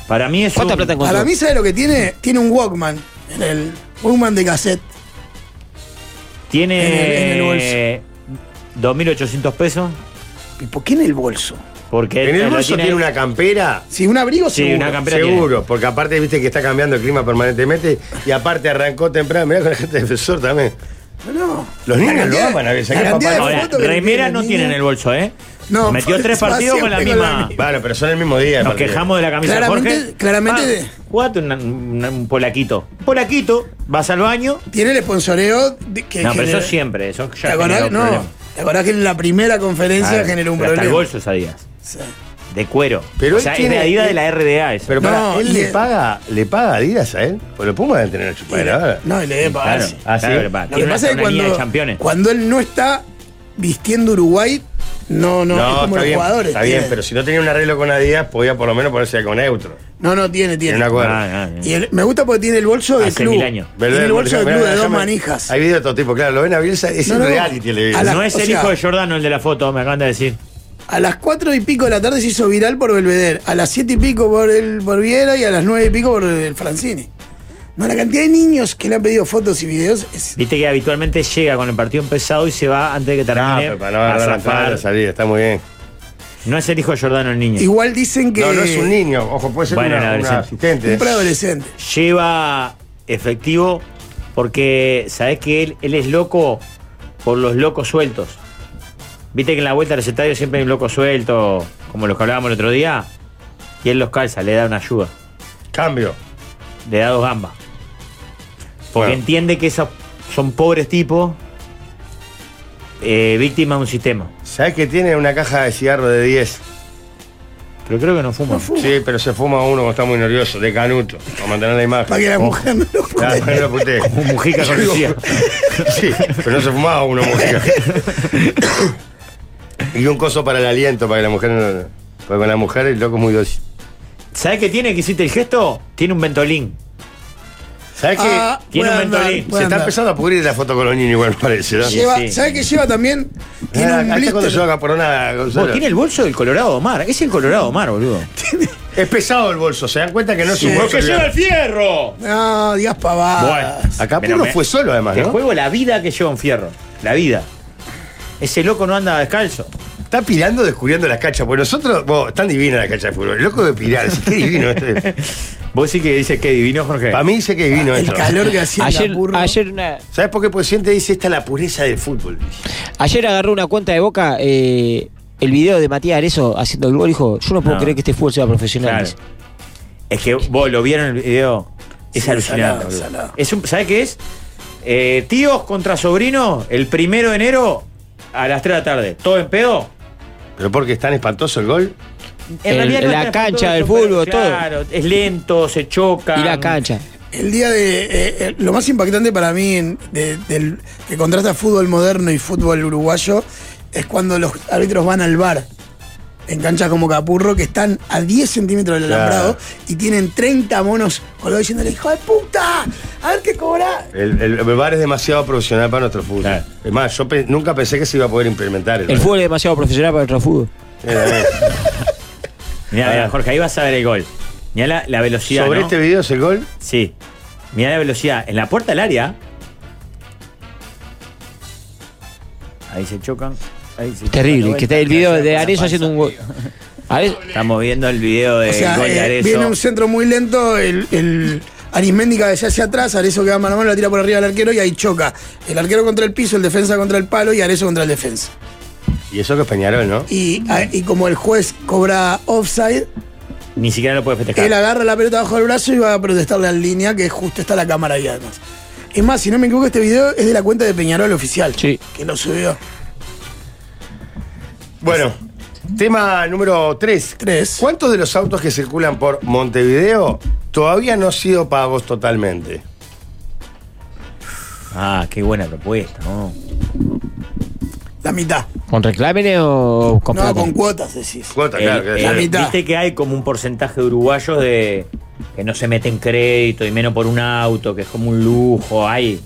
S3: Para mí es
S5: ¿Cuánta
S3: un-
S5: plata encontró?
S2: Para mí, ¿sabe lo que tiene? Tiene un Walkman. En el Walkman de cassette. En el-
S3: Tiene 2.800 pesos.
S2: ¿Y por qué en el bolso?
S3: Porque
S1: En el
S3: Eh, lo
S1: bolso tiene una campera.
S2: Si un abrigo
S3: Sí,
S2: seguro.
S3: una campera. Campera
S1: Seguro, porque aparte viste que está cambiando el clima permanentemente y aparte arrancó temprano. Mirá con la gente de defensor también.
S2: No, no.
S1: Los niños
S2: La
S1: lo
S2: cantidad-
S1: aman a veces,
S2: la
S1: que papá-
S2: cantidad de
S3: Ahora,
S2: fotos que le
S3: remera
S2: tienen
S3: no
S2: las
S3: tiene en
S2: niñas.
S3: el bolso, ¿eh?
S2: No,
S3: Metió tres
S2: va
S3: partidos con la
S2: siempre con la
S3: misma.
S2: misma.
S1: Bueno, pero son el mismo día.
S3: Nos
S1: aparte.
S3: quejamos de la camisa
S2: Claramente-
S3: de Jorge.
S2: claramente
S3: Ah,
S2: de-
S3: jugate un, un- un polaquito. Polaquito, vas al baño.
S2: Tiene el esponsoreo de- que.
S3: no, pero
S2: genera-
S3: eso siempre, eso
S2: ¿Te
S3: ya
S2: acordás?
S3: genera un
S2: No.
S3: problema.
S2: ¿Te acordás que en la primera
S3: Ah,
S2: conferencia generó un
S3: pero
S2: problema?
S3: Hasta el bolso sabías.
S2: Sí.
S3: De cuero.
S1: Pero
S3: o
S1: él
S3: sea,
S1: tiene-
S3: es de Adidas
S1: él-
S3: de la RDA eso.
S1: Pero para,
S2: No,
S1: él
S2: y
S1: le
S2: el-
S1: paga, le paga Adidas a él. Pues los Pumas deben tener la chupadera ahora.
S2: No, y le debe pagar.
S3: claro,
S2: sí.
S1: Ah, sí.
S3: claro que pasa.
S2: Lo que
S3: Tiene
S2: pasa
S3: hasta
S2: es que
S3: una línea de
S2: cuando,
S3: campeones.
S2: cuando él no está vistiendo Uruguay, no, no, es como
S1: está
S2: los
S1: bien,
S2: jugadores.
S1: Está bien,
S2: tiene.
S1: pero si no tenía un arreglo con Adidas, podía por lo menos ponerse con neutro.
S2: No, no,
S1: Tiene
S2: tiene, tiene.
S1: una cuerda.
S3: Ah, ah,
S2: Y el- me gusta porque tiene el bolso de
S3: Hace
S2: club.
S3: mil años.
S2: Tiene el bolso de
S1: Mirá,
S2: club de
S1: mirá,
S2: dos
S1: déjame-
S2: manijas.
S1: Hay videos de todo tipo, claro. Lo ven a Bielsa, es
S2: No,
S1: un
S2: no, no.
S1: reality el video.
S2: A la-
S3: no es
S2: o
S3: el
S2: sea-
S3: hijo de Jordano el de la foto, me acaban de decir.
S2: A las cuatro y pico de la tarde se hizo viral por Belvedere. A las siete y pico por, el, por Viera y a las nueve y pico por el Francini. No, la cantidad de niños que le han pedido fotos y videos es.
S3: Viste que habitualmente llega con el partido empezado y se va antes de que
S1: No,
S3: termine.
S1: pero para no
S3: a
S1: agarrar la
S3: zafar.
S1: entrada y la salida, está muy bien.
S3: No es el hijo de Jordano el niño.
S2: Igual dicen que.
S1: No, no es un niño, ojo, puede ser una-
S3: Bueno, un
S1: una
S3: adolescente.
S1: asistente.
S2: Un preadolescente.
S3: lleva efectivo porque sabés que él, él es loco por los locos sueltos. Viste que en la vuelta al recetario siempre hay un loco suelto, como los que hablábamos el otro día, y él los calza, le da una ayuda,
S1: Cambio.
S3: le da dos gambas. Porque
S1: Bueno.
S3: entiende que esos son pobres tipos, eh, víctimas de un sistema.
S1: ¿Sabes que tiene una caja de cigarro de 10?
S3: Pero creo que no fuman.
S1: Sí, pero se fuma uno cuando está muy nervioso, de canuto, para mantener la imagen.
S2: Para que la mujer no lo
S1: Claro, para que no lo putee.
S3: Un Mujica
S1: Yo digo,
S3: conocía.
S1: Sí, pero no se fumaba uno, mujer. Y un coso para el aliento, para que la mujer no. Porque con la mujer el loco es muy dócil.
S3: ¿Sabés qué tiene que hiciste el gesto? Tiene un ventolín.
S1: ¿Sabes qué?
S2: Ah,
S3: Tiene
S2: puede
S3: un
S2: andar,
S3: mentorín.
S1: Se
S2: puede
S1: está
S2: andar.
S1: empezando a pudrir la foto con los niños, igual me parece, ¿no?
S3: Sí,
S2: Lleva,
S3: sí.
S2: ¿Sabes qué lleva también? Tiene
S1: Ah,
S2: un
S1: acá está cuando
S2: blister.
S1: yo haga por una, Gonzalo.
S3: Vos, tiene el bolso del Colorado Omar. Es el Colorado Omar, boludo.
S1: Es pesado el bolso, se dan cuenta que no
S2: Sí.
S1: es un bolso.
S2: Porque
S1: digamos.
S3: el fierro!
S2: No, digas pavadas.
S1: Acá
S3: Pero
S1: Purro
S3: me-
S1: fue solo, además,
S3: Te
S1: ¿no?
S3: juego la vida que lleva un fierro. La vida. Ese loco no anda descalzo.
S1: Está pirando descubriendo las cachas. Porque nosotros, vos, están divinas las cachas de fútbol. El loco de pirar, sí, qué divino este.
S3: Vos sí que dices que divino, Jorge.
S1: Para mí dice que divino
S2: El
S1: esto.
S2: calor que hacía
S5: Ayer,
S2: la burro.
S5: ayer, una-
S1: ¿Sabes por qué? Porque siente dice esta es la pureza del fútbol.
S5: ayer agarró una cuenta de boca eh, el video de Matías Arezo haciendo el gol. Dijo: Yo no puedo
S3: No.
S5: creer que este fútbol sea profesional.
S3: Claro.
S5: dice.
S3: Es que vos lo vieron en el video. Es
S2: Sí,
S3: alucinante.
S2: salado,
S3: boludo.
S2: salado.
S3: Es un, ¿Sabés qué es? Eh, tíos contra sobrinos, el primero de enero a las 3 de la tarde. ¿Todo en pedo?
S1: Pero porque es tan espantoso el gol.
S5: El-
S3: es
S5: la
S3: tan
S5: cancha del
S3: espantoso,
S5: fútbol,
S3: pero Claro, es lento, se choca.
S5: Y la cancha.
S2: El día de. eh, eh, lo más impactante para mí en- de- del, que contrasta fútbol moderno y fútbol uruguayo es cuando los árbitros van al bar en canchas como Capurro, que están a 10 centímetros del
S1: Claro.
S2: alambrado y tienen 30 monos colgados diciéndole: ¡Hijo de puta! ¡A ver qué cobra!
S1: El, el- el bar es demasiado profesional para nuestro fútbol.
S3: Claro.
S1: Es más, yo pe- nunca pensé que se iba a poder implementar el,
S5: El
S1: bar.
S5: fútbol es demasiado profesional para nuestro fútbol.
S1: Eh,
S3: Mirá, mirá, Jorge, ahí vas a ver el gol. Mirá la, la velocidad.
S1: Sobre
S3: ¿no?
S1: este video es el gol.
S3: Sí. Mirá la velocidad. En la puerta del área. Ahí se chocan. Ahí se chocan.
S5: Terrible. Que está el video de Arezo haciendo un gol. Arezo-
S3: Estamos viendo el video de
S2: O sea,
S3: gol de
S2: eh,
S3: Arezzo.
S2: viene un centro muy lento, el, el Arismendi cabecea hacia atrás, Arezo queda mano a mano, la tira por arriba al arquero y ahí choca. El arquero contra el piso, el defensa contra el palo y Arezo contra el defensa.
S1: Y eso que es Peñarol, ¿no?
S2: Y, a- y como el juez cobra offside,
S3: Ni siquiera lo puede festejar.
S2: él agarra la pelota bajo el brazo y va a protestarle al línea, que justo está la cámara ahí además. Es más, si no me equivoco, este video es de la cuenta de Peñarol oficial,
S5: Sí.
S2: que lo subió.
S1: Bueno, tema número 3.
S2: Tres.
S1: ¿Cuántos de los autos que circulan por Montevideo todavía no han sido pagos totalmente?
S3: Ah, qué buena propuesta, ¿no?
S2: La mitad.
S5: ¿Con reclámenes o con
S2: no,
S5: plata?
S2: con cuotas decís.
S1: Cuota,
S3: El-
S1: claro. que-
S2: la
S3: el-
S2: mitad.
S3: Viste que hay como un porcentaje de uruguayos de que no se meten crédito y menos por un auto, que es como un lujo, hay.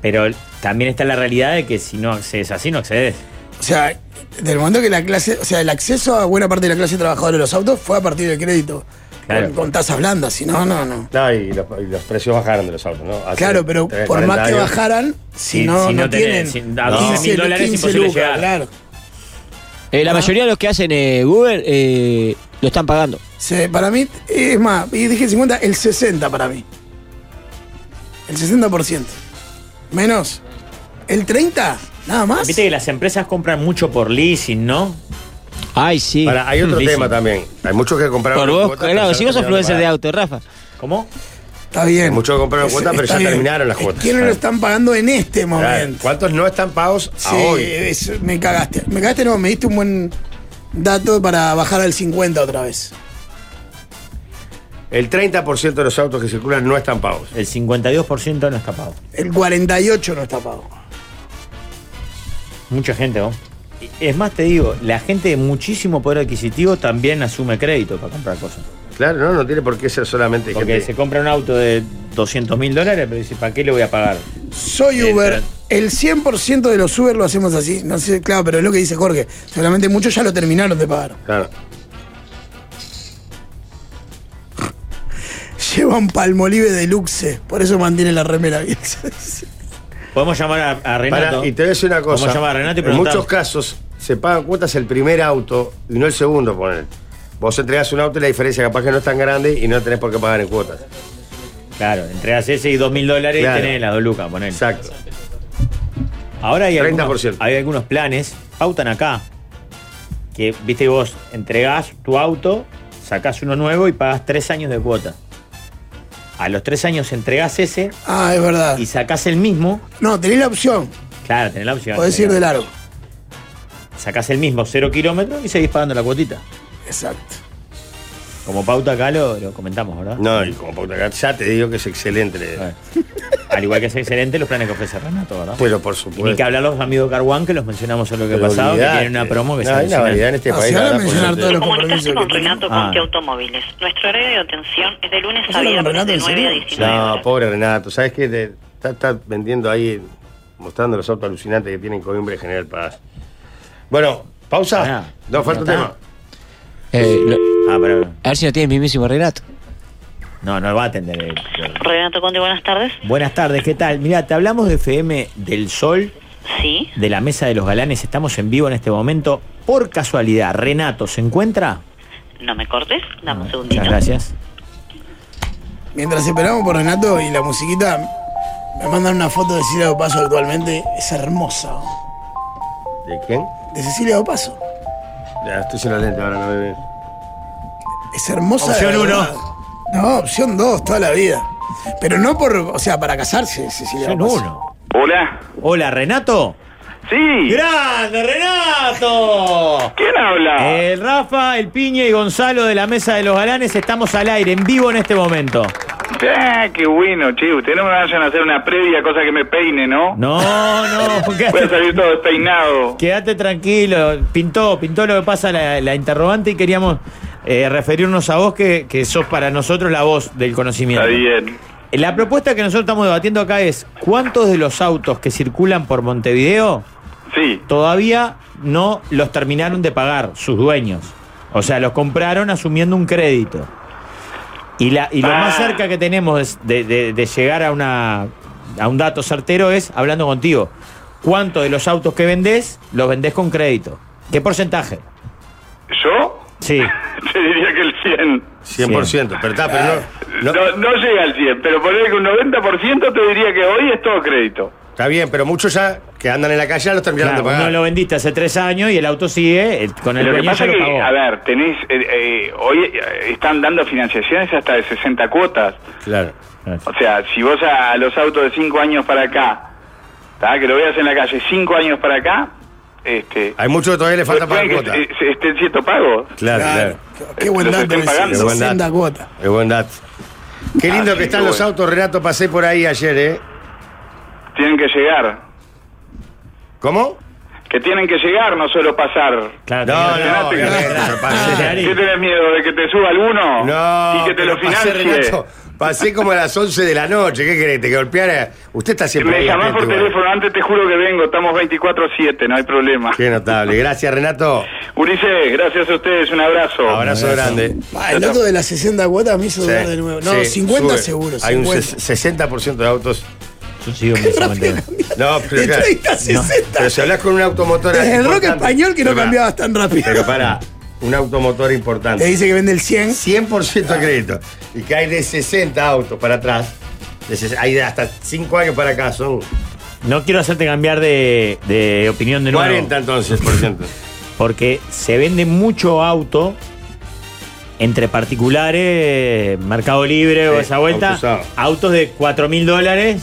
S3: Pero también está la realidad de que si no accedes así, no accedes.
S2: O sea, del momento que la clase, o sea, el acceso a buena parte de la clase trabajadora de los autos fue a partir del crédito.
S3: Claro.
S2: Con, con tasas blandas, si no, no, no.
S1: No, y los, y los precios bajaron de los autos, ¿no? Hace
S2: Claro, pero
S1: 30,
S2: por más
S1: 40
S2: que
S1: años.
S2: bajaran, si,
S3: Si-
S2: no,
S3: si
S2: no
S3: no
S2: tienen
S3: tenés, si- a 12.000 dólares imposible llegar.
S2: claro.
S5: Eh,
S2: Ah.
S5: la mayoría de los que hacen eh, Google eh, lo están pagando.
S2: Se- para mí, es más, y dije 50, el 60 para mí. El 60%. Menos. El 30, nada más.
S3: Viste que las empresas compran mucho por leasing, ¿no?
S5: Ay, sí.
S1: Pará, hay otro
S3: Dicen.
S1: tema también. Hay muchos que compraron.
S5: Por
S1: en
S5: vos,
S1: cuota, pero
S5: claro,
S1: ya
S5: si
S1: no
S5: vos sos
S1: terminaron
S5: influencer
S1: de
S5: de
S1: pagar.
S5: auto, Rafa.
S3: ¿Cómo?
S2: Está bien.
S1: Muchos compraron cuotas, pero
S2: está
S1: ya
S2: bien.
S1: terminaron las cuotas.
S2: ¿Quiénes lo están pagando en este
S1: Claro,
S2: momento?
S1: ¿Cuántos no están pagos a
S2: Sí,
S1: hoy?
S2: eso, me cagaste. Me cagaste, no, me diste un buen dato para bajar al 50 otra vez.
S1: El 30% de los autos que circulan no están pagos.
S3: El 52% no está pago.
S2: El 48 no está pago.
S3: Mucha gente, ¿no? Y- Es más, te digo, la gente de muchísimo poder adquisitivo también asume crédito para comprar cosas.
S1: Claro, no, no tiene por qué ser solamente
S3: Porque se
S1: gente.
S3: compra un auto de 200 mil dólares, pero dice, ¿para qué le voy a pagar?
S2: Soy
S3: Bien,
S2: Uber.
S3: claro.
S2: El 100% de los Uber lo hacemos así. No sé, claro, pero es lo que dice Jorge. Seguramente muchos ya lo terminaron de pagar.
S1: Claro.
S2: Llevan palmolive de luxe. Por eso mantiene la remera bien.
S3: Podemos llamar a, a Renato.
S1: Pará, y te voy a decir una cosa.
S3: Vamos a llamar a Renato y
S1: en
S3: preguntar.
S1: muchos casos se pagan cuotas el primer auto y no el segundo, poner. Vos entregás un auto y la diferencia capaz que no es tan grande y no tenés por qué pagar en cuotas.
S3: Claro, entregas ese y 2 mil dólares
S1: Claro.
S3: y tenés las dos lucas, ponele.
S1: Exacto.
S3: Ahora hay,
S1: 30%.
S3: Algunos, hay algunos planes, pautan acá, que, viste, vos entregás tu auto, sacás uno nuevo y pagás tres años de cuota. A los tres años entregás ese
S2: Ah, es verdad.
S3: y sacás el mismo.
S2: No, tenés la opción.
S3: Claro, tenés la opción.
S2: Podés ir de largo.
S3: Sacás el mismo, cero kilómetros y seguís pagando la cuotita.
S2: Exacto.
S3: Como pauta acá lo, lo comentamos, ¿verdad?
S1: No, y como pauta acá, ya te digo que es excelente.
S3: A ver. Al igual que es excelente los planes que ofrece Renato, ¿verdad?
S1: Pero por
S3: y ni que
S1: supuesto.
S3: hablar los amigos Carwan que los mencionamos en lo que ha
S1: Pero
S3: pasado, que
S1: olvidate.
S3: tienen una promo que
S1: No, hay una variedad en este
S2: Ah,
S1: país.
S2: si
S1: la
S2: van a
S1: verdad,
S2: mencionar
S1: porque-
S2: todos los compromisos
S8: Comunicarse
S2: que
S8: con
S2: tenemos.
S8: Renato
S3: Ah.
S8: Conti Automóviles. Nuestro horario de atención es de lunes
S2: ¿Estás
S8: a
S2: hablando con
S8: viernes
S2: Renato,
S8: de
S2: en
S8: 9 a
S2: serio?
S8: 19
S1: No,
S8: horas.
S1: pobre Renato. ¿Sabes qué? Te- está, está vendiendo ahí, mostrando los autos alucinantes que tienen Coimbra y General Paz. Bueno, pausa.
S3: Ah,
S1: no, falta un
S3: no
S1: tema.
S3: está.
S5: Eh, lo-
S3: Ah, pero
S5: a ver si no tiene el mismísimo Renato.
S3: no, no va a atender. el-
S8: Renato Conti, buenas tardes.
S3: Buenas tardes, ¿qué tal? Mira, te hablamos de FM del Sol,
S8: Sí.
S3: de la Mesa de los Galanes, estamos en vivo en este momento. Por casualidad, ¿Renato se encuentra?
S8: No me cortes. Dame un segundito.
S3: Ah, Muchas gracias.
S2: Mientras esperamos por Renato y la musiquita, me mandan una foto de Cecilia Dopaso actualmente. Es hermosa.
S1: ¿De quién?
S2: De Cecilia Dopaso.
S1: Ya, estoy sin la lente ahora, no me ves.
S2: Es hermosa. de
S3: Opción
S2: verdad. No, opción dos, toda la vida. Pero no por, o sea, para casarse, Cecilia
S3: Son
S2: Dopaso.
S3: uno.
S9: Hola.
S3: Hola, Renato.
S9: Sí.
S3: ¡Grande, Renato!
S9: ¿Quién habla?
S3: El Rafa, el Piña y Gonzalo de la Mesa de los Galanes estamos al aire, en vivo en este momento.
S9: Ah, qué bueno, che. Ustedes no me vayan a hacer una previa, cosa que me peine, ¿no?
S3: No, no,
S9: Voy a
S3: quédate,
S9: salir todo despeinado.
S3: quédate tranquilo. Pintó, pintó lo que pasa la, la interrogante y queríamos eh, referirnos a vos que, que sos para nosotros la voz del
S9: Está
S3: conocimiento.
S9: bien.
S3: La propuesta que nosotros estamos debatiendo acá es cuántos de los autos que circulan por Montevideo
S9: Sí.
S3: todavía no los terminaron de pagar sus dueños. O sea, los compraron asumiendo un crédito. Y, la, y lo
S9: Ah.
S3: más cerca que tenemos es de, de- de llegar a, una, a un dato certero es hablando contigo. ¿Cuánto de los autos que vendés los vendés con crédito? ¿Qué porcentaje?
S9: ¿Yo?
S3: Sí.
S9: Te diría que el 100.
S1: 100%, pero está, pero no,
S9: No,
S1: no-
S9: no llega al 100, pero poner que un 90% te diría que hoy es todo crédito.
S1: Está bien, pero muchos ya que andan en la calle ya los terminaron
S3: Claro,
S1: de pagar.
S3: no lo vendiste hace tres años y el auto sigue eh, con el
S9: Lo que
S3: dueño
S9: pasa
S3: ya
S9: es
S3: lo
S9: que,
S3: pagó.
S9: a ver, tenés, eh, eh, hoy eh, están dando financiaciones hasta de 60 cuotas.
S1: Claro.
S9: O sea, si vos a los autos de 5 años para acá, ¿tá? que lo veas en la calle 5 años para acá, este,
S1: Hay muchos que todavía le falta pagar
S9: puede que este,
S1: cuota.
S9: est- est- estén siendo pagos.
S1: Claro, claro.
S2: Qué, qué buen
S9: Los
S2: dato
S9: estén
S2: ese,
S9: pagando.
S1: Qué buen
S2: 60
S1: dato.
S2: cuotas.
S1: Qué buen dato. Qué lindo
S9: Así
S1: que están
S9: que
S1: los
S9: bueno.
S1: autos, Renato. Pasé por ahí ayer, ¿eh?
S9: Tienen que llegar.
S1: ¿Cómo?
S9: Que tienen que llegar, no solo pasar.
S3: Claro,
S1: No,
S3: tenía-
S1: no,
S9: Renato,
S1: Renato,
S3: no.
S1: pasé.
S9: ¿Qué tenés miedo? ¿De que te suba alguno?
S1: No,
S9: y que te lo
S1: pero pasé,
S9: financie.
S1: Renato. Pasé como a las 11 de la noche. ¿Qué querés? ¿Te golpeara? Usted está siempre
S9: Me
S1: ahí
S9: llamás
S1: atento,
S9: por
S1: igual.
S9: teléfono, antes te juro que vengo, estamos 24-7, no hay problema.
S1: Qué notable. Gracias, Renato.
S9: Ulises, gracias a ustedes, un abrazo.
S1: Abrazo grande.
S2: Ah, el dato de las 60 cuotas me hizo
S1: Sí,
S2: dudar de nuevo. No,
S1: sí,
S2: 50
S1: sube.
S2: seguro.
S1: Hay un
S2: 50.
S1: 60% de autos.
S3: Yo sigo pensando.
S1: No, pero,
S2: De
S1: claro.
S2: 30 a 60.
S1: Pero si hablas con un automotor.
S2: Desde el rock
S1: importante-
S2: español que no
S1: Pero pará,
S2: cambiabas tan rápido.
S1: Pero para, un automotor
S2: Te
S1: importante.
S2: dice que vende el 100.
S1: 100% de crédito. Y que hay de 60 autos para atrás. de ses- Hay de hasta 5 años para acá. Son
S3: No quiero hacerte cambiar de, de opinión de nuevo.
S1: 40 entonces, por ciento.
S3: Porque se vende mucho auto entre particulares, Mercado Libre o
S1: Sí,
S3: esa vuelta.
S1: auto usado.
S3: Autos de 4 mil dólares,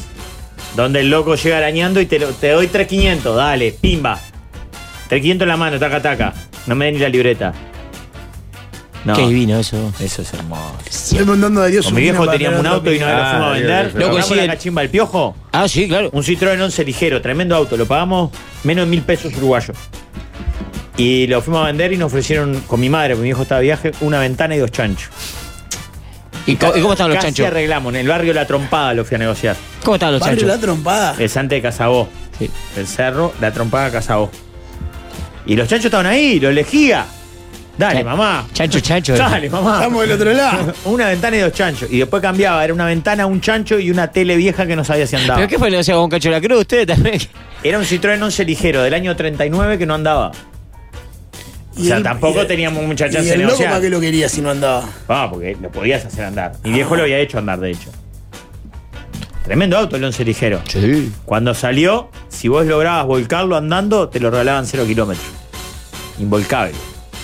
S3: donde el loco llega arañando y te, lo- te doy 3.500, dale, pimba. 3.500 en la mano, taca, taca. No me den ni la libreta. No,
S5: Qué divino eso.
S3: eso es hermoso.
S2: Estoy montando a Dios
S3: Con mi viejo teníamos un auto y no
S1: Ah,
S3: lo fuimos a
S1: Dios,
S3: vender.
S1: Dios,
S5: Dios.
S3: Loco,
S5: Loco, sí,
S3: la
S5: el-
S3: cachimba al piojo.
S5: Ah, sí, claro.
S3: Un Citroën 11 ligero, tremendo auto, lo pagamos menos de mil pesos uruguayos. Y lo fuimos a vender y nos ofrecieron con mi madre, porque mi hijo estaba de viaje, una ventana y dos chanchos.
S5: ¿Y, co- y cómo estaban los
S3: Casi
S5: chanchos?
S3: arreglamos, en el barrio La Trompada lo fui a negociar.
S5: ¿Cómo estaban los
S2: Barrio
S5: chanchos?
S2: la trompada.
S3: El Sante de Casabó.
S5: Sí.
S3: El cerro, La Trompada Casabó. Y los chanchos estaban ahí, lo elegía. Dale,
S5: Chan-
S3: mamá.
S5: Chancho, chancho. eh.
S3: Dale, mamá.
S2: Estamos del otro lado.
S3: Una ventana y dos chanchos. Y después cambiaba, era una ventana, un chancho y una tele vieja que no sabía si andaba.
S5: ¿Pero qué fue lo que hacía con Cacho de la Cruz? Ustedes también.
S3: Era un Citroën 11 ligero del año 39 que no andaba. O
S2: Y
S3: sea,
S2: el-
S3: tampoco
S2: y el-
S3: teníamos mucha
S2: Y
S3: chance de
S2: el loco
S3: negociar.
S2: para qué lo quería si no andaba.
S3: Ah, porque lo podías hacer andar. Mi viejo lo había hecho andar, de hecho. Tremendo auto el 11 ligero.
S5: Sí.
S3: Cuando salió, si vos lograbas volcarlo andando, te lo regalaban 0 kilómetros. Involcable.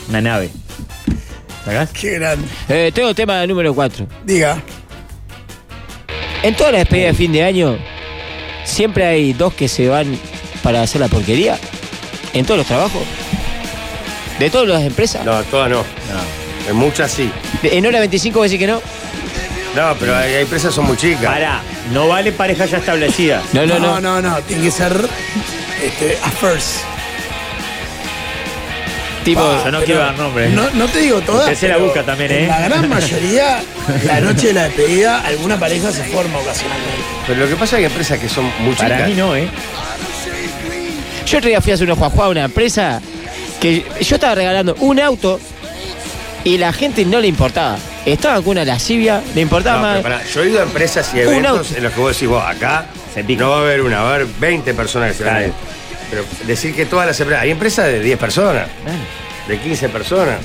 S3: Una nave. ¿Sacás?
S2: Qué grande.
S5: Eh, tengo tema número 4.
S2: Diga.
S5: En todas las despedidas de fin de año, siempre hay dos que se van para hacer la porquería. En todos los trabajos. De todas las empresas.
S1: No, todas no. En muchas sí.
S5: En hora 25 voy a decir que no.
S1: No, pero hay, hay presas que son muy chicas.
S3: Pará, no vale pareja ya establecida.
S5: No, no,
S2: No,
S5: no.
S2: no, no, tiene que ser este, affairs.
S5: Tipo,
S2: Pa,
S3: yo no
S2: pero
S3: quiero dar nombres.
S2: No, no te digo todas.
S3: Usted se la
S2: pero
S3: busca también,
S2: en
S3: ¿eh?
S2: La gran mayoría, la noche de la despedida, alguna pareja se forma ocasionalmente.
S1: Pero lo que pasa es que hay presas que son muy chicas.
S3: Para mí no, ¿eh?
S5: yo otro día fui a hacer unos juajuá a una empresa que yo estaba regalando un auto y la gente no le importaba. Estaban con una lascivia, le importaba
S1: No, pero
S5: más.
S1: pará, yo he ido a empresas y
S5: Un
S1: eventos
S5: auto.
S1: en los que vos decís, vos, acá
S3: Se pica.
S1: no va a haber una, va a haber 20 personas que se van a
S3: Claro.
S1: ir. Pero decir que todas las empresas, hay empresas de 10 personas, de 15 personas.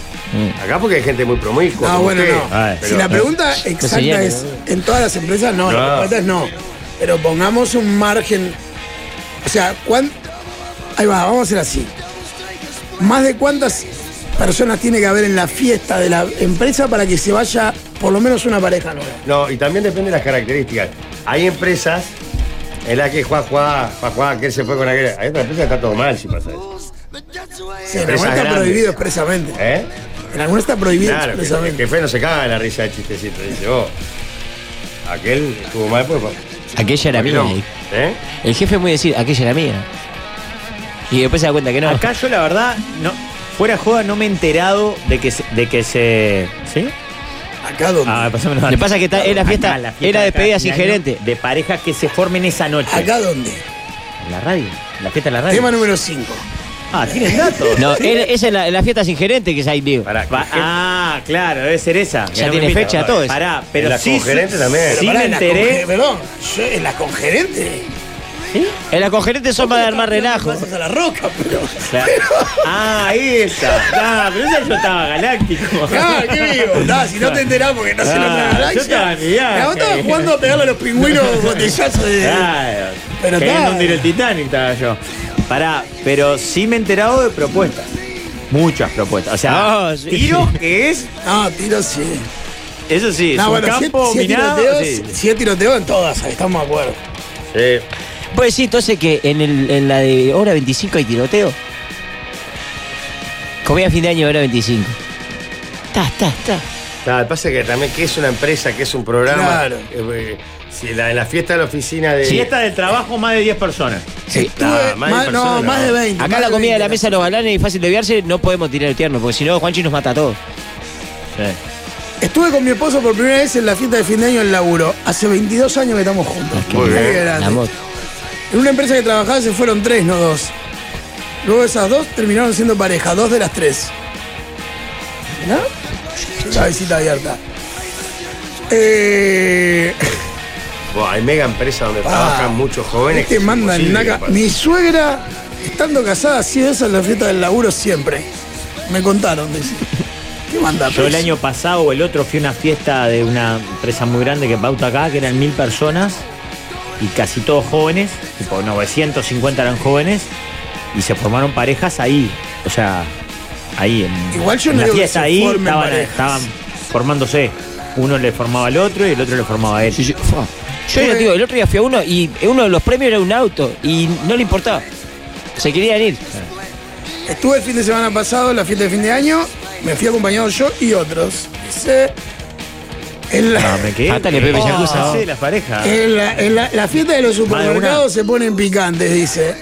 S1: Acá porque hay gente muy promiscua.
S2: Ah,
S1: como
S2: bueno,
S1: usted.
S2: no.
S3: Mm. Ay,
S2: si
S1: pero-
S2: la pregunta exacta
S5: sería que-
S2: es, en todas las empresas, no,
S1: No.
S2: la respuesta es no. Pero pongamos un margen. O sea, ¿cuán... ahí va, vamos a hacer así. ¿Más de cuántas personas tiene que haber en la fiesta de la empresa para que se vaya por lo menos una pareja nueva?
S1: No, y también depende de las características. Hay empresas en las que Juan Juan, Juan Juan, que él se fue con aquel. Hay otras empresas que está todo mal si pasa eso.
S2: Sí, en
S1: Empresas
S2: algunas está
S1: grandes.
S2: prohibido expresamente.
S1: ¿Eh?
S2: En algunas está prohibido
S1: Claro, que,
S2: expresamente.
S1: que fue no se caga la risa de chistecito. Dice, vos, aquel estuvo mal, pues. pues,
S5: Aquella era mía.
S1: papilón. ¿Eh?
S5: El jefe muy decir, aquella era mía. Y después se da cuenta que no.
S3: Acá yo la verdad, no, fuera de joda no me he enterado de que se, de que se. ¿Sí?
S2: Acá donde.
S3: Ah, pasame
S5: Lo que pasa es que está- es la fiesta- era despedida sin gerente.
S3: De parejas que se formen esa noche.
S2: Acá donde.
S3: En la radio. La fiesta en la radio.
S2: Tema número 5.
S3: Ah, tienen datos.
S5: No, era- esa es la, la fiesta sin gerente que es ahí, Diego.
S1: Pará,
S3: Va- ah, claro, debe ser esa. Que
S5: Ya tiene
S3: me invita.
S5: fecha, todo eso.
S3: Pará, pero
S1: La
S3: sí,
S1: con
S3: sí,
S1: gerente también.
S3: Sí
S2: Pero
S3: me
S2: pará, en las conge-
S3: enteré.
S2: Perdón, yo en las congerentes.
S5: En la congerente son para armar relajo.
S2: Pasas a la roca, pero.
S3: Claro. Ah, esa. Ah, pero esa yo estaba galáctico.
S2: Claro, Ah, qué vivo. Nah, si no te enterás porque no se lo
S3: Ah,
S2: tragará.
S3: yo estaba en mi viaje.
S2: La estaba jugando a pegarle a los pingüinos botellazos de.
S3: Claro.
S2: Pero
S3: Queriendo
S2: está-
S3: hundir el Titanic estaba yo. Pará, pero sí me he enterado de propuestas. Muchas propuestas. O sea,
S5: Ah, sí.
S3: tiro que es.
S2: No, Ah, tiro sí.
S3: Eso sí, es
S2: No,
S3: un
S2: bueno,
S3: campo
S2: si, es- si es
S3: minado.
S2: tiroteo,
S3: sí.
S2: si es tiroteo en todas, ahí estamos de acuerdo.
S1: Eh,
S5: Pues sí, entonces que en, el- en la de hora 25 hay tiroteo. Comida a fin de año, hora 25. Ta, ta, ta.
S1: Claro, pasa que también que es una empresa, que es un programa.
S2: Claro.
S1: Eh, si la, en la fiesta de la oficina de.
S3: Fiesta del trabajo, más de 10 personas.
S2: Estuve-
S1: Nah, más de
S2: más- no,
S1: persona,
S2: más
S1: no.
S2: de 20.
S5: Acá
S2: más
S5: la comida
S2: 20.
S5: de la mesa de los balanes es fácil de obviarse, no podemos tirar el tierno, porque si no, Juanchi nos mata a todos.
S2: Estuve con mi esposo por primera vez en la fiesta de fin de año en laburo. Hace 22 años que estamos juntos.
S1: Muy bien.
S2: Qué grande.
S5: La moto.
S2: En una empresa que trabajaba se fueron tres, no dos. Luego esas dos terminaron siendo pareja, dos de las tres. ¿No? La visita abierta. Eh,
S1: Buah, hay mega empresas donde
S2: Ah,
S1: trabajan muchos jóvenes.
S2: te
S1: que es
S2: este mandan
S1: imposible
S2: naca.
S1: que
S2: Mi suegra, estando casada, ha sido esa en la fiesta del laburo siempre. Me contaron. dice. ¿Qué manda? pues?
S3: Yo el
S2: preso?
S3: año pasado o el otro fui a una fiesta de una empresa muy grande que pauta acá, que eran mil personas y casi todos jóvenes, tipo 950 eran jóvenes, y se formaron parejas ahí, o sea, ahí en,
S2: Igual yo
S3: en
S2: no
S3: la
S2: digo que
S3: fiesta
S2: se
S3: ahí
S2: formen
S3: estaban,
S2: parejas.
S3: estaban formándose. Uno le formaba al otro y el otro le formaba a él.
S5: Yo, yo ya te digo, el otro día fui a uno y uno de los premios era un auto y no le importaba. Se querían ir.
S2: Estuve el fin de semana pasado en la fiesta de fin de año. Me fui acompañado yo y otros. Dice. en la-
S3: Ah, me quedé.
S5: Atale, Pepe,
S3: Oh,
S5: Yakuza.
S3: sí, las parejas.
S2: En la, en la- la fiesta de los supermercados se ponen picantes, dice.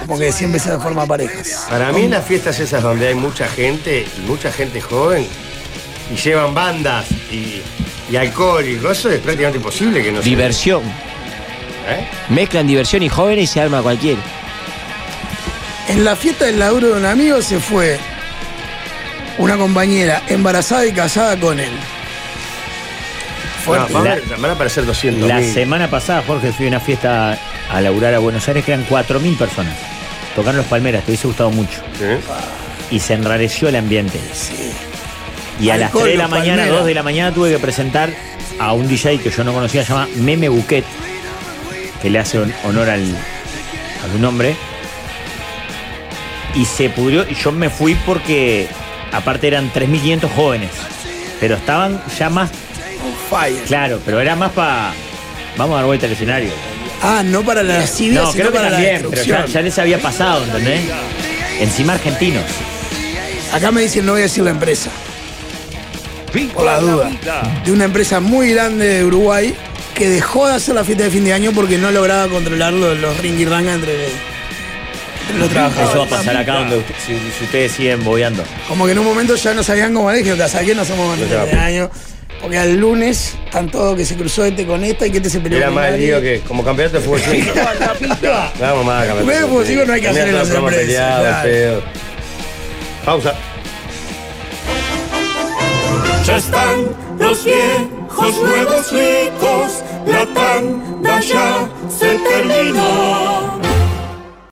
S2: Como que siempre se forma parejas.
S1: Para mí en las fiestas esas donde hay mucha gente, y mucha gente joven, y llevan bandas y, y alcohol y cosas, es prácticamente imposible que no se-
S5: Diversión.
S1: ¿Eh?
S5: Mezclan diversión y jóvenes y se arma cualquiera.
S2: En la fiesta del laburo de un amigo se fue una compañera embarazada y casada con él.
S1: No,
S2: Fuerte.
S1: van,
S3: La-
S1: a- van a aparecer 200
S3: La
S1: mil.
S3: semana pasada, Jorge, fui a una fiesta a laburar a Buenos Aires que eran 4.000 personas. Tocaron los palmeras, te hubiese gustado mucho.
S1: ¿Eh?
S3: y se enrareció el ambiente. Y a las
S2: Alcohol,
S3: 3 de la
S2: los
S3: mañana,
S2: palmeras.
S3: 2 de la mañana, tuve que presentar a un DJ que yo no conocía, se llama Meme Buquet, que le hace hon- honor al, a su nombre. Y se pudrió, y yo me fui porque, aparte eran 3.500 jóvenes, pero estaban ya más,
S2: Fire.
S3: claro, pero era más para, vamos a dar vuelta al escenario.
S2: Ah, no para la lascivia,
S3: No,
S2: sino
S3: creo que
S2: para la
S3: también, pero ya,
S2: destrucción.
S3: ya les había pasado, ¿entendés? Encima argentinos.
S2: Acá me dicen no voy a decir la empresa. por la duda, de una empresa muy grande de Uruguay que dejó de hacer la fiesta de fin de año porque no lograba controlar los, los ringuirranga entre, entre los trabajadores.
S3: Eso va a pasar acá donde usted- si, si ustedes siguen bobeando.
S2: Como que en un momento ya no sabían cómo era, dijeron, ¿sabes qué? No somos
S1: No
S2: bandidos
S1: se
S2: de
S1: va.
S2: año. Porque al lunes están todos que se cruzó este con esta y que este se peleó
S1: Era
S2: con
S1: más el
S2: nadie.
S1: lío que como campeonato de fútbol 5. Vamos más, campeonato.
S2: Bueno, fútbol cinco no hay que hacer en
S1: Campeonato
S2: las
S1: de programa
S2: empresas,
S1: peleado,
S2: claro.
S1: feo. Pausa.
S4: Ya están los viejos nuevos ricos, la tanda ya se terminó.